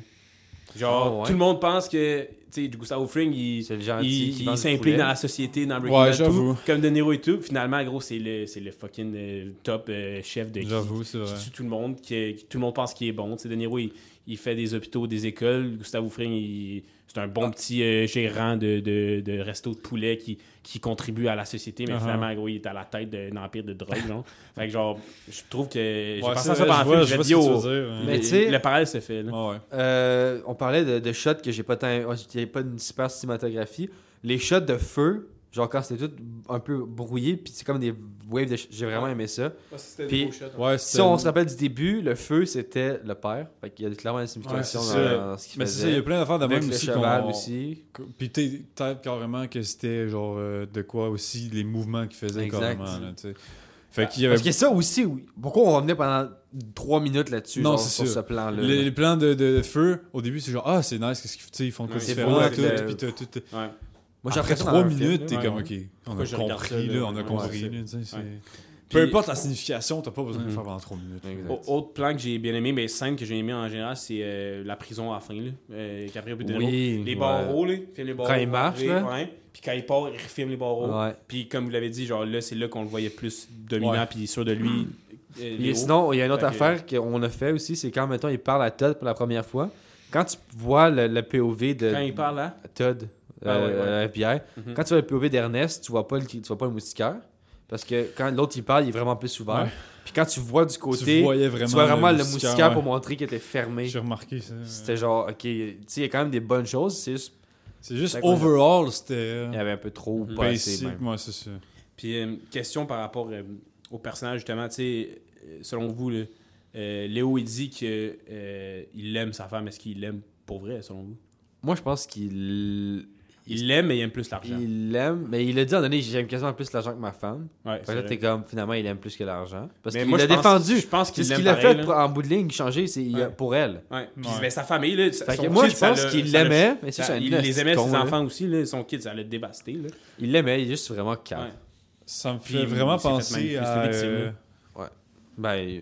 Genre,
Ah ouais.
tout le monde pense que, tu sais, Gustavo Fring, il,
C'est le gentil
il,
qui
il
vend du
s'implique
poulet.
dans la société, dans
Ouais,
Breaking Bad,
j'avoue.
tout, comme De Niro et tout. Finalement, gros, c'est le, c'est le fucking euh, top euh, chef de qui,
J'avoue, c'est
qui
vrai.
tue tout le monde, qui, qui- tout le monde pense qu'il est bon. Tu sais, De Niro, il, il fait des hôpitaux, des écoles. Gustavo Fring, il- c'est un
Ah.
bon petit euh, gérant de, de, de resto de poulet qui, qui contribue à la société, mais
Uh-huh.
finalement, gros, il est à la tête d'un empire de drogue, genre. <laughs> Fait que genre, je trouve que... J'ai
Ouais,
pensé
c'est
à ça
vrai,
pendant
je
le
vois-
film,
je
j'ai
vois
dit,
ce que tu
yo,
veux dire, hein.
Mais
le-
tu sais-
le parallèle se fait, là.
Ah ouais.
Euh, on parlait de, de shots que j'ai pas tant. oh, Il n'y avait pas une super cinématographie. Les shots de feu, genre quand c'était tout un peu brouillé, puis c'est comme des waves de. sh- J'ai vraiment aimé ça. Puis,
Ouais,
si
c'était-
on se rappelle du début, le feu c'était le père. Fait qu'il y a clairement une signification
Ouais, c'est ça.
dans, dans ce qu'il
Mais c'est ça, il y
faisait.
a plein d'affaires de
Avec
même
le
aussi.
cheval
qu'on-
aussi.
que- Puis t'es- peut-être carrément que c'était genre euh, de quoi aussi les mouvements qu'ils faisaient
Exact.
carrément. Là, tu sais. fait qu'il y avait
Parce que ça aussi, oui. pourquoi on revenait pendant 3 minutes là-dessus,
Non,
genre,
c'est
sur
sûr.
ce plan-là?
les, les plans de, de feu, au début, c'est genre Ah, c'est nice, qu'est-ce qu'ils tu sais, ils font quoi
Ouais,
de
c'est
différent
beau,
et tout.
le-
Puis t'as- t'as- t'as-
Ouais.
Moi,
Après
ça dans
3
un film,
minutes, t'es
là.
comme Ok, on a
Pourquoi je regarde
compris,
ça,
là,
là?
on a
Ouais,
compris.
c'est-
là, tu sais, c'est-
ouais.
Peu
Puis-
importe la signification, t'as pas besoin de le faire pendant 3 minutes.
Mhm. Exact.
Au- Autre plan que j'ai bien aimé, mais scène que j'ai aimé en général, c'est euh, la prison à la fin, là. Euh, Gabriel Butero.
Oui,
Les
ouais.
barreaux, là. Filme les barreaux.
Quand il marche,
ouais.
là.
Ouais. Puis quand il part, il refilme les barreaux.
Ouais.
Puis comme vous l'avez dit, genre là, c'est là qu'on le voyait plus dominant,
Ouais.
puis sûr de lui. euh,
Et
Léo.
sinon, il y a une autre
Fait que- euh,
affaire qu'on a fait aussi, c'est quand, mettons, il parle à Todd pour la première fois. Quand tu vois le, le POV de
Quand il parle là.
Todd,
Ah ouais, ouais.
euh, à FBI,
Mhm.
quand tu vois le POV d'Ernest, tu vois pas le, tu vois pas le moustiquaire. Parce que quand l'autre il parle, il est vraiment plus ouvert.
Ouais.
Puis quand tu vois du côté,
tu
tu,
voyais vraiment,
vois vraiment le moustiquaire,
ouais.
pour montrer qu'il était fermé.
J'ai remarqué ça.
C'était genre, ok, tu sais, il y a quand même des bonnes choses, c'est juste,
C'est juste
Fait qu'on a-
overall, c'était
il y
euh,
avait un peu trop
Mhm.
ou
Ben,
pas assez ben.
basic.
même.
Moi, c'est ça.
Puis euh, question par rapport euh, au personnage, justement, tu sais, euh, selon vous, là, euh, Léo, il dit que euh, il aime sa femme. Est-ce qu'il l'aime pour vrai, selon vous
Moi, je pense qu'il
Il l'aime, mais il aime plus l'argent.
il l'aime, mais il a dit en donné, j'aime quasiment plus l'argent que ma femme.
Ouais,
Fait
c'est
que là,
vrai.
t'es comme, finalement, il aime plus que l'argent. Parce
Mais
qu'il
moi,
l'a
je pense-
défendu.
je pense qu'il
C'est
l'aime
ce qu'il a
pareil,
fait
là.
pour- en bout de ligne, changer, c'est il a-
Ouais.
pour elle.
Ouais. Puis,
Ouais.
ben, sa famille, là, sa-
Fait que
son
moi,
kid,
je
ça
pense
l'a-
qu'il
ça l'a-
l'aimait, mais ça,
ça-
c'est un
Ah, Il les
nasty
aimait,
con,
ses
là.
enfant aussi, là, son kid, ça l'a dévasté. Là.
Il l'aimait, il est juste vraiment calme.
Ouais.
Ça me fait
Puis il
vraiment
s'est fait même
penser
plus
à.
de victimes,
euh,
là.
Ben, euh,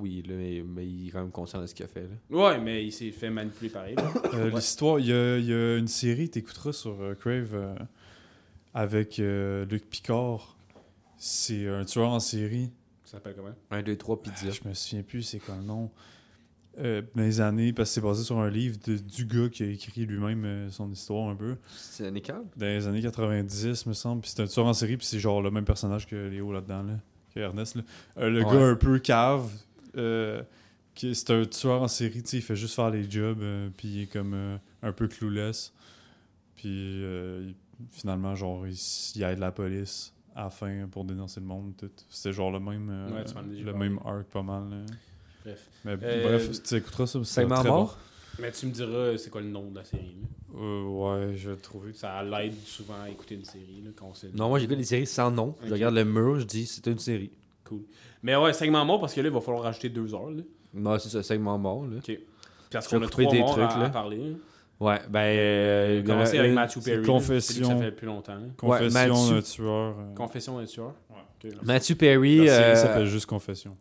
oui, là, mais, mais il est quand même conscient de ce qu'il a fait. là.
Ouais, mais il s'est fait manipuler pareil. là.
Euh, L'histoire, il y, a- il y a une série, t'écouteras sur euh, Crave euh, avec euh, Luc Picard. C'est un tueur en série.
Ça s'appelle comment
Un, deux, trois, puis
Ah, je me souviens plus c'est quoi le nom. Euh, dans les années, parce que c'est basé sur un livre de- du gars qui a écrit lui-même euh, son histoire un peu.
C'est un écart.
Dans les années 90, me semble. Puis c'est un tueur en série, puis c'est genre le même personnage que Léo là-dedans, là, que Ernest. là. Euh, le
Ouais.
gars un peu cave. euh, qui, c'est un tueur en série, tu sais, il fait juste faire les jobs, euh, puis il est comme euh, un peu clueless. Puis euh, il- finalement, genre, il, s- il aide la police à la fin pour dénoncer le monde. tout. C'était genre le même, euh,
Ouais, tu m'en as déjà
le
parlé.
même arc, pas mal. là.
Bref.
Mais
Euh,
bref, tu écouteras ça. C'est
Segment
très
mort?
Mais tu me diras, c'est quoi le nom de la série là.
bon. Euh, ouais, je vais le trouver.
Ça l'aide souvent à écouter une série là, quand on sait.
Non, moi, j'écoute des séries sans nom. Je
Ok.
regarde le mur, je dis, c'est une série. Bah,
Cool. Mais ouais, segment mort parce que là, il va falloir rajouter deux heures. là.
Non, c'est ça, segment mort. Là.
Ok. Parce
Je vais
qu'on a
couper
trois
des
morts
trucs,
à,
là.
à parler.
Ouais, ben. euh,
J'ai commencé
euh,
avec
euh,
Matthew Perry. là.
Confession.
Celui que Ça fait plus longtemps. là.
Confession
Mathieu-
d'un tueur. euh,
Confession et tueur. Ouais.
Matthew
la
Perry,
série
euh,
s'appelle juste Confession.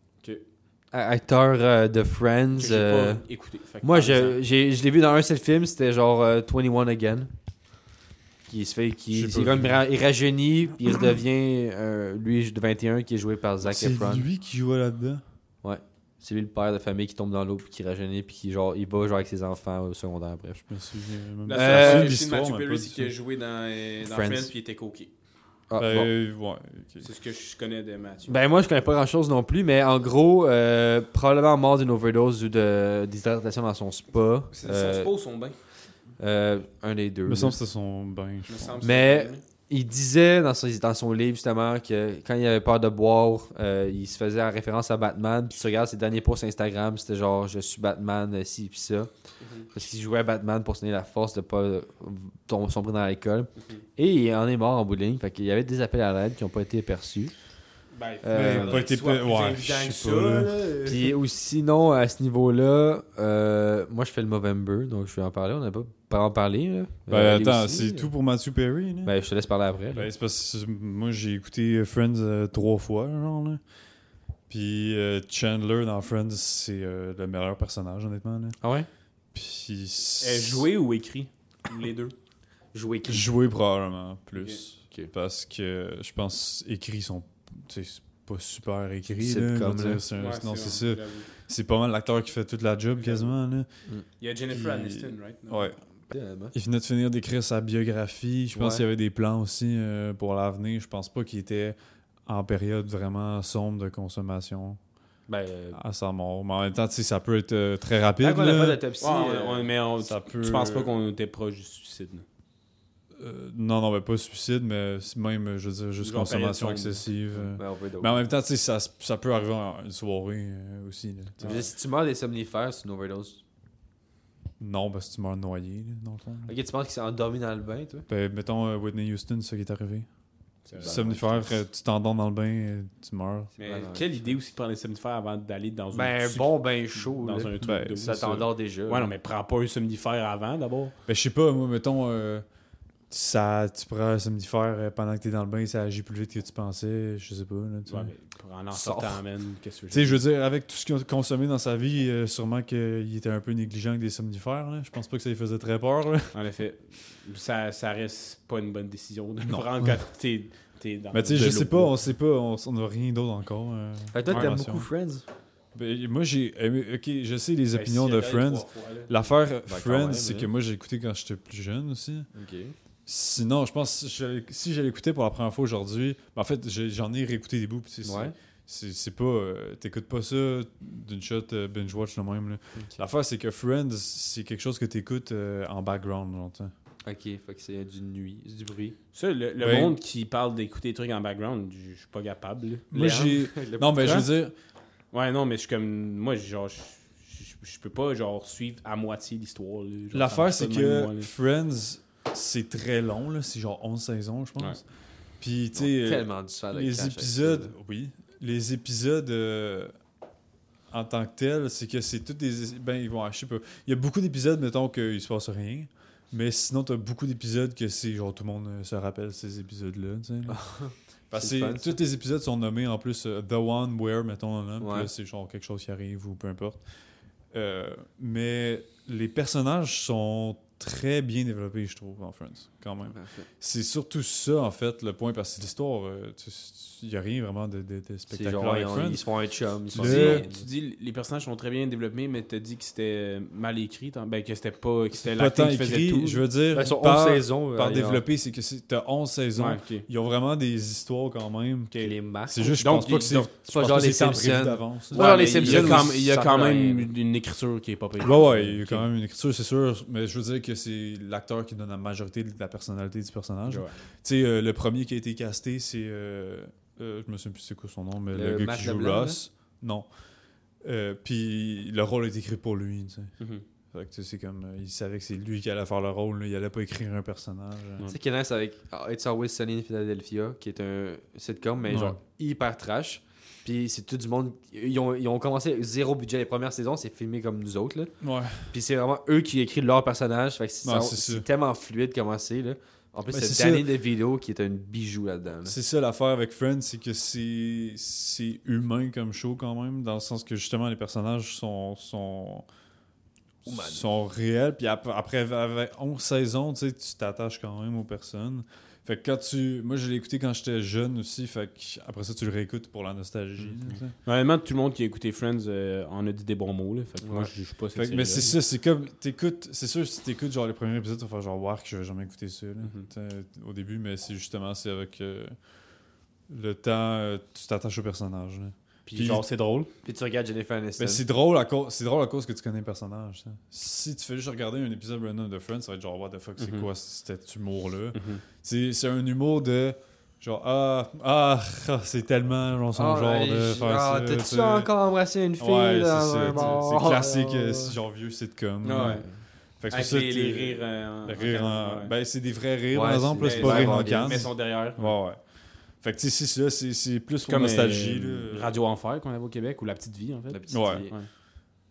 a- acteur euh, de Friends. euh,
écouté. Fait que
Moi,
parlez-en.
je, j'ai- je l'ai vu dans un seul film, c'était genre euh, 21 Again. Qui se fait. Qui,
J'ai
c'est
pas
comme, ra- il rajeunit, puis il redevient euh, lui de 21 qui est joué par Zac Efron.
lui qui jouait là-dedans.
C'est lui le père de famille qui tombe dans l'eau, puis qui rajeunit, puis qui genre, il va genre avec ses enfants au secondaire, bref.
Je me souviens même
La
pas.
Euh,
seule
Je me souviens de
chose que je sais de Matthew
l'histoire, mais
Perry,
pas
c'est
du
qu'il a
tout.
joué dans, euh, dans
Friends.
Friends puis il était coqué.
Ah, bon.
Euh, ouais, ok.
C'est ce que je connais de Matthew.
Ben moi je connais pas grand chose non plus, mais en gros, euh, probablement mort d'une overdose ou de déshydratation dans son spa.
c'est
Euh,
son spa ou son bain
euh, un des deux.
Il me
là.
semble que c'était son bain.
Je
Je
me
pense.
semble
Mais-
que c'est
Il disait dans son, dans son livre justement que quand il avait peur de boire, euh, il se faisait en référence à Batman. Puis tu regardes ses derniers posts Instagram, c'était genre je suis Batman, euh, ci puis ça. Parce qu'il jouait à Batman pour se donner la force de pas euh, tom- sombrer dans l'alcool. Et il en est mort en bout de ligne. Fait qu'il y avait des appels à l'aide qui n'ont pas été perçus.
Ben,
Euh,
faudrait
pas
qu'il
été
soit
pe-
plus
ouais,
évident
je
que ça,
sais pas, là.
là.
Puis ou sinon, à ce niveau-là, euh, moi je fais le Movember, donc je vais en parler. On n'a pas pas en parlé. là. Euh,
Ben
allez
attends,
aussi,
c'est
euh.
tout pour Matthew Perry. Là.
Ben je te laisse parler après. là.
Ben, c'est parce que moi, j'ai écouté Friends euh, trois fois, genre, là. Puis euh, Chandler dans Friends, c'est euh, le meilleur personnage, honnêtement, là.
ah ouais?
Puis...
Euh, joué ou écrit Les deux.
Jouer
Joué, probablement, plus. Parce que je pense, écrits sont... tu sais, c'est pas super écrit,
C'est
là, je veux
sitcom,
dire,
là.
c'est
Ouais,
un- non,
vrai,
euh, c'est ça.
j'avoue.
C'est pas mal l'acteur qui fait toute la job, quasiment, là.
Il y a Jennifer
Puis-
Aniston, right Non.
Ouais. Il venait de finir d'écrire sa biographie. Je pense
Ouais.
qu'il y avait des plans aussi euh, pour l'avenir. Je pense pas qu'il était en période vraiment sombre de consommation
Ben, euh,
à sa mort. Mais en même temps, tu sais, ça peut être euh, très rapide.
on n'a
là.
pas d'autopsie,
Ouais, on-
euh,
on- mais on-
ça
tu-
peut-
tu penses pas qu'on était proche du suicide là?
Euh, non, non, mais pas suicide, mais c'est même, je veux dire, juste
Genre
consommation
période sombre.
excessive. euh.
ben, on peut d'autres.
Mais en même temps, tu sais, ça, s- ça peut arriver en une soirée euh, aussi. là.
Je veux dire, Si tu meurs des somnifères, c'est une overdose.
Non, parce que tu meurs noyé, là, dans le fond. là.
Ok, tu penses qu'il s'est endormi dans le bain, toi
Ben, mettons euh, Whitney Houston, c'est ça qui est arrivé. Somnifère, euh, tu t'endors dans le bain, euh, tu meurs.
Mais
Ouais, ouais.
quelle idée aussi de prendre un somnifère avant d'aller dans
Ben,
une
bon bain chaud.
dans
là.
un truc
Ben,
d'eau.
Ça t'endort déjà.
Ouais, non, mais prends pas un somnifère avant d'abord.
Ben, je sais pas, moi, mettons, euh, ça, tu prends un somnifère euh, pendant que t'es dans le bain, ça agit plus vite que tu pensais, je sais pas. là, tu
Ouais,
sais.
mais pour en en
Sors.
sortant, man, qu'est-ce que
Tu
je
sais, je veux dire, avec tout ce qu'il a consommé dans sa vie, euh, sûrement qu'il était un peu négligent avec des somnifères. là. Je pense pas que ça lui faisait très peur. là.
En effet, ça, ça reste pas une bonne décision de le prendre quand t'es, t'es dans
Mais tu sais,
de
je sais
l'eau.
pas, on sait pas, on, on a rien d'autre encore. euh,
Fait que toi, t'aimes
information.
beaucoup Friends.
Ben, moi, j'ai aimé, ok, je sais les
Ben,
opinions
si,
de
elle a eu trois Ben,
Friends.
fois, là.
L'affaire
quand
Friends,
même,
c'est
hein.
que moi, j'ai écouté quand j'étais plus jeune aussi.
Ok.
Sinon, je pense que si je- si je l'écoutais pour la première fois aujourd'hui, ben, en fait, j'ai- j'en ai réécouté des bouts. puis tu sais, c'est-
Ouais.
C'est c'est pas. euh, T'écoutes pas ça d'une shot euh, binge-watch le même. là. L'affaire, c'est que Friends, c'est quelque chose que t'écoutes euh, en background, j'entends.
Ok, fait que c'est du nuit, c'est du bruit. <laughs>
Ça, le, le
Ben-
monde qui parle d'écouter des trucs en background, je je suis pas capable. là.
Moi,
Léon?
j'ai. Non, mais je veux dire.
Ouais, non, mais je suis comme. Moi, genre, je, je- je peux pas, genre, suivre à moitié l'histoire. là. Genre, ça
L'affaire,
marche
c'est
pas de même, moi,
que
là.
Friends, c'est très long, là. C'est genre 11 saisons, je pense. Puis, tu sais.
Ils ont
euh,
tellement dû se faire de cash
les
avec ça,
épisodes,
là.
oui, les épisodes euh, en tant que tels, c'est que c'est toutes des ben ils vont je sais pas. Il y a beaucoup d'épisodes mettons qu'il se passe rien, mais sinon t'as beaucoup d'épisodes que c'est genre tout le monde euh, se rappelle ces épisodes là, tu sais. là. Parce que
Ah, <laughs> C'est le fun, ça.
tous les épisodes sont nommés en plus euh, The One Where mettons là, puis
Ouais.
là, c'est genre quelque chose qui arrive ou peu importe. Euh, mais les personnages sont très bien développés, je trouve, en France, quand même.
Parfait.
C'est surtout ça, en fait, le point, parce que l'histoire, euh, il n'y a rien vraiment de, de- de
C'est
spectaculaire
genre,
avec
ils, ont-
Friends.
ils se font un chum. Ils se
Tu
font
Le-
dis, tu dis les personnages sont très bien développés, mais t'as dit que c'était euh, mal écrit, t'en- ben, que c'était pas. Que c'était
Pas
l'acting
tant
qui faisait
écrit,
tout.
je veux dire,
Ben, ils sont 11
par,
saisons.
par
euh,
développer, c'est que tu as 11
Ouais,
saisons.
ok.
Ils ont vraiment des histoires quand même.
ils ont- ils les marques.
C'est juste, je
Donc,
pense pas que
ils-
c'est
donc,
je
c'est pas
pense
genre
que
les
c'est tant prévu
Simpsons.
d'avance, là.
Ouais,
Ouais,
les
mais il y a
Simpsons,
quand- il y a
ça
quand
sert à
même
rien.
une écriture qui est pas pire.
Ouais, ouais, il y a
Euh, Ok.
quand même une écriture, c'est sûr, mais je veux dire que c'est l'acteur qui donne la majorité de la personnalité du personnage.
Ouais.
Tu sais, euh, le premier qui a été casté, c'est. euh, euh, je me souviens plus c'est quoi son nom, mais
Le
le, gars
Matt
qui joue
LeBlanc,
Ross. Non. Euh, Puis le rôle est écrit pour lui, tu sais.
Mhm.
Fait que tu sais, c'est comme. euh, il savait que c'est lui qui allait faire le rôle, là. il allait pas écrire un personnage. hein.
Tu sais qu'il y en a, c'est avec ah, It's Always Sunny in Philadelphia, qui est un sitcom, mais
Ouais.
genre hyper trash. Puis c'est tout du monde. Ils ont, ils ont commencé zéro budget les premières saisons, c'est filmé comme nous autres. Là.
Ouais.
Puis c'est vraiment eux qui écrivent leur personnage. Fait que c'est,
Non,
ça-
c'est
c'est
ça.
tellement fluide comment c'est. Là. En plus,
Mais
c'est
c'est
Danny DeVito qui est un bijou là-dedans. là.
C'est ça l'affaire avec Friends, c'est que c'est c'est humain comme show quand même, dans le sens que justement les personnages sont sont, sont réels. Puis ap- après avec 11 saisons, tu sais, tu t'attaches quand même aux personnes. Fait que quand tu. Moi, je l'ai écouté quand j'étais jeune aussi. Fait que après ça, tu le réécoutes pour la nostalgie. là, tu sais.
Normalement, tout le monde qui a écouté Friends euh, en a dit des bons mots. Là, fait que moi,
Ouais.
je juge pas cette
Fait que- mais c'est
série-là.
ça, c'est comme. T'écoutes. C'est sûr, si t'écoutes genre les premiers épisodes, tu vas faire genre, Wark, je vais jamais écouter ça là,
Mhm.
t'sais, au début, mais c'est justement, c'est avec euh, le temps, euh, tu t'attaches au personnage. là.
Puis,
Puis-
genre, c'est drôle.
Puis tu regardes Jennifer Aniston.
Mais c'est drôle, à cause, c'est drôle à cause que tu connais le personnage. ça. Si tu fais juste regarder un épisode random de Friends, ça va être genre, what the fuck, c'est
Mhm.
quoi cet humour-là? C'est, c'est un humour de genre, ah, ah, ah, c'est tellement genre, son
Ah,
genre
ouais,
de
j-
faire
ah,
ça,
T'as-tu
t'sais.
encore embrassé une fille
Ouais, c'est,
dans
ça,
un
t'sais,
bar?
c'est classique, euh,
Oh, Ouais.
genre vieux sitcom.
Ouais.
Fait que
Avec
c'est pour ça
les,
que-
les rires. euh,
les rires en-
ouais.
Ben, c'est des vrais rires,
Ouais,
par exemple,
c'est-
c'est, pas
ouais,
rires en
ouais,
canne.
mais sont derrière.
Ouais, ouais. Fait que, tu sais, c'est ça, c'est, c'est plus pour
Comme
nostalgie.
euh,
là.
Radio Enfer qu'on avait au Québec ou La Petite Vie, en fait.
La petite
Ouais.
fille.
Ouais.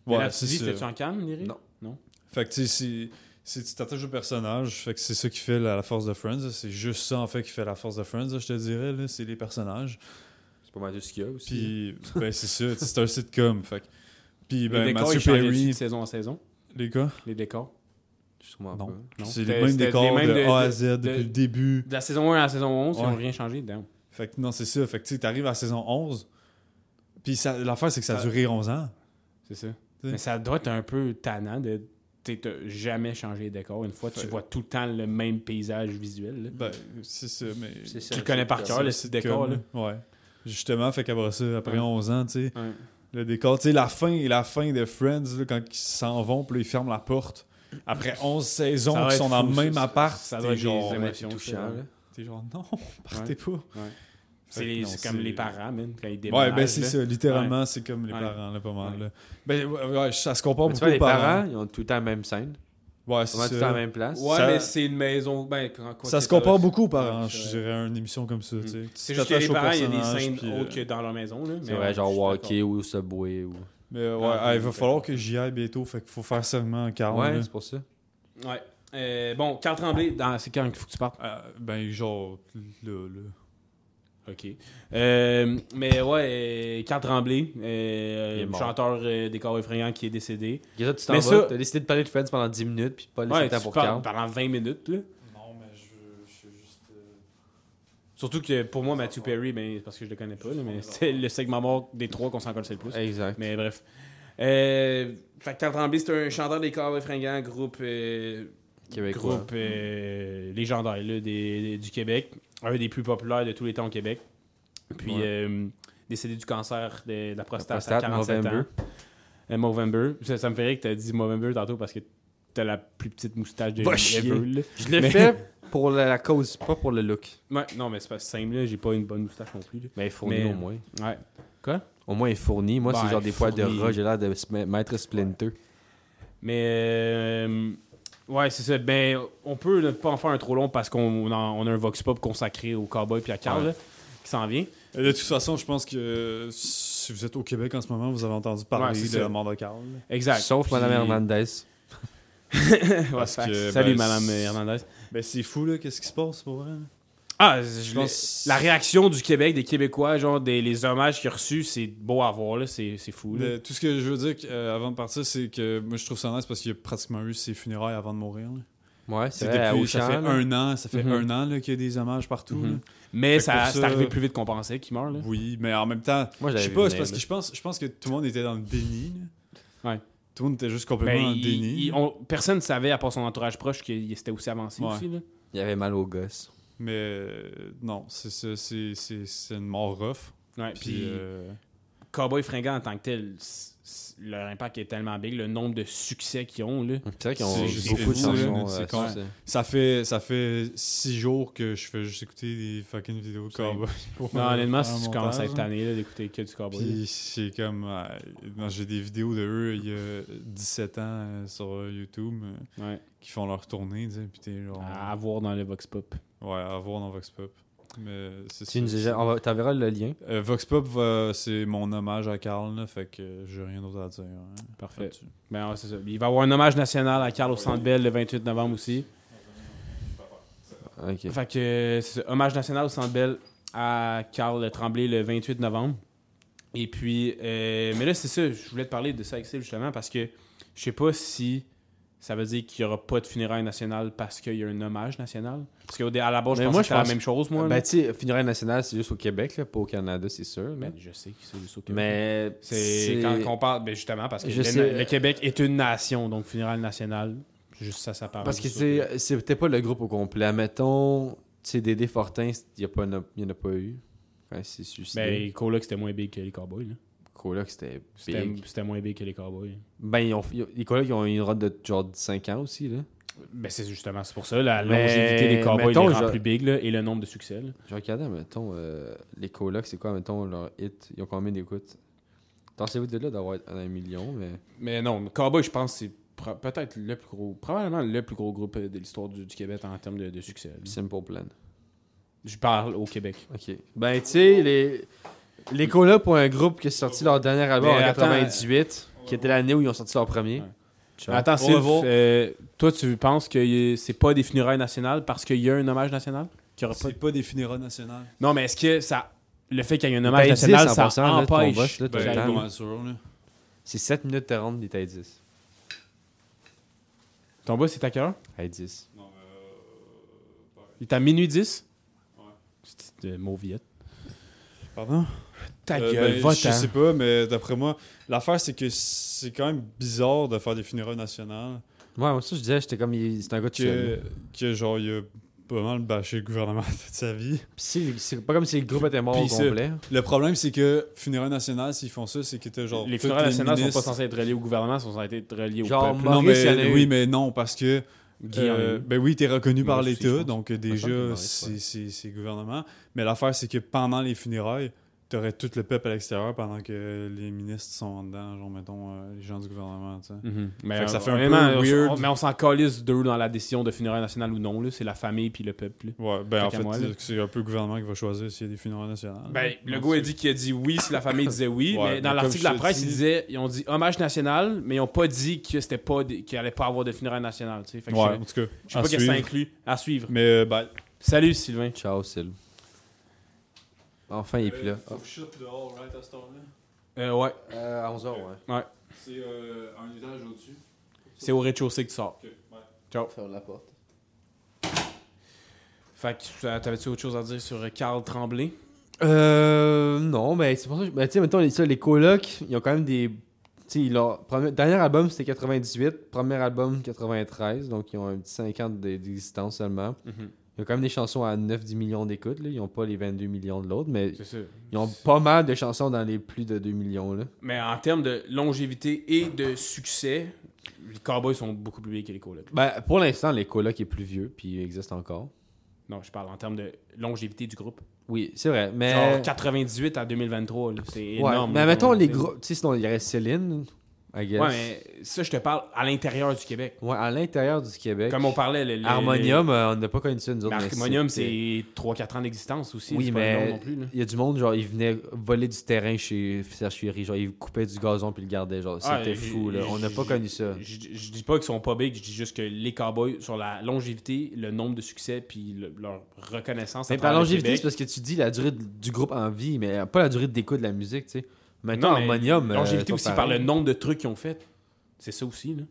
Mais
Ouais,
la
c'est
Petite Vie,
ça.
c'était-tu en canne, les rires
Non.
Fait que tu sais, c'est- c'est- tu t'attaches au personnage, fait que c'est ça qui fait la, la force de Friends. là. C'est juste ça en fait qui fait la force de Friends, là, je te dirais, là, c'est les personnages.
C'est pas mal de ce qu'il y a aussi.
Puis ben c'est ça, tu sais, c'est un sitcom. Fait que- puis ben
euh, les décors,
Matthew
ils changeaient de
Perry,
saison en saison.
les gars,
Les décors.
Sûrement
Non.
pas.
Non,
c'est
c'était-
les mêmes
c'était
décors
les mêmes
de, A à Z
de-
depuis
de-
le début.
De la saison 1 à la saison 11, ils
Ouais.
n'ont rien changé dedans.
Fait que non, c'est ça. Fait que tu sais, t'arrives à la saison 11, puis ça- l'affaire c'est que ça a duré 11 ans.
C'est ça.
T'sais.
Mais ça doit être un peu tannant de t'sais, t'as jamais changé de décor. Une fois, tu
Fait-
vois tout le temps le même paysage visuel. là.
Ben c'est ça, mais.
C'est
Tu
ça,
le
c'est
connais par
ça.
cœur, le site décor. là.
Comme- Ouais. Justement, fait qu'après ça, après
Ouais.
11 ans, tu sais.
Ouais.
Le décor, tu sais, la fin la fin de Friends, là, quand ils s'en vont, puis là, ils ferment la porte. Après 11 saisons,
Ça doit
ils sont
être
dans
fou,
le même
ça, ça-
appart.
ça
t'es
doit être des
genre,
émotions.
C'est touchant,
ça,
là.
t'es genre, non, <laughs> partez pas.
C'est
que
les-
non,
c'est
c'est-
comme les parents, man, quand ils déménagent.
Ouais, ben c'est
là.
ça, littéralement, c'est comme les
Ouais.
parents, là, pas mal.
Ouais.
Là. Ben ouais, ouais, ça se compare
Mais tu
beaucoup
vois, les
aux parents.
parents, ils ont tout le temps la même scène.
Ouais,
Ils ont tout
c'est
le temps la
ça.
même place.
Ouais,
Ça-
mais c'est une maison. Ben, quand- quoi
Ça
que
se compare
reste-
beaucoup aux parents,
Ouais,
je
c'est- Mm-hmm.
dirais, une émission comme ça, tu sais. Tu
C'est juste que
t'attaches
les
au
parents, il y a des
personnage,
scènes
puis, euh,
autres que dans leur maison. là,
C'est
mais
vrai,
ouais, je
genre
suis
Walker ou Subway ou.
Mais euh, ouais,
Ouais,
ah, il va
ouais.
falloir que j'y aille bientôt, fait qu'il faut faire seulement en calme. là.
Ouais, c'est pour ça.
d'accord. Ouais. Euh, bon, Carl Tremblay, dans... c'est quand qu'il faut que tu partes
Ah, ben genre, là, là.
Ok. Euh, mais ouais, euh, Carl Tremblay,
Il est
euh,
mort.
chanteur euh, des Corps effrayants qui est décédé.
Gaza, tu t'en
Mais
vas,
ça-
t'as décidé de parler de Friends pendant 10 minutes, puis pas laisser
Ouais,
le temps
tu
pour
parles
Carl.
pendant 20 minutes. Là.
Non, mais je, je suis juste. euh,
Surtout que pour moi, Matthew Perry, ben, c'est parce que je le connais pas, là, mais c'est le segment mort des trois qu'on s'en colle c'est le plus.
Exact.
Mais bref. Euh, fait que Carl Tremblay, c'est un chanteur des Corps effrayants, groupe. euh,
Québécois.
groupe euh, légendaire là, des- du Québec, un des plus populaires de tous les temps au Québec. Puis
Ouais.
euh, décédé du cancer de, de la prostate,
prostate,
à 47
Movember.
ans. Euh, Movember. Ça, ça me fait rire que tu as dit Movember tantôt parce que t'as la plus petite moustache de
Va chier.
ever, là.
Je l'ai
Mais-
<laughs> fait pour la, la cause, pas pour le look.
<laughs> Ouais, non, mais c'est pas simple, là. j'ai pas une bonne moustache non plus. là.
Mais il fournit
Mais-
au moins.
Ouais.
Au moins, il fournit. Moi,
Ben,
c'est genre des poils de
fourni.
rat, j'ai l'air de se- maître splinteux.
Mais euh, ouais, c'est ça. Ben, on peut ne pas en faire un trop long parce qu'on en- on a un Vox Pop consacré au cowboy puis à Carl là, qui s'en vient.
De toute façon, je pense que euh, si vous êtes au Québec en ce moment, vous avez entendu
Ouais,
parler
c'est
de
ça.
la mort
<laughs>
de Carl.
Exact.
Sauf Madame
Puis-
Hernandez.
Ouais,
Parce
facts.
que,
Salut,
ben,
Madame
c'est-
Hernandez.
Ben, c'est fou, là, qu'est-ce qui se passe pour vrai?
Ah, je
pense-
l'ai- La réaction du Québec, des Québécois, genre des, les hommages qu'il a reçus, c'est beau à voir, là, c'est c'est fou. là.
tout ce que je veux dire que, euh, avant de partir, c'est que moi, je trouve ça nice parce qu'il a pratiquement eu ses funérailles avant de mourir. là.
Ouais, c'est
C'est
vrai, à
depuis, ça
Auchan,
fait
là.
un an, ça fait
Mhm.
un an là, qu'il y a des hommages partout.
Mhm.
là.
Mais
Fait que
ça,
pour
c'est
ça-
arrivé plus vite qu'on pensait qu'il meurt. Là.
Oui, mais en même temps,
Moi,
je
j'avais
sais
vu
pas, c'est
venir,
parce
là.
que je pense, je pense que tout le monde était dans le déni. là.
Ouais.
Tout le monde était juste
Ben,
complètement
il-
en déni.
il- on- personne ne savait, à part son entourage proche, qu'il était aussi avancé
Ouais.
aussi. Là.
Il avait mal aux gosses.
Mais euh, non, c'est ça, c'est- c'est c'est une mort rough.
Ouais,
Puis,
puis
euh,
Cowboy Fringant en tant que tel, c- c- leur impact est tellement big, le nombre de succès qu'ils ont, là.
C'est vrai qu'ils ont
C'est juste
beaucoup de
fou, là.
chansons.
C'est
euh,
con.
ça,
Ça fait, ça fait six jours que je fais juste écouter des fucking vidéos de
C'est-
cowboys. <laughs> pour
Non, honnêtement,
faire
si
un
tu commences à
montage, hein.
être tanné là, d'écouter que du Cowboy.
Puis c'est comme. euh, non, J'ai des vidéos de eux il y a 17 ans euh, sur YouTube euh,
Ouais. Ah.
qui font leur tournée, tu sais, puis t'es genre.
À voir dans le Vox Pop.
Ouais, à voir dans Vox Pop. Mais c'est
Tu
ça,
nous déjà, on va- t'enverras le lien.
Euh, Vox Pop, va- c'est mon hommage à Carl, là, fait que euh, j'ai rien d'autre à dire. hein,
Parfait.
là-dessus.
Ben, ouais, c'est ça. Il va y avoir un hommage national à Carl au Centre Bell le 28 novembre aussi.
Ok.
Fait que euh, c'est ça. hommage national au Centre Bell à Carl Tremblay le 28 novembre. Et puis, euh, mais là, c'est ça, je voulais te parler de ça avec Sylve, justement parce que je sais pas si ça veut dire qu'il y aura pas de funérailles nationales parce qu'il y a un hommage national. Parce qu'au dé- à la base, je
Mais
pensais que
moi, je
c'était
pense-
la même chose, moi. là.
Ben, tu sais, funérailles nationales, c'est juste au Québec, là, pas au Canada, c'est sûr. Mais,
Ben, je sais que c'est juste au Québec.
mais
C'est quand on parle, ben justement, parce que
Je
le,
sais-
le Québec est une nation, donc funérailles nationales, juste ça, ça parle.
Parce que c'est c'est peut-être pas le groupe au complet. Mettons, tu sais, Dédé Fortin, il n'y en a pas eu. Quand il s'est suicidé.
Ben, les colocs, c'était moins big que les cowboys. là.
Coloc, c'était
C'était
big.
c'était moins big que les cowboys.
Ben, ils ont, ils ont- les colocs, ils ont eu une rote de genre 5 ans aussi, là.
Ben, c'est justement c'est pour ça, la
Mais-
longévité des cowboys
mettons,
les rend
je-
plus big là, et le nombre de succès. là.
Je regardais, mettons, euh, les colocs, c'est quoi, mettons, leur hit Ils ont combien d'écoutes Pensez-vous de là d'avoir un million, mais.
Mais non, mais cowboys, je pense que c'est pro- peut-être le plus gros, probablement le plus gros groupe euh, de l'histoire du, du Québec en termes de, de succès. là.
Simple Plan.
Je parle au Québec.
Ok. Ben, tu sais, les. Les colocs pour un groupe qui a sorti leur dernier album
Mais
en
attends. euh,
98, qui était l'année où ils ont sorti leur premier.
Ouais.
Ciao.
Mais Attends,
On va
Sylve,
voir.
euh, toi, tu penses que y- c'est pas des funérailles nationales parce qu'il y a un hommage national Qu'il y aura pas
C'est pas des funérailles nationales.
Non, mais est-ce que ça. Le fait qu'il y ait un
T'as
hommage
dit
national, ça
100%, là, ton
empêche. Ben,
boss, là, t'as
que
le
ça
temps,
arrive.
là.
sûr, là.
C'est 7 minutes 40 des tailles 10.
Ton boss, c'est à quelle heure
Taille 10.
Il est à minuit 10 C'est de mauviette.
Pardon
Ta
Euh,
gueule,
ben,
va
Je sais pas, mais d'après moi, l'affaire, c'est que c'est quand même bizarre de faire des funérailles nationales.
Ouais, moi, ça, je disais, j'étais comme. il- C'est un gars de seul.
Que, que genre, il a pas mal bâché le gouvernement <laughs> toute sa vie.
Puis c'est- c'est pas comme si le groupe était mort au
Puis ça-
complet.
Le problème, c'est que funérailles nationales, s'ils font ça, c'est que t'as genre.
Les
toutes
funérailles nationales sont pas
ministres- Ben,
censées être reliées au gouvernement, elles sont censées être reliées au
Genre,
peuple.
Non,
Maurice, il y en a
mais,
eu.
oui, mais non, parce que.
Guy en a eu.
euh, ben oui, t'es reconnu
Moi
par
aussi, je
l'État,
pense.
donc euh,
semble que
déjà,
Maurice,
c'est
ouais.
c'est- c'est gouvernement. Mais l'affaire, c'est que pendant les funérailles, t'aurais tout le peuple à l'extérieur pendant que les ministres sont en dedans, genre, mettons, euh, les gens du gouvernement, tu sais.
Mhm. Mais
Fait que ça
euh,
fait un peu
honnêtement, on-
weird.
on- mais on s'en calisse d'eux dans la décision de funérailles nationales ou non. là. C'est la famille puis le peuple. là.
Ouais, ben
Fait
en
qu'à
fait,
moi, là.
c'est- c'est un peu le gouvernement qui va choisir s'il y a des funérailles nationales.
Ben, le
Donc,
goût a
Ah, c'est-
dit qu'il a dit oui si la famille disait oui,
Ouais,
mais dans
mais
l'article
comme
de la
je te
presse,
dis-
ils disaient ils ont dit hommage national, mais ils ont pas dit que c'était pas des- qu'il allait pas avoir de funérailles nationales, tu sais. Fait que
Ouais,
je,
en tout cas,
je sais
à
pas qu'est-ce que ça
suivre.
inclut à suivre.
Mais euh, bye.
Salut Sylvain.
Ciao, Sylve. Enfin, il est plus là.
que je dehors, right, à ce temps-là.
Euh, ouais,
à 11h, ouais.
C'est euh, un étage au-dessus.
c'est au rez-de-chaussée que tu sors.
Ok, bye.
Ferme la porte.
Fait que ça- t'avais-tu autre chose à dire sur euh, Carl Tremblay
Euh. Non, mais c'est pour ça que. Ben, tu sais, mettons, les, ça, les colocs, ils ont quand même des. Tu sais, leur premier- dernier album, c'était 98. Premier album, 93. Donc, ils ont un petit 5 ans d'e- d'existence seulement.
Mhm.
Ils ont quand même des chansons à 9-10 millions d'écoutes, là. Ils ont pas les 22 millions de l'autre, mais
C'est ça.
ils ont pas mal de chansons dans les plus de 2 millions, là.
Mais en termes de longévité et de succès, les Cowboys sont beaucoup plus vieux que les Colocs.
Ben, pour l'instant, les colocs est plus vieux, puis il existe encore.
Non, je parle en termes de longévité du groupe.
Oui, c'est vrai, mais.
Genre 98 à 2023, là, c'est
Euh, Ouais,
énorme.
mais
là,
mettons
tu
les
sais.
gros. Tu sais, sinon, il y aurait Céline, I guess.
Ouais, mais ça, je te parle à l'intérieur du Québec.
Ouais, à l'intérieur du Québec.
Comme on parlait, le, le-
Harmonium, euh, on n'a pas connu ça, nous
le-
autres. mais
Harmonium,
c'était-
c'est 3-4 ans d'existence aussi.
Oui,
c'est pas long
mais
non plus, là.
il y a du monde, genre, ils venaient voler du terrain chez Serge Fiori. Genre, ils coupaient du gazon puis ils le gardaient. Genre,
Ah,
c'était
j-
fou, là.
j-
On n'a pas
j-
connu ça.
Je, je dis pas qu'ils sont pas big, je dis juste que les Cowboys, sur la longévité, le nombre de succès, puis le- leur reconnaissance. à
Mais par
travers le
longévité,
Québec,
c'est parce que tu dis la durée de- du groupe en vie, mais pas la durée de l'écoute de la musique, tu sais. Maintenant,
Non, mais
Harmonium. euh,
Longévité
pas
aussi par
pareil.
le nombre de trucs qu'ils ont fait. C'est ça aussi, là.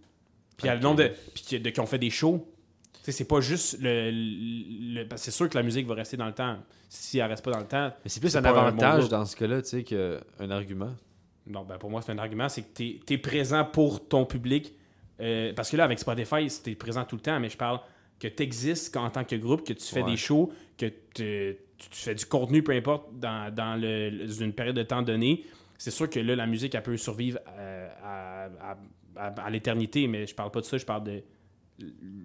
Puis il y a le
Ok.
nombre de. Puis qui- de- qu'ils ont fait des shows. Tu sais, c'est pas juste le. le- parce que c'est sûr que la musique va rester dans le temps. Si elle reste pas dans le temps,
Mais c'est plus
c'est
un
pas un bon
avantage
groupe.
dans ce cas-là, tu sais, qu'un argument.
non, ben pour moi, c'est un argument, c'est que t'es es présent pour ton public. Euh, parce que là, avec Spotify, t'es présent tout le temps, mais je parle que t'existes en tant que groupe, que tu fais
Ouais.
des shows, que te- tu tu fais du contenu, peu importe, dans, dans le- le- une période de temps donnée. c'est sûr que là, la musique, elle peut survivre euh, à, à- à- à l'éternité, mais je parle pas de ça, je parle de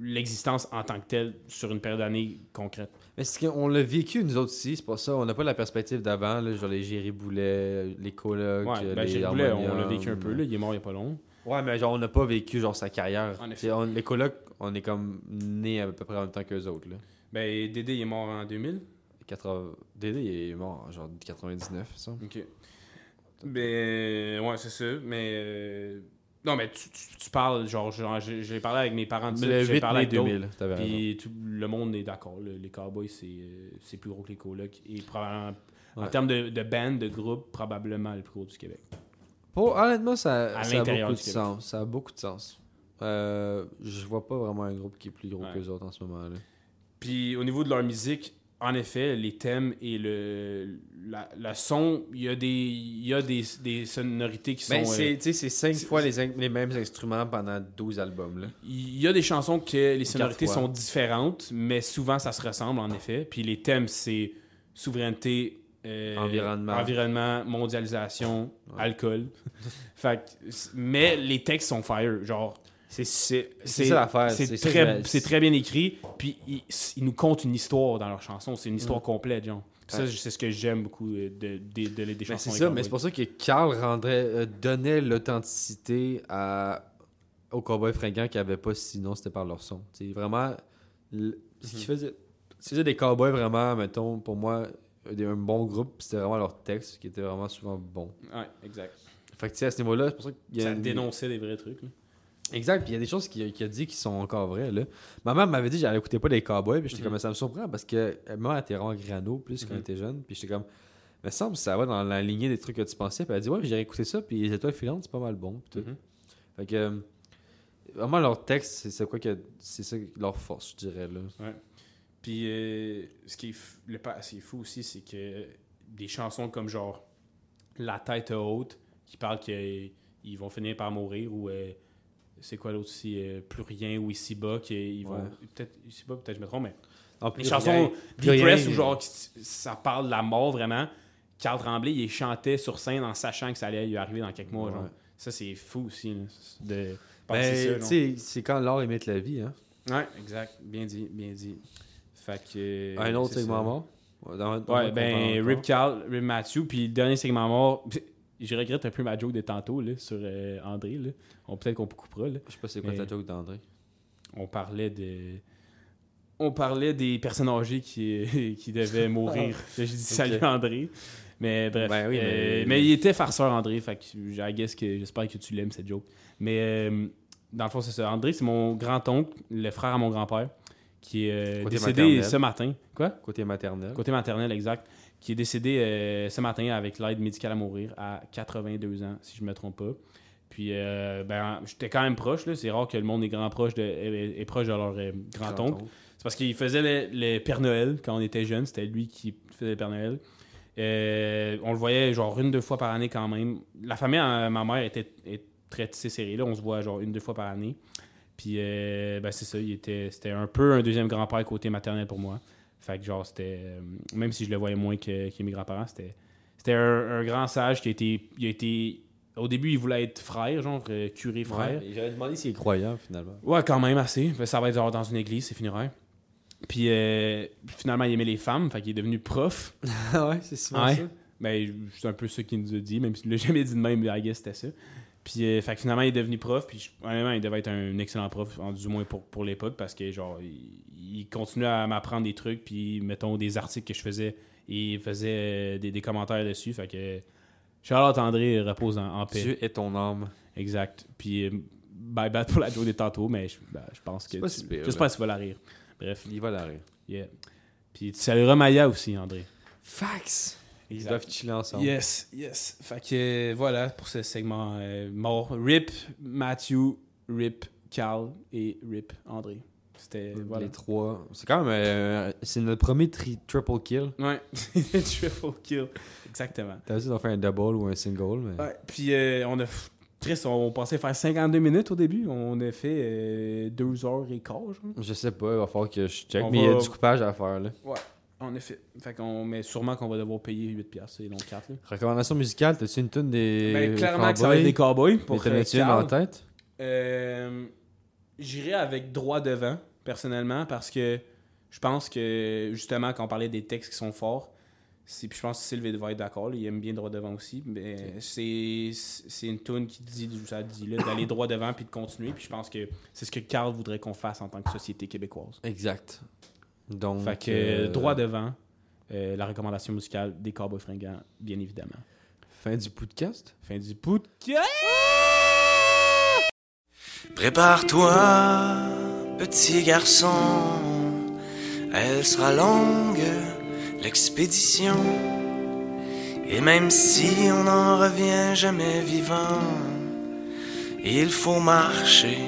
l'existence en tant que telle sur une période d'année concrète.
Mais c'est qu'on l'a vécu, nous autres ici, c'est pas ça. On n'a pas la perspective d'avant, là, genre les Géry Boulet, les colocs,
Ouais,
euh,
ben,
les
Jerry Boulet, on l'a
harmoniums.
vécu un peu, là, il est mort il y a pas long.
Ouais, mais genre, on n'a pas vécu genre sa carrière.
En effet.
T'sais, on- les colocs, on est comme nés à peu près en même temps qu'eux autres, là.
Ben, Dédé, il est mort en 2000.
80... Dédé, il est mort, genre, 99, ça.
Ok. Ben, ouais, c'est ça. Mais. euh, Non, mais tu, tu- tu parles, genre, genre, j'ai j'ai parlé avec mes parents de ça,
Le
j'ai
8
parlé
mai
avec d'autres,
2000, t'avais raison.
Puis tout le monde est d'accord. là. Les Cowboys, c'est euh, c'est plus gros que les Colocs. Et probablement, en
Ouais.
termes de, de band, de groupe, probablement le plus gros du Québec.
Pour, honnêtement, ça,
À
ça a
l'intérieur
beaucoup de
du Québec.
sens. Ça a beaucoup de sens. Euh, je vois pas vraiment un groupe qui est plus gros
Ouais.
que les autres en ce moment, là.
Puis au niveau de leur musique, en effet, les thèmes et le, la, la son, il y a, des, il y a des, des sonorités qui sont.
Ben,
euh,
c'est, tu sais, c'est cinq fois les, in- les mêmes instruments pendant 12 albums, là.
Il y a des chansons que les sonorités
fois.
sont différentes, mais souvent ça se ressemble en effet. Puis les thèmes, c'est souveraineté, euh,
Environnement.
environnement, mondialisation,
Ouais.
alcool. <laughs> fait que- mais les textes sont fire, genre. C'est c'est
C'est ça l'affaire,
c'est
c'est ça que
très
je-
c'est très bien écrit. Puis ils, ils nous content une histoire dans leurs chansons. C'est une histoire complète, genre. Puis Ça,
Mm. Ouais.
c'est ce que j'aime beaucoup euh, de, de- de- des
Ben,
chansons.
c'est
des
ça,
Cowboys.
mais c'est pour ça que Carl rendrait, euh, donnait l'authenticité à, aux cowboys fringants qui n'avaient pas sinon c'était par leur son. C'est vraiment l- ce qu'ils faisaient. Ce qu'ils faisaient des cowboys vraiment, mettons, pour moi, des- un bon groupe, c'était vraiment leur texte qui était vraiment souvent bon.
Ouais, exact.
Fait que tu sais, à ce niveau-là, c'est pour ça qu'il y
Ça
a. une-
dénonçait des vrais trucs. là.
Exact, puis il y a des choses qu'il a, qu'il a dit qui sont encore vraies. Là. Ma mère m'avait dit que j'allais écouter pas les cowboys, puis j'étais
Mhm.
comme, ça me surprend parce que euh, ma mère était vraiment grano plus quand
Mhm.
elle était jeune, puis j'étais comme, mais semble que ça va dans la lignée des trucs que tu pensais, puis elle a dit, ouais, j'ai écouté ça, puis les étoiles filantes, c'est pas mal bon, puis tout.
Mhm.
Fait que, euh, vraiment, leur texte, c'est c'est quoi que. C'est ça leur force, je dirais, là.
Puis euh, ce qui est f- le pa- ce qui est fou aussi, c'est que des chansons comme genre La tête haute, qui parle qu'ils vont finir par mourir, ou euh, c'est quoi l'autre aussi, euh, Plus rien, ou Ici bas, qu'ils vont.
Ouais.
Peut-être Ici bas, peut-être je me trompe, mais.
En
Les
plus, rien-
chansons
plus rien,
depressed,
euh,
ou genre qui s- ça parle de la mort vraiment. Carl Tremblay, il chantait sur scène en sachant que ça allait lui arriver dans quelques mois. genre.
Ouais.
Ça, c'est fou aussi. là, de penser
Ben,
ça,
tu
non?
sais, c'est quand l'art imite la vie, hein.
Ouais, exact. Bien dit, bien dit. Fait que.
un autre
c'est
segment
ça.
mort. Dans- dans-
Ouais,
dans- dans-
ben,
dans-
Rip Carl, Rip Matthew, puis le dernier segment mort. pis Je regrette un peu ma joke de tantôt là, sur euh, André. Là. On, peut-être qu'on coupera. Là.
Je sais pas c'est quoi ta
Mais-
joke d'André.
On parlait de. On parlait des personnes âgées qui, <laughs> qui devaient mourir. J'ai dit salut André. Mais bref.
Ben oui,
euh,
mais-
mais... il était farceur André. Fait que I guess que j'espère que tu l'aimes cette joke. Mais euh, dans le fond, c'est ça. André, c'est mon grand-oncle, le frère à mon grand-père, qui est euh,
Côté
décédé
maternel.
ce matin. Quoi?
Côté maternel.
Côté maternel, exact. Qui est décédé euh, ce matin avec l'aide médicale à mourir à 82 ans, si je ne me trompe pas. Puis, euh, ben, j'étais quand même proche. là. C'est rare que le monde est, grand proche de, est, est proche de leur euh, grand-oncle. C'est parce qu'il faisait le, le Père Noël quand on était jeune. C'était lui qui faisait le Père Noël. Euh, on le voyait genre une, deux fois par année quand même. La famille à ma mère était, est très tissée serrée. Là, on se voit genre une, deux fois par année. Puis, euh, ben, c'est ça. il était- C'était un peu un deuxième grand-père côté maternel pour moi. Fait que genre, c'était. euh, Même si je le voyais moins que, que mes grands-parents, c'était. C'était un, un grand sage qui a été, il a été. Au début, il voulait être frère, genre euh, curé frère.
Ouais, J'avais demandé s'il est croyant, finalement.
Ouais, quand même assez. Fait que Ça va être genre dans une église, c'est funéraire. Puis euh, finalement, il aimait les femmes, fait qu'il est devenu prof.
Ah <laughs> ouais, c'est souvent
Ouais.
ça.
Mais c'est un peu ça qu'il nous a dit, même s'il l'a <laughs> jamais dit de même, I guess c'était ça. Puis euh, fait que finalement, il est devenu prof, puis je- honnêtement, il devait être un excellent prof, en- du moins pour, pour l'époque, parce que genre, il, il continuait à m'apprendre des trucs, puis mettons des articles que je faisais, et il faisait euh, des, des commentaires dessus, fait que. Charlotte André repose en, en paix.
Dieu est ton âme.
Exact. Puis, euh, bye bye pour la journée de tantôt, mais je, ben, je pense que.
C'est pas
tu-
si pire,
J'espère que tu vas la rire. Bref,
Il va l'arrêt.
yeah. Puis, tu salueras Maya aussi, André.
Fax! Ils
Exact.
doivent chiller ensemble.
Yes, yes. Fait que euh, voilà pour ce segment euh, mort. RIP Matthew, RIP Carl et RIP André. C'était. Voilà.
Les trois. C'est quand même. euh, c'est notre premier tri- triple kill.
Ouais, <laughs> triple kill. Exactement.
T'as dit d'en faire un double ou un single, mais.
Ouais, puis euh, on a. Chris, on pensait faire 52 minutes au début. On a fait 2 heures et quart, genre.
Je sais pas, il va falloir que je check.
On
mais il y a
va-
du coupage à faire, là.
Ouais. En effet. Fait qu'on met sûrement qu'on va devoir payer 8 piastres, c'est non 4. Là.
Recommandation musicale, t'as-tu une tune des.
Mais Ben, clairement que ça va être des cowboys
Mais
pour euh,
t'en as-tu une en
Carl.
tête
Euh, J'irai avec droit devant, personnellement, parce que je pense que, justement, quand on parlait des textes qui sont forts, c'est- puis je pense que Sylvie va être d'accord, là, il aime bien droit devant aussi, mais c'est c'est une tune qui dit, ça dit, là, d'aller droit devant puis de continuer, puis je pense que c'est ce que Carl voudrait qu'on fasse en tant que société québécoise.
Exact. Donc.
Fait que,
euh,
droit devant, euh, la recommandation musicale des Cowboys fringants, bien évidemment.
euh, Fin du podcast.
Fin du pout.
Prépare-toi, petit garçon, elle sera longue, l'expédition. Et même si on n'en revient jamais vivant, il faut marcher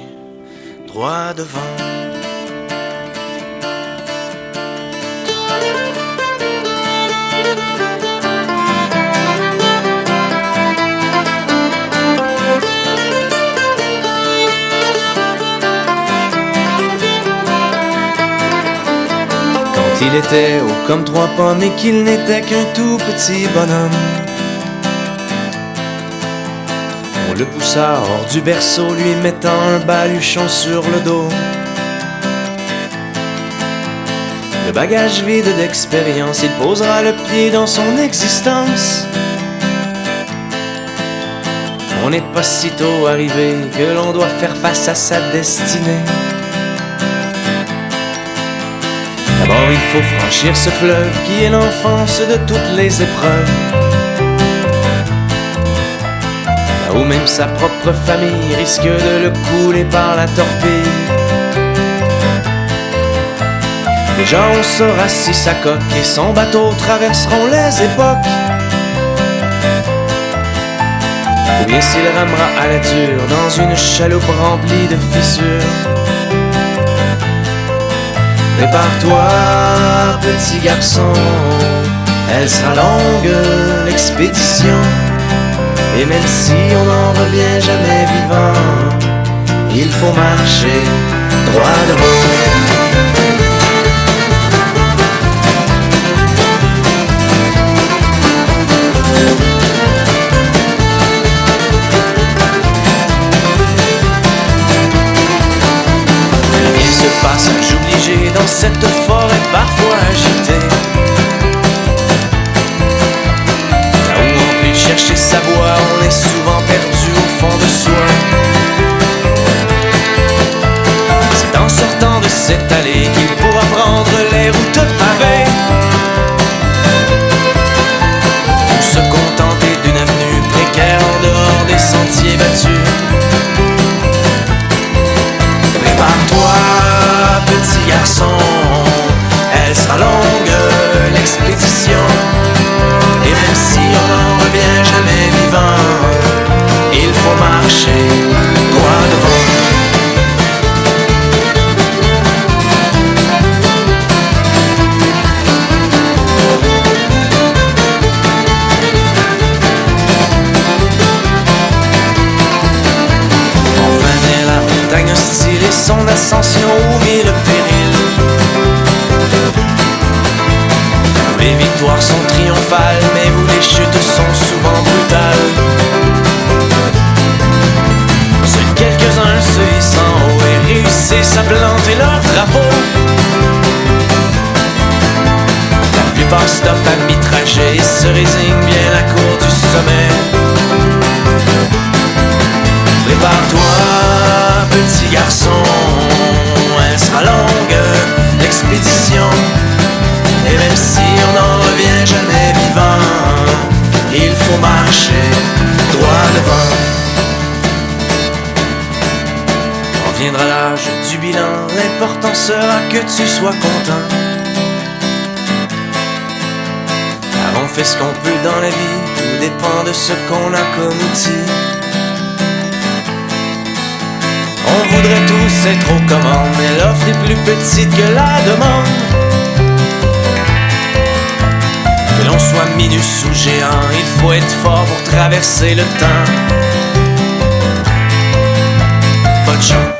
droit devant. Quand il était haut comme trois pommes et qu'il n'était qu'un tout petit bonhomme. On le poussa hors du berceau, lui mettant un baluchon sur le dos. Le bagage vide d'expérience, il posera le pied dans son existence. On n'est pas si tôt arrivé que l'on doit faire face à sa destinée. D'abord, il faut franchir ce fleuve qui est l'enfance de toutes les épreuves. Là où même sa propre famille risque de le couler par la torpille. Déjà, on saura si sa coque et son bateau traverseront les époques. Ou bien s'il ramera à la dure dans une chaloupe remplie de fissures. Prépare-toi, petit garçon, elle sera longue l'expédition. Et même si on n'en revient jamais vivant, il faut marcher droit devant. Il se passe un obligé dans cette forêt parfois agitée. Là où on peut chercher sa voie, on est souvent perdu au fond de soi. C'est en sortant de cette allée qu'il pourra prendre les routes pavées. Ou se contenter d'une avenue précaire en dehors des sentiers battus. Prépare-toi, petit garçon, elle sera longue euh, l'expédition. Et même si on n'en revient jamais vivant, il faut marcher droit devant. Enfin est la montagne hostile et son ascension aux mille périls. Où les victoires sont triomphales, mais où les chutes sont souvent brutales. Seuls quelques-uns se hissent en haut et réussissent à planter leur drapeau. La plupart stoppent à mi-trajet et se résignent bien à court du sommet. Prépare-toi, petit garçon, elle sera longue l'expédition. Et même si on n'en revient jamais vivant, il faut marcher droit devant. On viendra l'âge du bilan, l'important sera que tu sois content. Car on fait ce qu'on peut dans la vie, tout dépend de ce qu'on a comme outil. On voudrait tous être aux commandes, mais l'offre est plus petite que la demande. Que l'on soit minus ou géant, il faut être fort pour traverser le temps. Pas de chance.